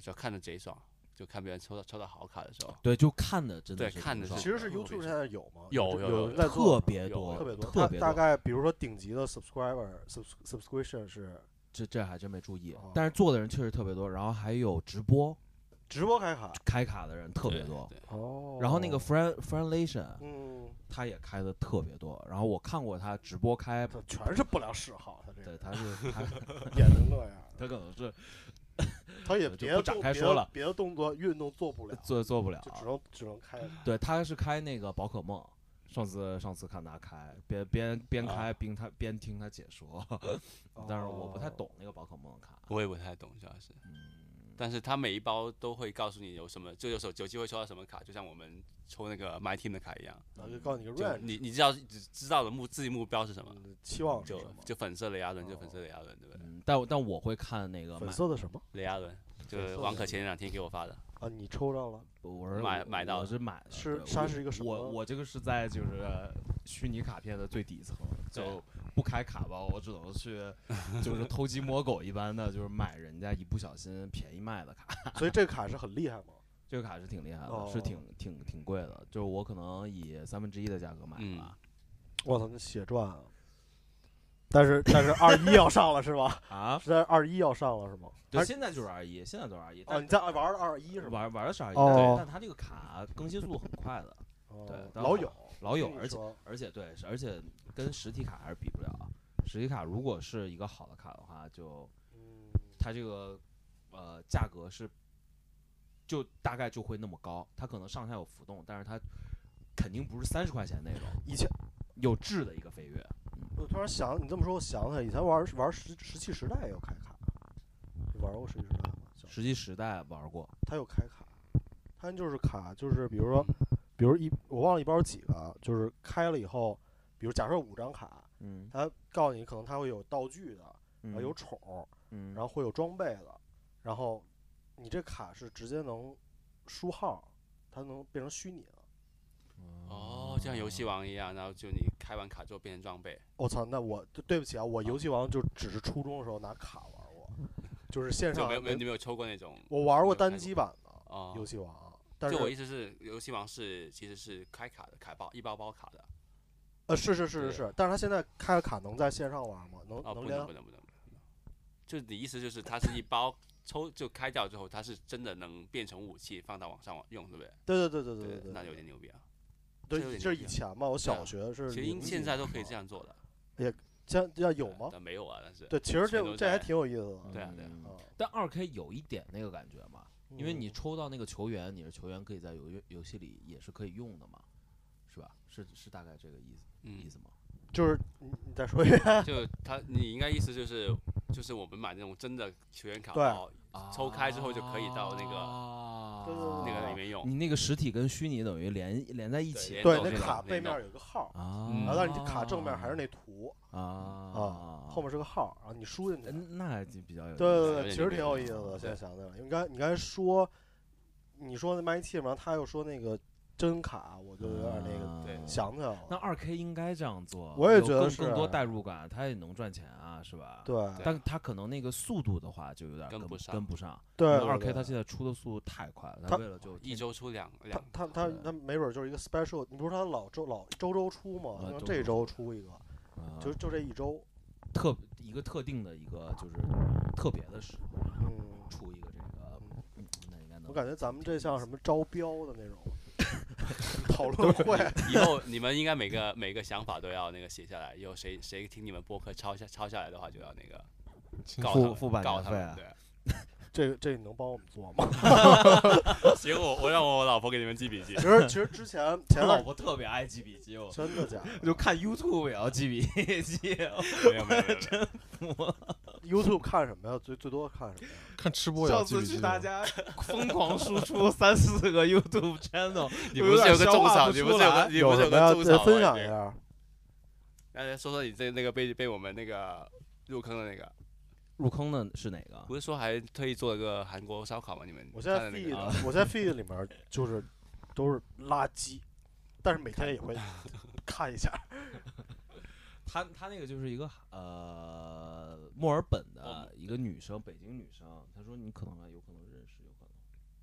S3: 就要看着贼爽，就看别人抽到抽到好卡的时候。
S1: 对，就看的真的
S3: 对
S1: 是
S3: 看
S1: 挺
S3: 的
S1: 爽
S3: 是
S2: 其实是
S3: 有
S2: YouTube
S3: 有
S2: 现在有吗？
S3: 有
S2: 有
S3: 有有
S2: 人在做
S1: 特
S2: 是吧
S1: 别多，
S3: 有
S2: 特别多，
S1: 特
S2: 它
S1: 别
S2: 大
S1: 多
S2: 概比如说顶级的 subscriber subs subscription 是
S1: 这这还真没注意
S2: 哦，
S1: 但是做的人确实特别多，然后还有直播
S2: 直播开卡
S1: 开卡的人特别
S3: 对
S1: 多，
S3: 对
S2: 哦
S1: 然后那个 friend friendlation
S2: 嗯，
S1: 他也开的特别多，然后我看过他直播开，
S2: 他全是不良嗜好，他这
S1: 对，
S2: 个
S1: 他是他，
S2: 也能这样
S1: 他可能是
S2: 他也
S1: 就
S2: 别
S1: 不
S2: 的
S1: 展
S2: 动
S1: 开
S2: 别
S1: 说
S2: 的
S1: 了
S2: 别的动作运动做不了，
S1: 做做不了啊
S2: 就，只能只能开了
S1: 对，他是开那个宝可梦。上次上次看他开，边边
S3: 啊
S1: 边开边他边听他解说，但是我不太。
S2: 哦
S1: 懂那个宝可梦的卡，
S3: 我也不太懂，主要是，
S1: 嗯，
S3: 但是它每一包都会告诉你有什么，就有时候有机会抽到什么卡，就像我们抽那个 My Team 的卡一样，
S2: 然后就告诉你个
S3: 就
S2: range，
S3: 你你知道只知道的目自己目标是什么，
S2: 嗯期望是
S3: 就
S2: 什么？
S3: 就粉色雷亚伦就粉
S2: 哦
S3: 色雷亚伦，对不对？
S1: 嗯，但但我会看那个
S2: 粉
S1: 买，
S2: 色的什么
S3: 雷亚伦就
S2: 粉
S3: 是
S2: 色
S3: 王
S2: 雷
S3: 可
S2: 亚
S3: 前两天给我发的，
S2: 啊？你抽着了？
S1: 我是
S3: 买
S1: 我
S3: 买到
S1: 我
S3: 的
S1: 是买的
S2: 是
S1: 对
S2: 它
S1: 我
S2: 是一个什么
S1: 我我这个是在就是虚拟卡片的最底层，
S3: 对
S1: 就不开卡吧，我只能去 就是偷鸡摸狗一般的，就是买人家一不小心便宜卖的卡。
S2: 所以这个卡是很厉害吗？
S1: 这个卡是挺厉害的，是
S2: 哦
S1: 挺挺挺贵的，就是我可能以三分之一的价格买
S3: 嗯
S1: 吧。
S2: 我操，那血赚啊！但是但是二一要上了是吧？
S1: 啊，
S2: 是在二一要上了是吗？
S1: 对，
S2: 还
S1: 现在就是二一，现在就是二一。
S2: 哦，
S1: 但
S2: 你在玩的二一是吧？
S1: 玩玩的是二一，
S2: 哦
S1: 但它这个卡更新速度很快的，
S2: 哦
S1: 对当
S2: 老
S1: 然
S2: 友
S1: 老有，
S2: 跟你
S1: 而且
S2: 说
S1: 而且对，而且跟实体卡还是比不了啊。实体卡如果是一个好的卡的话，就
S2: 嗯
S1: 它这个呃价格是就大概就会那么高，它可能上下有浮动，但是它肯定不是三十块钱那种
S2: 以前
S1: 有质的一个飞跃。
S2: 我突然想，你这么说，我想起来以前玩玩石石器时代也有开卡，你玩过石器时代吗？小时候
S1: 实际时代玩过，
S2: 它有开卡，它就是卡，就是比如说，比如一我忘了一包几个，就是开了以后，比如假设五张卡，
S1: 嗯，
S2: 它告诉你可能它会有道具的，然后
S1: 嗯
S2: 有宠儿，
S1: 嗯，
S2: 然后会有装备的，然后你这卡是直接能输号，它能变成虚拟的。
S3: 哦，就像游戏王一样，然后就你开完卡之后变成装备，
S2: 我操，那我对对不起啊，我游戏王就只是初中的时候拿卡玩过，就是线
S3: 就
S2: 上
S3: 没有没
S2: 没
S3: 有你没有抽过那种
S2: 我玩
S3: 没
S2: 过
S3: 有开
S2: 单
S3: 过
S2: 机版的
S3: 哦，
S2: 游戏王，但
S3: 就我
S2: 是
S3: 意思是，游戏王是其实是开卡的，卡包一包包卡的
S2: 呃是是是是
S3: 对
S2: 是，但是他现在开了卡能在线上玩吗？能
S3: 哦，
S2: 能
S3: 不
S2: 连
S3: 能不能不能，就你意思就是它是一包抽就开掉之后，它是真的能变成武器放到网上网用，对不对？
S2: 对对对对对
S3: 那有
S2: 对
S3: 点牛逼啊！
S2: 对，
S3: 这有
S2: 对
S3: 点
S2: 这是
S3: 牛逼
S2: 以
S3: 啊
S2: 前嘛，我
S3: 啊
S2: 小学是
S3: 其实
S2: 零
S3: 应
S2: 几
S3: 现在都
S2: 年
S3: 可以
S2: 嘛
S3: 这，样做的，
S2: 现在要有
S3: 对
S2: 吗？
S3: 但没有啊，但是
S2: 对，其实
S3: 全
S2: 这
S3: 都
S2: 这还
S3: 在
S2: 挺有意思的，
S3: 对啊对啊
S1: 嗯
S2: 啊
S1: 但二 K 有一点那个感觉嘛，因为你
S2: 嗯
S1: 抽到那个球员，你是球员可以在游游戏里也是可以用的嘛，是吧？是是大概这个意思
S3: 嗯
S1: 意，思吗？
S2: 就是你你再说一遍，
S3: 就他，你应该意思就是，就是我们买那种真的球员卡
S2: 对
S3: 包，抽开之后就可以到那个
S2: 对
S3: 那
S2: 对
S3: 个
S2: 对
S3: 里面用。
S1: 你那个实体跟虚拟等于连连在一
S3: 对
S1: 起
S3: 联
S2: 对，
S3: 动
S2: 那
S3: 这种
S2: 卡背
S3: 联
S2: 面
S3: 动
S2: 有个号儿，
S1: 啊
S3: 嗯
S2: 然后但是你卡正面还是那图
S1: 啊
S2: 后面是个号儿，然后你输进去。
S1: 嗯那就比较
S2: 对
S1: 有意
S2: 对
S3: 有
S2: 对，
S3: 点
S2: 其实
S3: 这个
S2: 挺有意
S3: 意思
S2: 思的。现
S3: 对
S2: 在想起来，你刚你刚才说，你说那卖器嘛，然后他又说那个真卡，我就
S1: 思
S2: 有点那个
S1: 啊
S3: 对
S2: 想起来
S1: 那
S2: 了。
S1: 二 K 应该这样做，
S2: 我也
S1: 有
S2: 觉得
S1: 更
S2: 是啊
S1: 更多代入感，它也能赚钱啊，是吧？。
S2: 对
S1: 但它可能那个速度的话，就有点
S3: 跟
S1: 不
S3: 不上
S1: 跟不上。
S2: 对，
S1: 二 K
S2: 对
S1: 它现在出的速度太快了，
S2: 它
S1: 它为了就
S3: 一周出两
S2: 他
S3: 两，
S2: 他他他没准就是一个 special，你不是他老周老周周出吗？
S1: 呃
S2: 然后
S1: 周
S2: 这周
S1: 周
S2: 出一个，
S1: 啊
S2: 就就这一周，
S1: 特一个特定的一个就是特别的时候
S2: 嗯，
S1: 出一个这个，嗯那应该能。
S2: 我感觉咱们这像什么招标的那种讨论会，
S3: 以后你们应该每个每个想法都要那个写下来，以后谁谁听你们播客抄下抄下来的话，就要那个
S5: 亲
S3: 告
S5: 属
S3: 他
S1: 付
S3: 们
S1: 付版
S3: 告
S1: 权
S3: 他
S1: 费
S3: 们。
S1: 啊
S3: 对，
S2: 这个这个你能帮我们做吗？
S3: 行，我我让我老婆给你们记笔记
S2: 其。实其实之前前
S6: 我老
S2: 两
S6: 婆特别爱记笔记，我
S2: 真的假
S6: 就
S2: 的
S6: 看 YouTube 也要记 笔记。
S3: 没有没有没有，没有
S2: ？YouTube 看什么呀？最最多看什么呀？
S5: 看吃播也要
S6: 上
S5: 记
S6: 次
S5: 笔记
S6: 去
S5: 吗。
S6: 大家疯狂输出三四个 YouTube channel，
S3: 你不是有个
S6: 消
S3: 种
S6: 化
S3: 草，
S6: 不
S3: 你
S6: 出
S3: 不是有个
S6: 来
S3: 你不是
S2: 什么
S3: 个
S2: 呀？
S3: 种草
S2: 再
S3: 吗
S2: 分享
S3: 你
S2: 一
S3: 这个
S2: 下。
S3: 大家说说你这那个被被我们那个入坑的那个，
S1: 入坑的是哪个？
S3: 不是说还特意做了个韩国烧烤吗？你们
S2: 我现在
S3: 看的那
S2: feed，
S3: 个
S2: 我现在 feed 里面就是都是垃圾，但是每天也会看一下。
S1: 他他那个就是一个呃墨尔本
S3: 哦
S1: 的一个女生，北京女生，她说你可能啊有可能认识，有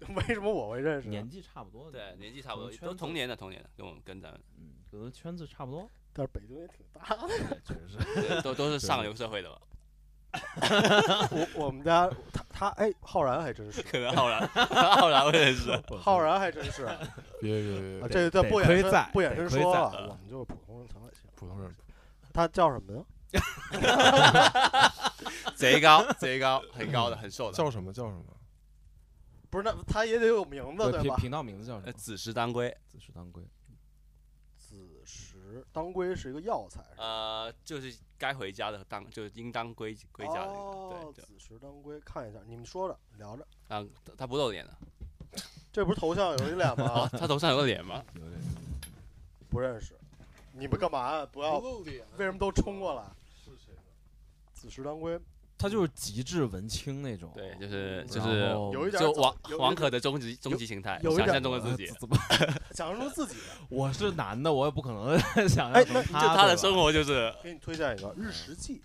S1: 可能
S2: 为什么我会认识啊？
S1: 年纪差不多的
S3: 对
S1: 那种，
S3: 年纪差不
S1: 可
S3: 多
S1: 能，圈
S3: 都
S1: 子
S3: 同年的同年的，跟我们跟咱们
S1: 嗯，可能圈子差不多，
S2: 但是北京也挺大的。
S1: 对确实是
S3: 对都都是上流社会的吧？
S2: 我我们家他他哎，浩然还真是，
S3: 可能浩 然浩然会认识，
S2: 浩然还真是。
S5: 别别别
S2: 啊，这
S5: 别，
S2: 这
S1: 得
S2: 不
S1: 亏
S2: 衍生
S1: 在
S2: 不衍
S1: 得
S2: 生
S1: 亏
S2: 说
S1: 在
S2: 了，我们就是普通人才行。
S5: 普通人
S2: 他叫什么呀？
S3: 贼高贼高，很高的很瘦的。
S5: 叫什么叫什么？
S2: 不是，那他也得有名字对
S1: 频
S2: 吧？
S1: 频道名字叫什
S3: 呃，
S1: 么？
S3: 子时当归，
S1: 子时当归。
S2: 子时当归是一个药材，是吧
S3: 呃，就是该回家的当，就是应当归归家的那个，
S2: 哦
S3: 对，
S2: 子
S3: 对，
S2: 时当归，看一下，你们说着聊着，
S3: 啊，他他不露 脸的，
S2: 这不是头像有一脸
S3: 哦，
S2: 吗？
S3: 他头上有个脸吗？
S1: 有点
S2: 不认识，你们干嘛？啊不要，
S5: 露脸
S2: 为什么都冲过来？
S5: 是谁的？
S2: 子时当归
S1: 他就是极致文青那种，
S3: 对，就是
S2: 嗯
S3: 就
S1: 然
S3: 是
S1: 后
S2: 有一点
S3: 就
S2: 走
S3: 王
S2: 有
S3: 王可的终极终极形态，
S2: 有一
S3: 哎想
S2: 点啊
S3: 象中的自己，
S1: 呃
S3: 就
S1: 怎么？
S2: 想象出自己的。
S1: 我是男的，我也不可能想
S2: 哎
S1: 象成
S2: 那
S3: 他的
S1: 对吧
S3: 生活就是
S2: 给你推荐一个《日食记》，
S1: 嗯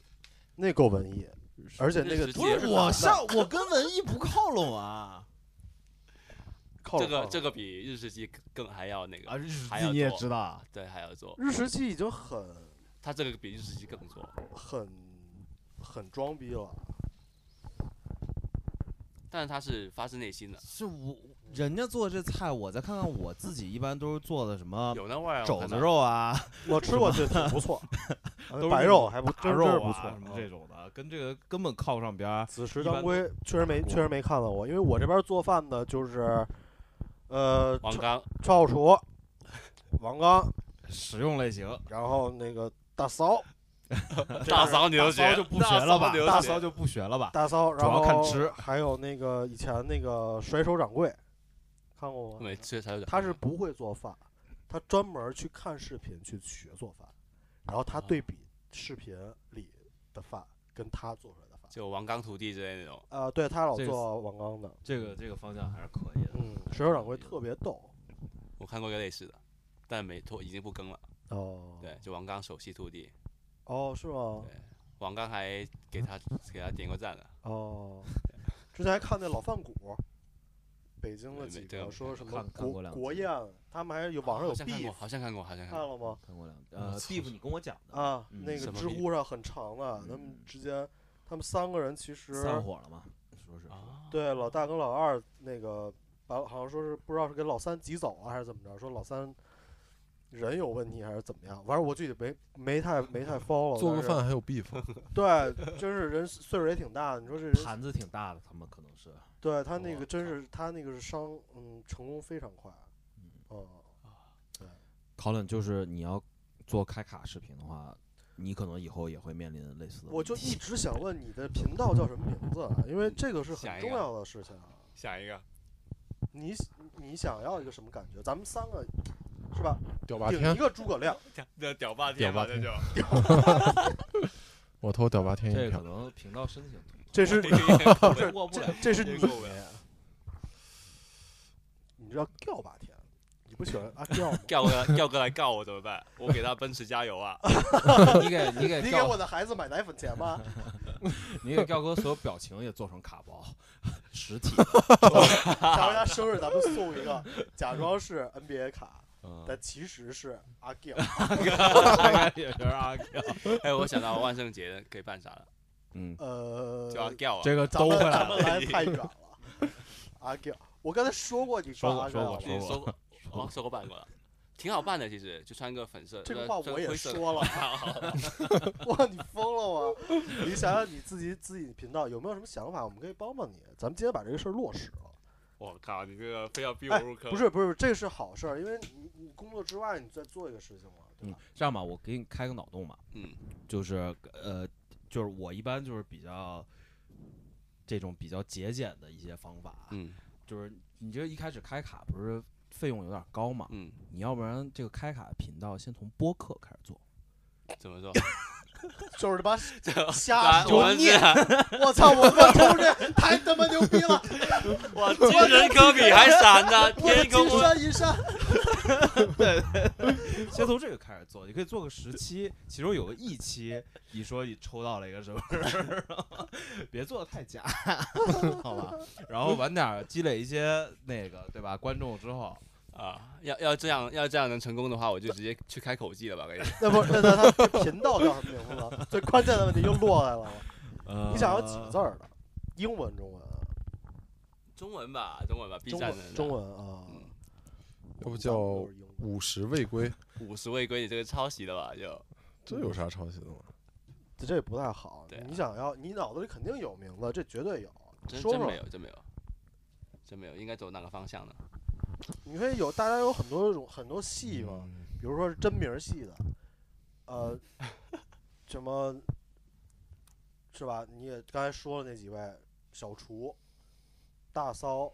S2: 那够文艺，而且那
S3: 日
S2: 个
S3: 食
S2: 主
S3: 记
S2: 角
S3: 不是
S2: 男
S1: 我
S2: 的
S1: 上我跟文艺不靠拢啊
S2: 靠
S3: 这
S2: 拢靠
S3: 个
S2: 拢
S3: 这个比日式机更还要那
S1: 啊！
S3: 个，
S1: 日记
S3: 还要
S1: 你也
S3: 做
S1: 知道啊，
S3: 对，还要做，
S2: 日食记已经很
S3: 他这个比日式机更做，
S2: 很很装逼了。
S3: 但是他是发自内心的，
S1: 是我人家做这菜，我再看看我自己，一般都是做的什么
S3: 有那味儿啊，我
S1: 肘
S3: 看
S1: 子
S3: 到
S1: 肉啊，
S2: 我吃过这挺不 错，呃
S1: 都是
S2: 白
S1: 那
S2: 肉
S1: 种
S2: 还不
S1: 大
S2: 真
S1: 肉
S2: 真是
S1: 啊
S2: 不错呃
S1: 什么这种的，跟这个根本靠不上边儿。
S2: 子时
S1: 一般
S2: 当归确实没
S1: 国
S2: 确实没看到过，因为我这边做饭的就是，呃，
S3: 王
S2: 赵
S3: 刚
S2: 赵厨、王刚，
S1: 实用类型，
S2: 然后那个大骚，
S3: 大嫂你都
S1: 大
S3: 学
S1: 骚就不学了吧，
S3: 大嫂
S1: 大骚就不学了吧。
S2: 大骚，
S1: 主
S2: 然
S1: 要
S2: 后
S1: 看吃
S2: 还有那个以前那个甩手掌柜，看过吗？
S3: 每次才有点
S2: 他是不会做饭，他专门去看视频去学做饭，然后他对比视频里的饭跟他做出来的饭。
S3: 就王刚徒弟之类的那种，
S2: 呃，对他老
S1: 这个
S2: 做王刚的，
S1: 这个这个方向还是可以的。
S2: 嗯，甩手掌柜特别逗。
S3: 我看过一个类似的，但没脱已经不更了，
S2: 哦，
S3: 对，就王刚首席徒弟，
S2: 哦，是吗？
S3: 对王刚还给他给他点过赞了，
S2: 哦，之前还看那老饭骨，北京的
S3: 没
S2: 几
S3: 没这个
S2: 个
S3: 没
S2: 说什么
S1: 看看过
S2: 国
S1: 两
S2: 国
S1: 集
S2: 宴，他们还有网上有
S3: 好像看
S2: B
S3: 过，好像看过，好像看
S2: 看
S3: 过，
S2: 了吗？
S1: 看过两
S5: 我
S1: 呃
S5: 操
S1: ，beef 你跟我讲的，
S2: 啊，
S1: 嗯
S2: 那个
S3: 什么
S2: 知
S3: B？
S2: 乎上很长的，他们
S1: 嗯
S2: 之间他们三个人其实
S1: 散伙了嘛？说是
S3: 啊，
S2: 对老大跟老二那个把好像说是不知道是给老三挤走了还是怎么着，说老三。人有问题还是怎么样？反正我具体没没太没太 follow。
S5: 做个
S2: 但
S5: 饭还有 beef，
S2: 是，对，真是人岁数也挺大的。你说这人
S1: 盘子挺大的，他们可能是
S2: 对他那
S1: 我
S2: 个真是他那个是伤，嗯，成功非常快，
S1: 嗯
S2: 哦、
S1: 考冷，就是你要做开卡视频的话，你可能以后也会面临类似的问题。
S2: 我就一直想问你的频道叫什么名字啊，因为这个是
S3: 想
S2: 很
S3: 一
S2: 重
S3: 个
S2: 要的事情啊。
S3: 想一个，
S2: 你你想要一个什么感觉？咱们三个是吧？
S5: 屌八
S2: 顶一
S5: 天，
S2: 个诸葛亮，
S3: 这屌霸
S5: 屌
S3: 天吧，
S5: 霸
S3: 这
S5: 天
S3: 就
S5: 我投屌八天
S1: 这
S5: 一
S1: 个可
S5: 票。
S1: 能频道申 请
S2: 这是
S3: 这 个也够了
S1: 通过 不
S2: 这
S1: 了。
S2: 这是
S3: 这
S2: 你
S3: 个够了。？
S2: 你知道吊吧天，啊你不喜欢阿吊吗
S3: 吊哥，吊哥来告我怎么办？我给他奔驰加油啊！
S1: 你给你给
S2: 你给
S1: 调
S2: 我的孩子买奶粉钱 吗？
S1: 你给彪哥所有表情也做成卡包， 实 体。
S2: 假如他生日，咱们送一个，假装是 NBA 卡，
S1: 嗯，
S2: 但其实是阿 吊。
S1: 也是 啊阿 Q。
S3: 哎，我想到万圣节可以办啥了，
S1: 嗯，
S2: 呃，
S3: 就要吊啊！
S1: 这个
S2: 咱
S1: 兜
S2: 们
S1: 回 来
S2: 咱
S1: 了。
S2: 们来太远了。阿吊，我刚才说过你
S1: 说
S2: 说
S1: 过
S2: 阿
S1: 说
S2: 吊
S1: 过
S2: 了
S1: 说
S2: 吗，
S3: 你收 过，哦，收过办过了，挺好办的，其实就穿个粉色，
S2: 这个
S3: 呃
S2: 话
S3: 穿
S2: 我也
S3: 灰色的
S2: 说 了
S3: 好好好
S2: 哇，你疯了吗？你想想你自己自己频道有没有什么想法？我们可以帮帮你。咱们今天把这个事儿落实了。
S3: 我靠，你这个非要逼我
S2: 哎
S3: 入坑，
S2: 不是不是，这是好事儿，因为你你工作之外你在做一个事情嘛，对
S1: 嗯
S2: 吧？，
S1: 这样吧，我给你开个脑洞吧。
S3: 嗯，
S1: 就是呃，就是我一般就是比较这种比较节俭的一些方法。
S3: 嗯
S1: 就是你这一开始开卡不是费用有点高嘛？
S3: 嗯，
S1: 你要不然这个开卡频道先从播客开始做。
S3: 怎么说？
S5: 嗯
S2: 就是 他妈
S3: 啊
S2: 瞎
S3: 我
S2: 说！
S3: 们是啊，
S2: 我操！我们通这太他妈牛逼了！
S3: 我 精神科比还闪呢，
S2: 我的
S3: 天
S2: 金
S3: 空我
S2: 山银山，
S1: 先从这个开始做，你可以做个十期，其中有个一期，你说你抽到了一个什么人儿， 别做的太假， 好吧？然后晚点儿积累一些那个对吧观众之后，
S3: 啊，要要这样要这样能成功的话，我就直接去开口技了吧，可以。
S2: 那不那那他这频道叫什么名字了？最关键的问题又落下来了。
S1: 呃
S2: 你想要几个字儿的？英文、中文啊？
S3: 中文吧，中文吧，B
S2: 中
S3: 站的
S2: 文中文啊？
S3: 嗯
S5: 要不
S2: 咱
S5: 叫
S2: 们都是英文
S5: 五十未归，
S3: 五十位归你这个抄袭的吧？就
S5: 这有啥抄袭的吗？
S2: 这这不太好
S3: 对。啊
S2: 你想要，你脑子里肯定有名字，这绝对有。
S3: 真
S2: 说
S3: 真
S2: 说
S3: 没，有，真没有，真没有，应该走哪个方向呢？
S2: 你可以有，大家有很多种很多戏嘛。
S5: 嗯
S2: 比如说是真名儿系的，呃，什么，是吧？你也刚才说了那几位，小厨、大骚、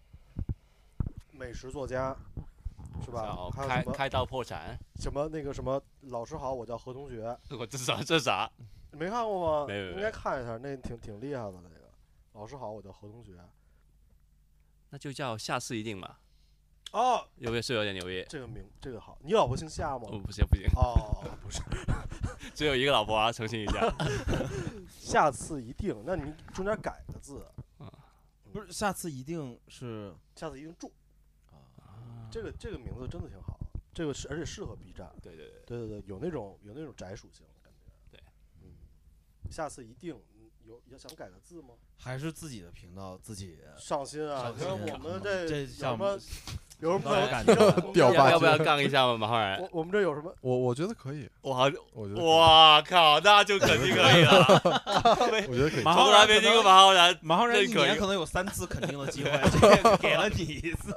S2: 美食作家，是
S3: 然
S2: 吧
S3: 后？
S2: 还有
S3: 开
S2: 什么
S3: 开到破产，
S2: 什么那个什么，老师好，我叫何同学，
S3: 我这啥这啥？
S2: 没看过吗？
S3: 没有没有
S2: 应该看一下，那挺挺厉害的那个。老师好，我叫何同学。
S3: 那就叫下次一定吧。
S2: 哦，
S3: 有没有是有点牛逼？
S2: 这个名这个好，你老婆姓夏吗？
S3: 哦，不行不行，
S2: 哦，不是，
S3: 只有一个老婆啊，澄清一下。
S2: 下次一定。那你中间改个字，
S1: 不是下次一定是
S2: 下次一定注。
S1: 啊，
S2: 这个这个名字真的挺好，这个是而且适合 B 站，
S3: 对对对，
S2: 对对对，有那种有那种宅属性感觉。
S3: 对，
S2: 嗯，下次一定嗯有要想改个字吗？
S1: 还是自己的频道自己
S2: 上心啊，
S1: 上
S2: 你看
S1: 心
S2: 我们这
S1: 这
S2: 有什
S1: 项
S2: 么
S1: 目
S2: 有什么朋友
S1: 有感
S2: 提
S1: 觉
S2: 到我们
S5: 吊
S2: 这
S5: 八
S3: 要要不要杠一下嘛？马浩然，
S2: 我我们这有什么？
S5: 我我觉得可以，
S3: 我好，
S5: 我觉得可以，
S3: 哇靠，那就肯定可以了。
S5: 我觉得 可以。
S1: 马
S3: 从
S1: 浩
S3: 来
S1: 然
S3: 没
S1: 可
S3: 听过
S1: 能
S3: 马浩然，
S1: 马浩然
S3: 认
S1: 一
S3: 可一
S1: 年
S3: 个
S1: 可能有三次肯定的机 会，这个给了你一次。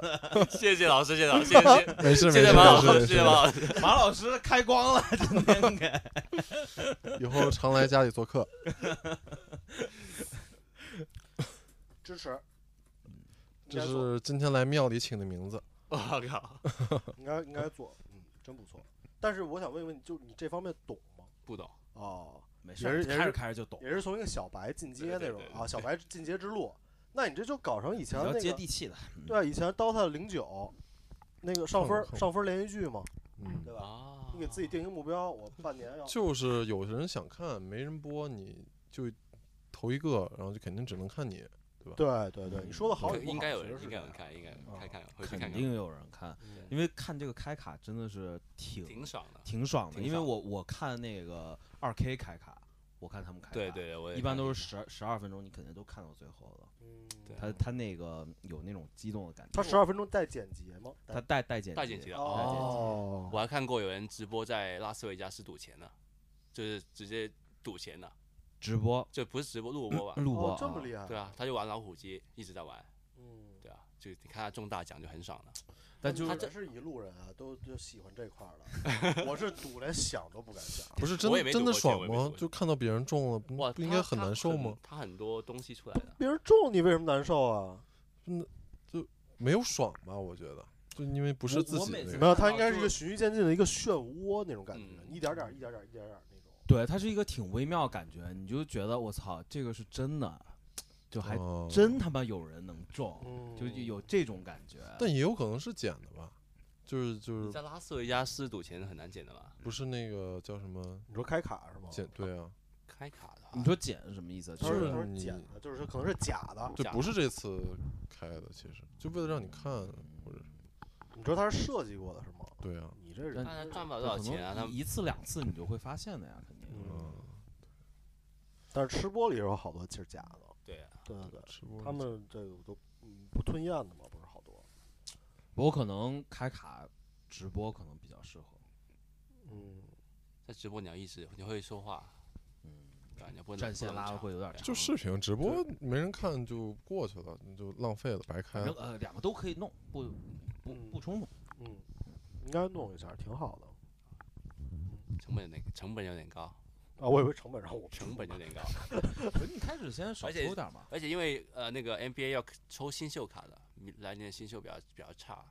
S3: 谢谢老师，谢谢老师，谢谢
S5: 没事
S3: 谢
S5: 没事
S3: 谢马老
S5: 没
S3: 师，
S5: 事
S3: 谢谢马
S5: 没
S3: 老师。
S1: 马老师开光了，今天给。
S5: 事，以后常来家里做客。
S2: 支持？应
S5: 这
S2: 该做，
S5: 是今天来庙里请的名字。
S3: 我靠，
S2: 应该应该做，嗯，真不错。但是我想问一问你，就是你这方面懂吗？
S3: 不懂，
S2: 哦，
S1: 没
S2: 事儿也是开着
S1: 开着就懂，
S2: 也是从一个小白进阶
S3: 对
S2: 那
S3: 对
S2: 种
S3: 对
S2: 啊，小白进阶之路。那你这就搞成以
S1: 比
S2: 前
S1: 较
S2: 那
S1: 接
S2: 个
S1: 地气的。
S2: 对，啊以前 DOTA 零九那个上分儿
S5: 哼哼
S2: 上分儿连续剧嘛，
S5: 嗯，
S2: 对吧？
S3: 啊
S2: 你给自己定一个目标，我半年要
S5: 就是有的人想看，没人播，你就投一个，然后就肯定只能看你。
S2: 对对对，你说的好
S3: 可
S2: 与不好，
S3: 应该有
S2: 其
S3: 人，
S2: 实
S3: 应
S2: 是
S3: 该
S2: 这
S3: 有
S2: 样。
S3: 人看，应该有人
S2: 啊
S3: 看看，回去看
S1: 肯
S3: 看，
S1: 定有人看，
S2: 嗯
S1: 因为看这个开卡真的是挺
S3: 挺爽的。
S1: 挺爽的。
S3: 挺
S1: 因为
S3: 爽
S1: 我我看那个二 K 开卡，我看他们开卡，
S3: 对对，对，我也
S1: 一
S3: 看
S1: 般都是十十二分钟，你肯定都看到最后了。
S2: 嗯
S3: 对啊
S1: 他他那个有那种激动的感觉，
S2: 他十二分钟带剪辑吗？
S1: 他带带剪
S3: 大剪辑
S1: 辑
S3: 的
S1: 带剪辑
S2: 哦，
S3: 我还看过有人直播在拉斯维加斯赌钱呢，就是直接赌钱呢，
S1: 直播
S3: 就不是直播录
S5: 嗯
S3: 播吧？
S1: 录播
S2: 哦
S1: 啊，
S2: 这么厉害，
S3: 对啊，他就玩老虎机，一直在玩，
S2: 嗯，
S3: 对啊，就你看他中大奖就很爽了。
S1: 但就
S2: 他
S1: 是
S2: 这是一路人啊，都都喜欢这块儿 的。我是赌，连想都不敢想。
S5: 不是真
S3: 我也没
S5: 真的
S3: 赌过
S5: 爽
S3: 我也没赌
S5: 吗？
S3: 过
S5: 就看到别人中了，不
S3: 哇，
S5: 不应
S3: 他
S5: 该很
S3: 他
S5: 难受
S3: 很
S5: 吗？
S3: 他很多东西出来的，
S2: 别人中你为什么难受啊？
S5: 没有爽吧？我觉得，就因为不是
S1: 我
S5: 自
S1: 我
S5: 己
S1: 每
S5: 那
S1: 次
S5: 个
S2: 没有，
S1: 看
S2: 它
S1: 到
S2: 应该
S1: 就是
S2: 一个循序渐进的一个漩涡那种感觉，
S3: 啊嗯
S2: 一点儿点儿、一点儿点儿、一点儿点儿那种。
S1: 对，它是一个挺微妙的感觉，你就觉得我操，这个是真的，就还
S5: 哦
S1: 真他妈有人能中，
S2: 嗯
S1: 就就有这种感觉。
S5: 但也有可能是捡的吧，就是就
S3: 你
S5: 是
S3: 在拉斯维加斯赌钱很难捡的吧？
S5: 不是那个叫什么
S2: 你说开卡是吗？
S5: 捡？对啊，
S3: 开卡的话，
S1: 你说捡是什么意思？
S2: 他
S1: 就
S2: 说
S5: 就是
S2: 他说
S5: 你
S2: 捡的，就是可能是假的。
S5: 就
S3: 假
S5: 不是这次开的，其实就为了让你看，或者是
S2: 你说他是设计过的是吗？
S5: 对啊，
S2: 你这人
S1: 但
S3: 那他赚不了
S1: 可
S3: 多少
S1: 能
S3: 钱啊？他
S1: 一一次两次你就会发现的呀，肯定。
S2: 嗯，
S5: 嗯，
S2: 但是吃播里有好多其实假的。
S3: 对啊，
S2: 对对对，
S5: 吃播
S2: 他们这个都嗯不吞咽的嘛，不是好多。
S1: 我可能开卡直播可能比较适合。
S2: 嗯，
S3: 在直播你要一直你会说话，嗯，对吧？你不能
S1: 战线拉的
S3: 的
S1: 会有点长，
S5: 就视频直播没人看就过去了，你就浪费了，白开
S1: 反
S5: 了
S1: 正。呃两个都可以弄，不不
S2: 嗯
S1: 不 冲突。
S2: 嗯，应该弄一下，挺好的。
S3: 成本有点成本有点高，
S2: 啊，我以为成本让我
S3: 成本有点高，
S1: 不是你开始先少
S3: 而且
S1: 抽点嘛，
S3: 而且因为呃那个 NBA 要抽新秀卡的，明来年的新秀比较比较差。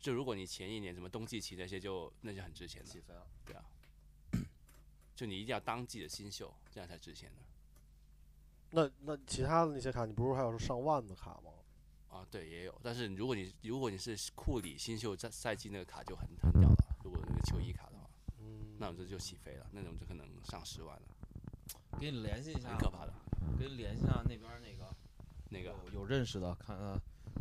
S3: 就如果你前一年什么冬季期那些就那些很值钱的，
S1: 分了。
S3: 对啊，就你一定要当季的新秀，这样才值钱的。
S2: 那那其他的那些卡，你不是还有上万的卡吗？
S3: 啊，对，也有。但是如果你如果你是库里新秀赛赛季那个卡就很很屌了，如果那个球衣卡的话，
S2: 嗯，
S3: 那我们这就起飞了，那种就可能上十万了，
S1: 给你联系一下，啊
S3: 很可怕的。
S1: 给你联系下那边那个
S3: 那个
S1: 有有认识的，看看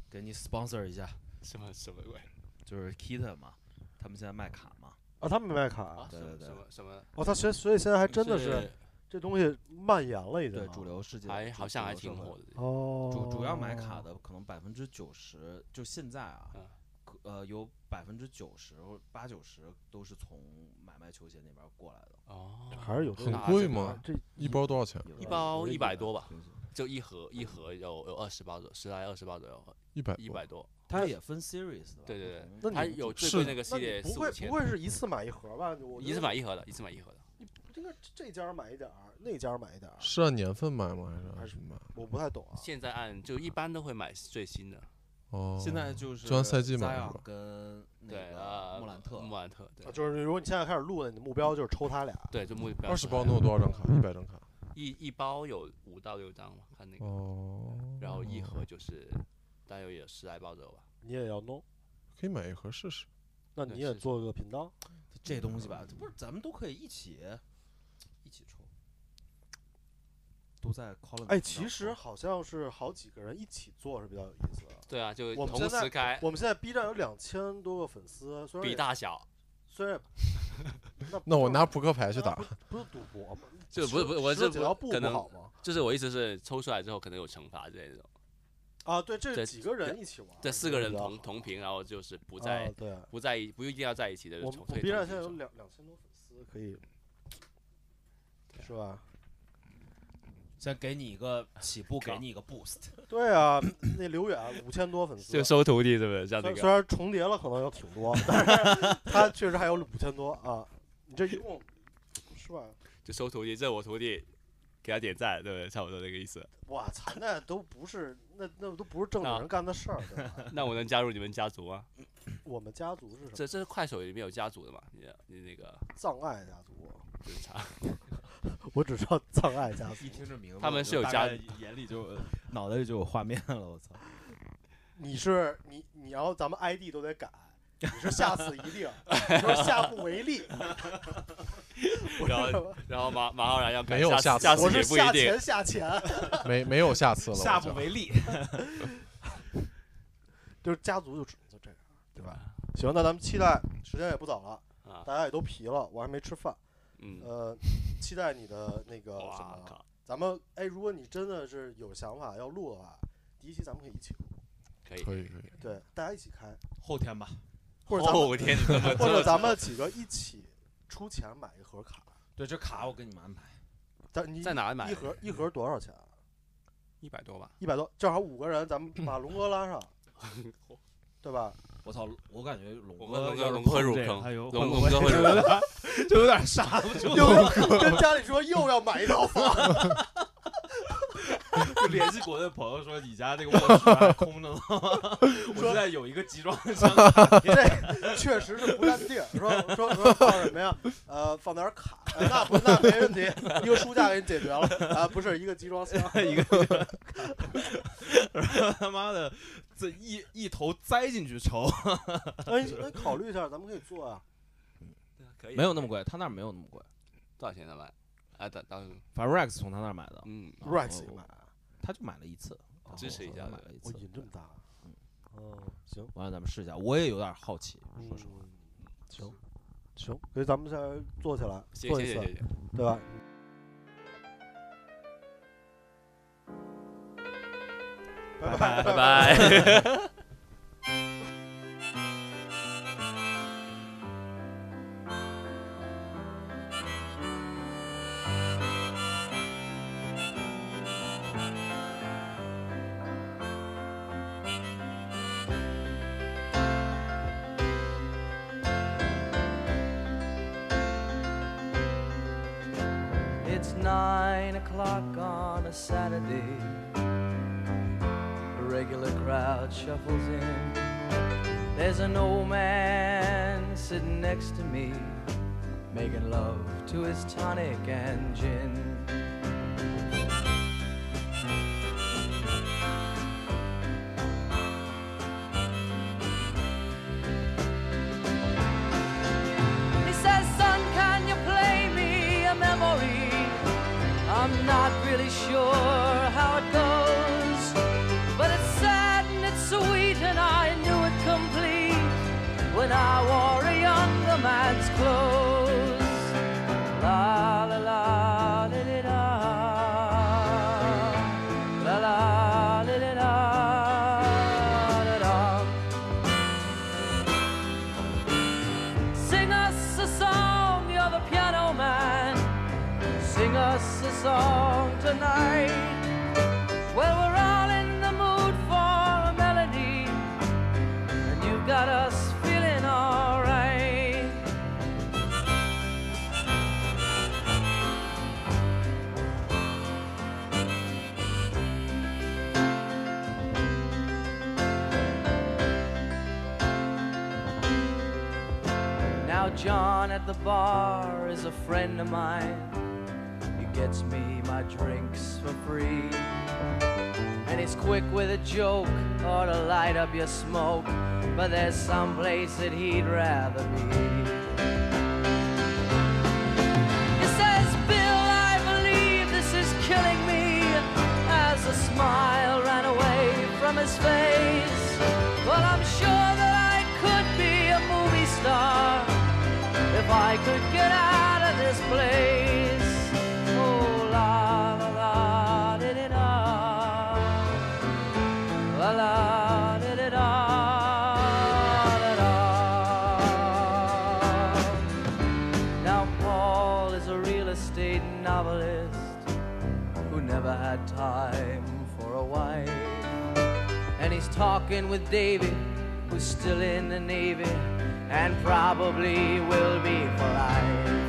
S1: 给你 sponsor 一下，
S3: 什么什么鬼
S1: 就是 Kitten 嘛，他们现在卖卡嘛，
S2: 啊，他们没卖卡
S3: 啊
S2: 啊？？
S1: 对
S3: 什么
S1: 对
S3: 什么什么？
S2: 哦，他现所以现在还真的是
S1: 是
S2: 这东西蔓延了，已经
S1: 对
S2: 啊
S1: 主流世界，
S3: 还
S1: 主
S3: 好像还
S1: 主流
S3: 挺
S1: 社会
S3: 火的，
S2: 哦，
S1: 主主要买卡的可能百分之九十，就现在啊
S3: 嗯，
S1: 可呃，有百分之九十八九十都是从买卖球鞋那边过来的，
S3: 哦，
S2: 还是有这
S5: 很
S2: 个
S5: 贵
S2: 这个
S5: 吗
S2: 这
S5: 一包多少钱？
S1: 有
S3: 一
S1: 的
S3: 包
S1: 有的
S3: 一百多吧，
S1: 有的
S3: 就一盒一盒有有二十包左右，十来二十包左右，
S5: 一百多
S3: 一百多。
S1: 它也分 series 的吧，
S3: 对对
S1: 不
S2: 哎那
S1: 同
S2: 你
S3: 它
S2: 们
S3: 有最
S5: 是
S3: 贵那个
S2: 那
S3: 系
S2: 你
S3: 列
S2: 不
S3: 四五
S2: 会
S3: 千
S2: 不，会是一次买一盒吧？我
S3: 一次买一盒的，一次买一盒的。
S2: 应该这家买一点儿，那家买一点儿，
S5: 是按年份买吗？还是
S2: 还
S5: 按
S2: 是
S5: 什么买？
S2: 我不太懂啊。
S3: 现在按就一般都会买最新的，
S5: 哦，
S1: 现在就是
S5: 就按赛季买
S1: Zion
S5: 是吧
S1: 跟那
S3: 对
S1: 个
S3: 呃，
S1: 莫兰特，
S3: 莫兰特，
S2: 啊
S3: 对
S2: 就是如果你现在开始录了，你的目标就是抽他俩。
S3: 对，就目标
S5: 二十包能有多少张卡？一百张卡。
S3: 一一包有五到六张嘛，看
S1: 嗯
S3: 那个，
S5: 哦，
S3: 然后一盒就是大约有十来包左右吧。
S2: 你也要弄，
S5: 可以买一盒试试。
S2: 那
S3: 对
S2: 你也
S3: 是
S2: 做个频道。
S1: 这东西吧，这不是咱们都可以一起一起抽，都在 Colin
S2: 哎，
S1: 频道
S2: 其实
S1: 抽
S2: 好像是好几个人一起做是比较有意思的。
S3: 对啊，就
S2: 我们
S3: 同
S2: 现在
S3: 时开，
S2: 我们现在 B 站有两千多个粉丝，虽然
S3: 比
S2: 也
S3: 大小，
S2: 虽然 那
S5: 那我
S2: 不
S5: 拿扑克牌去
S2: 是
S5: 打
S2: 不，是不是赌博吗？
S3: 这不是不是我
S2: 十
S3: 这
S2: 几
S3: 不
S2: 条布
S3: 可
S2: 不
S3: 能
S2: 好吗？
S3: 就是我意思是抽出来之后可能有惩罚之类的这种。
S2: 啊，对，这
S3: 这
S2: 几个人
S3: 这
S2: 一起玩，
S3: 这四个人同
S2: 同
S3: 同频，然后就是不
S2: 不
S3: 在
S2: 啊对，
S3: 不在一不一定要在一起的
S2: 哦我
S3: 就
S2: 们
S3: 同。
S2: 我
S3: 可以
S2: B
S3: 同
S2: 站
S3: 时
S2: 现在有
S3: 抽
S2: 两两千多粉丝，可以，
S3: 啊
S2: 是吧？
S1: 先给你一个起步，
S3: 靠
S1: 给你一个 boost，
S2: 对啊，那刘远五千多粉丝，啊
S3: 就收徒弟是不是？像那
S2: 虽
S3: 个
S2: 虽然重叠了可能有挺多，但 是他确实还有五千多啊。你这一共 是吧？
S3: 就收徒弟，这我徒弟，给他点赞，对不对？差不多这个意思。
S2: 我操，那都不是那那都不是正经
S3: 啊
S2: 人干的事儿。对 吧
S3: 那我能加入你们家族吗？
S2: 我们家族是什么？
S3: 这这是快手里面有家族的嘛？你的你那个
S2: 葬爱家族，啊
S3: 就是查
S2: 我只知道葬爱家族
S1: 一。听这名字，
S3: 他们
S1: 我
S3: 是
S1: 就
S3: 有
S1: 大
S3: 家
S1: 概 眼里就有脑袋里就有画面了，我操！
S2: 你是你你要咱们 ID 都得改，你是下次一 定，你说下不为例。我
S3: 然
S2: 是什
S3: 后
S2: 么
S3: 然后马马浩然要改
S5: 没有
S3: 下
S5: 下
S3: 次 下
S5: 次
S2: 我
S3: 次
S2: 是
S3: 也不
S2: 下
S3: 一定
S2: 钱下钱，
S5: 没没有下次了。
S1: 下
S5: 我
S1: 不
S5: 就
S1: 为例。
S2: 就是家族就只能就这样，对吧？行，那咱们期待，时间也不早了，
S3: 啊，
S2: 大家也都疲了，我还没吃饭。
S3: 嗯，
S2: 呃，期待你的那 个呃什
S3: 哇
S2: 么，
S3: 靠，
S2: 咱们哎，如果你真的是有想法要录的话，第一期咱们可以一起录，
S3: 可以
S5: 可以可以，
S2: 对，大家一起 开，
S1: 后天吧，
S2: 或者咱们
S3: 后哦天怎么
S2: 或
S3: 做
S2: 者咱们几个一起出钱买一盒卡，
S1: 对这卡我给你们安排。
S2: 咱你
S3: 在哪买
S2: 一？盒一盒多少钱啊？
S3: 一百多吧。
S2: 一百多，正好五个人，咱们把龙哥拉上，对 吧？
S1: 我操，我感觉龙
S3: 我跟
S1: 哥
S3: 龙哥
S1: 要是
S3: 龙哥
S1: 碰
S3: 入
S1: 这个
S3: 坑
S1: 他有
S3: 龙
S1: 会
S3: 龙哥会
S1: 会就
S3: 入
S1: 有点 就有点刹不住，
S2: 又跟家里说又要买一套房，
S1: 就 联系国内朋友说你家这个卧室 还空着呢，我现在有一个集装箱，
S2: 这确实是不占地儿。说说说放什么呀？呃，放点儿卡，呃那不那没问题，一个书架给你解决了啊，不是一个集装箱，
S1: 一个，他妈的这一一头栽进去抽，
S2: 哎，那考虑一下，咱们可以做啊。
S3: 可以
S1: 没有那么贵，他那儿没有那么贵。
S3: 多少钱的买？啊，当当
S1: 反正 Rex 从他那儿买的，
S3: 嗯，
S2: Rex 也
S1: 哦
S2: 买，
S1: 他就买了一次，
S3: 哦支持一下嗯
S1: 我
S3: 呗
S1: 买了一
S2: 哦我
S1: 次。
S2: 瘾这么大啊。哦，行，
S1: 完了，咱们试一下。我也有点好奇，
S2: 嗯
S1: 说实话，，
S2: 行，行，给咱们先做起来，
S3: 谢
S2: 做一
S3: 谢谢谢
S2: 次
S3: 谢，谢。
S2: 对吧？拜拜
S3: 拜拜。
S7: It's nine o'clock on a Saturday. The regular crowd shuffles in. There's an old man sitting next to me, making love to his tonic and gin. He says, Son, can you play me a memory? I'm not really sure how it goes, but it's sad and it's sweet, and I knew it complete when I wore a younger man's clothes. La la la. li-di-da. La la li-di-da, da-da. Sing us a song, you're the piano man. Sing us a song tonight. Well, we're all in the mood for a melody, and you got us feeling alright. Now John at the bar is a friend of mine. He gets me my drinks for free. And he's quick with a joke or to light up your smoke. But there's some place that he'd rather be. He says, Bill, I believe this is killing me. As a smile ran away from his face. But I'm sure that I could be a movie star if I could get out of this place. Oh, la la la, did it La la, did it now Paul is a real estate novelist who never had time for a wife. And he's talking with David, who's still in the Navy and probably will be for life.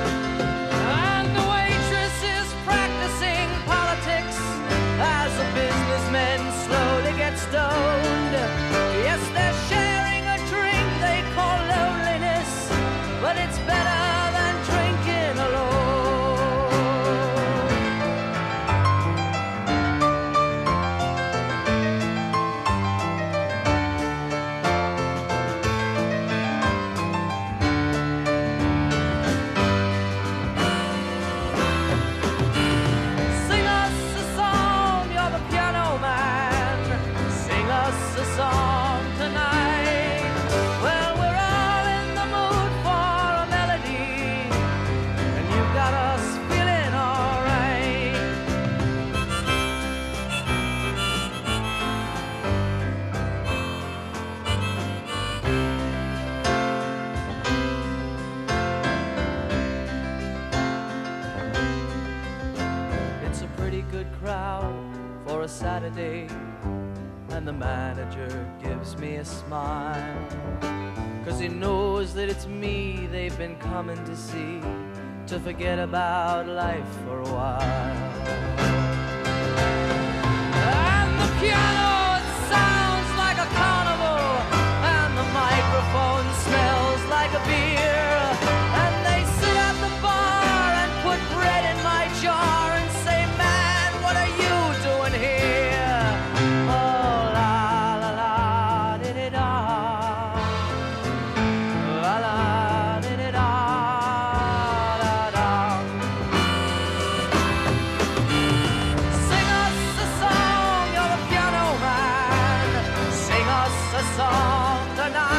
S7: And the waitress is practicing politics as the businessmen slowly get stoned. Yes, they're sharing a drink they call loneliness, but it's better than drinking alone. Saturday, and the manager gives me a smile. Cause he knows that it's me they've been coming to see to forget about life for a while. And the piano it sounds like a carnival, and the microphone smells like a beer. And they sit at the bar and put bread in my jar and say, Man, what are you doing here? Oh, la la la, di di da. La la, di di da, da da. Sing us a song, you're a piano man. Sing us a song tonight.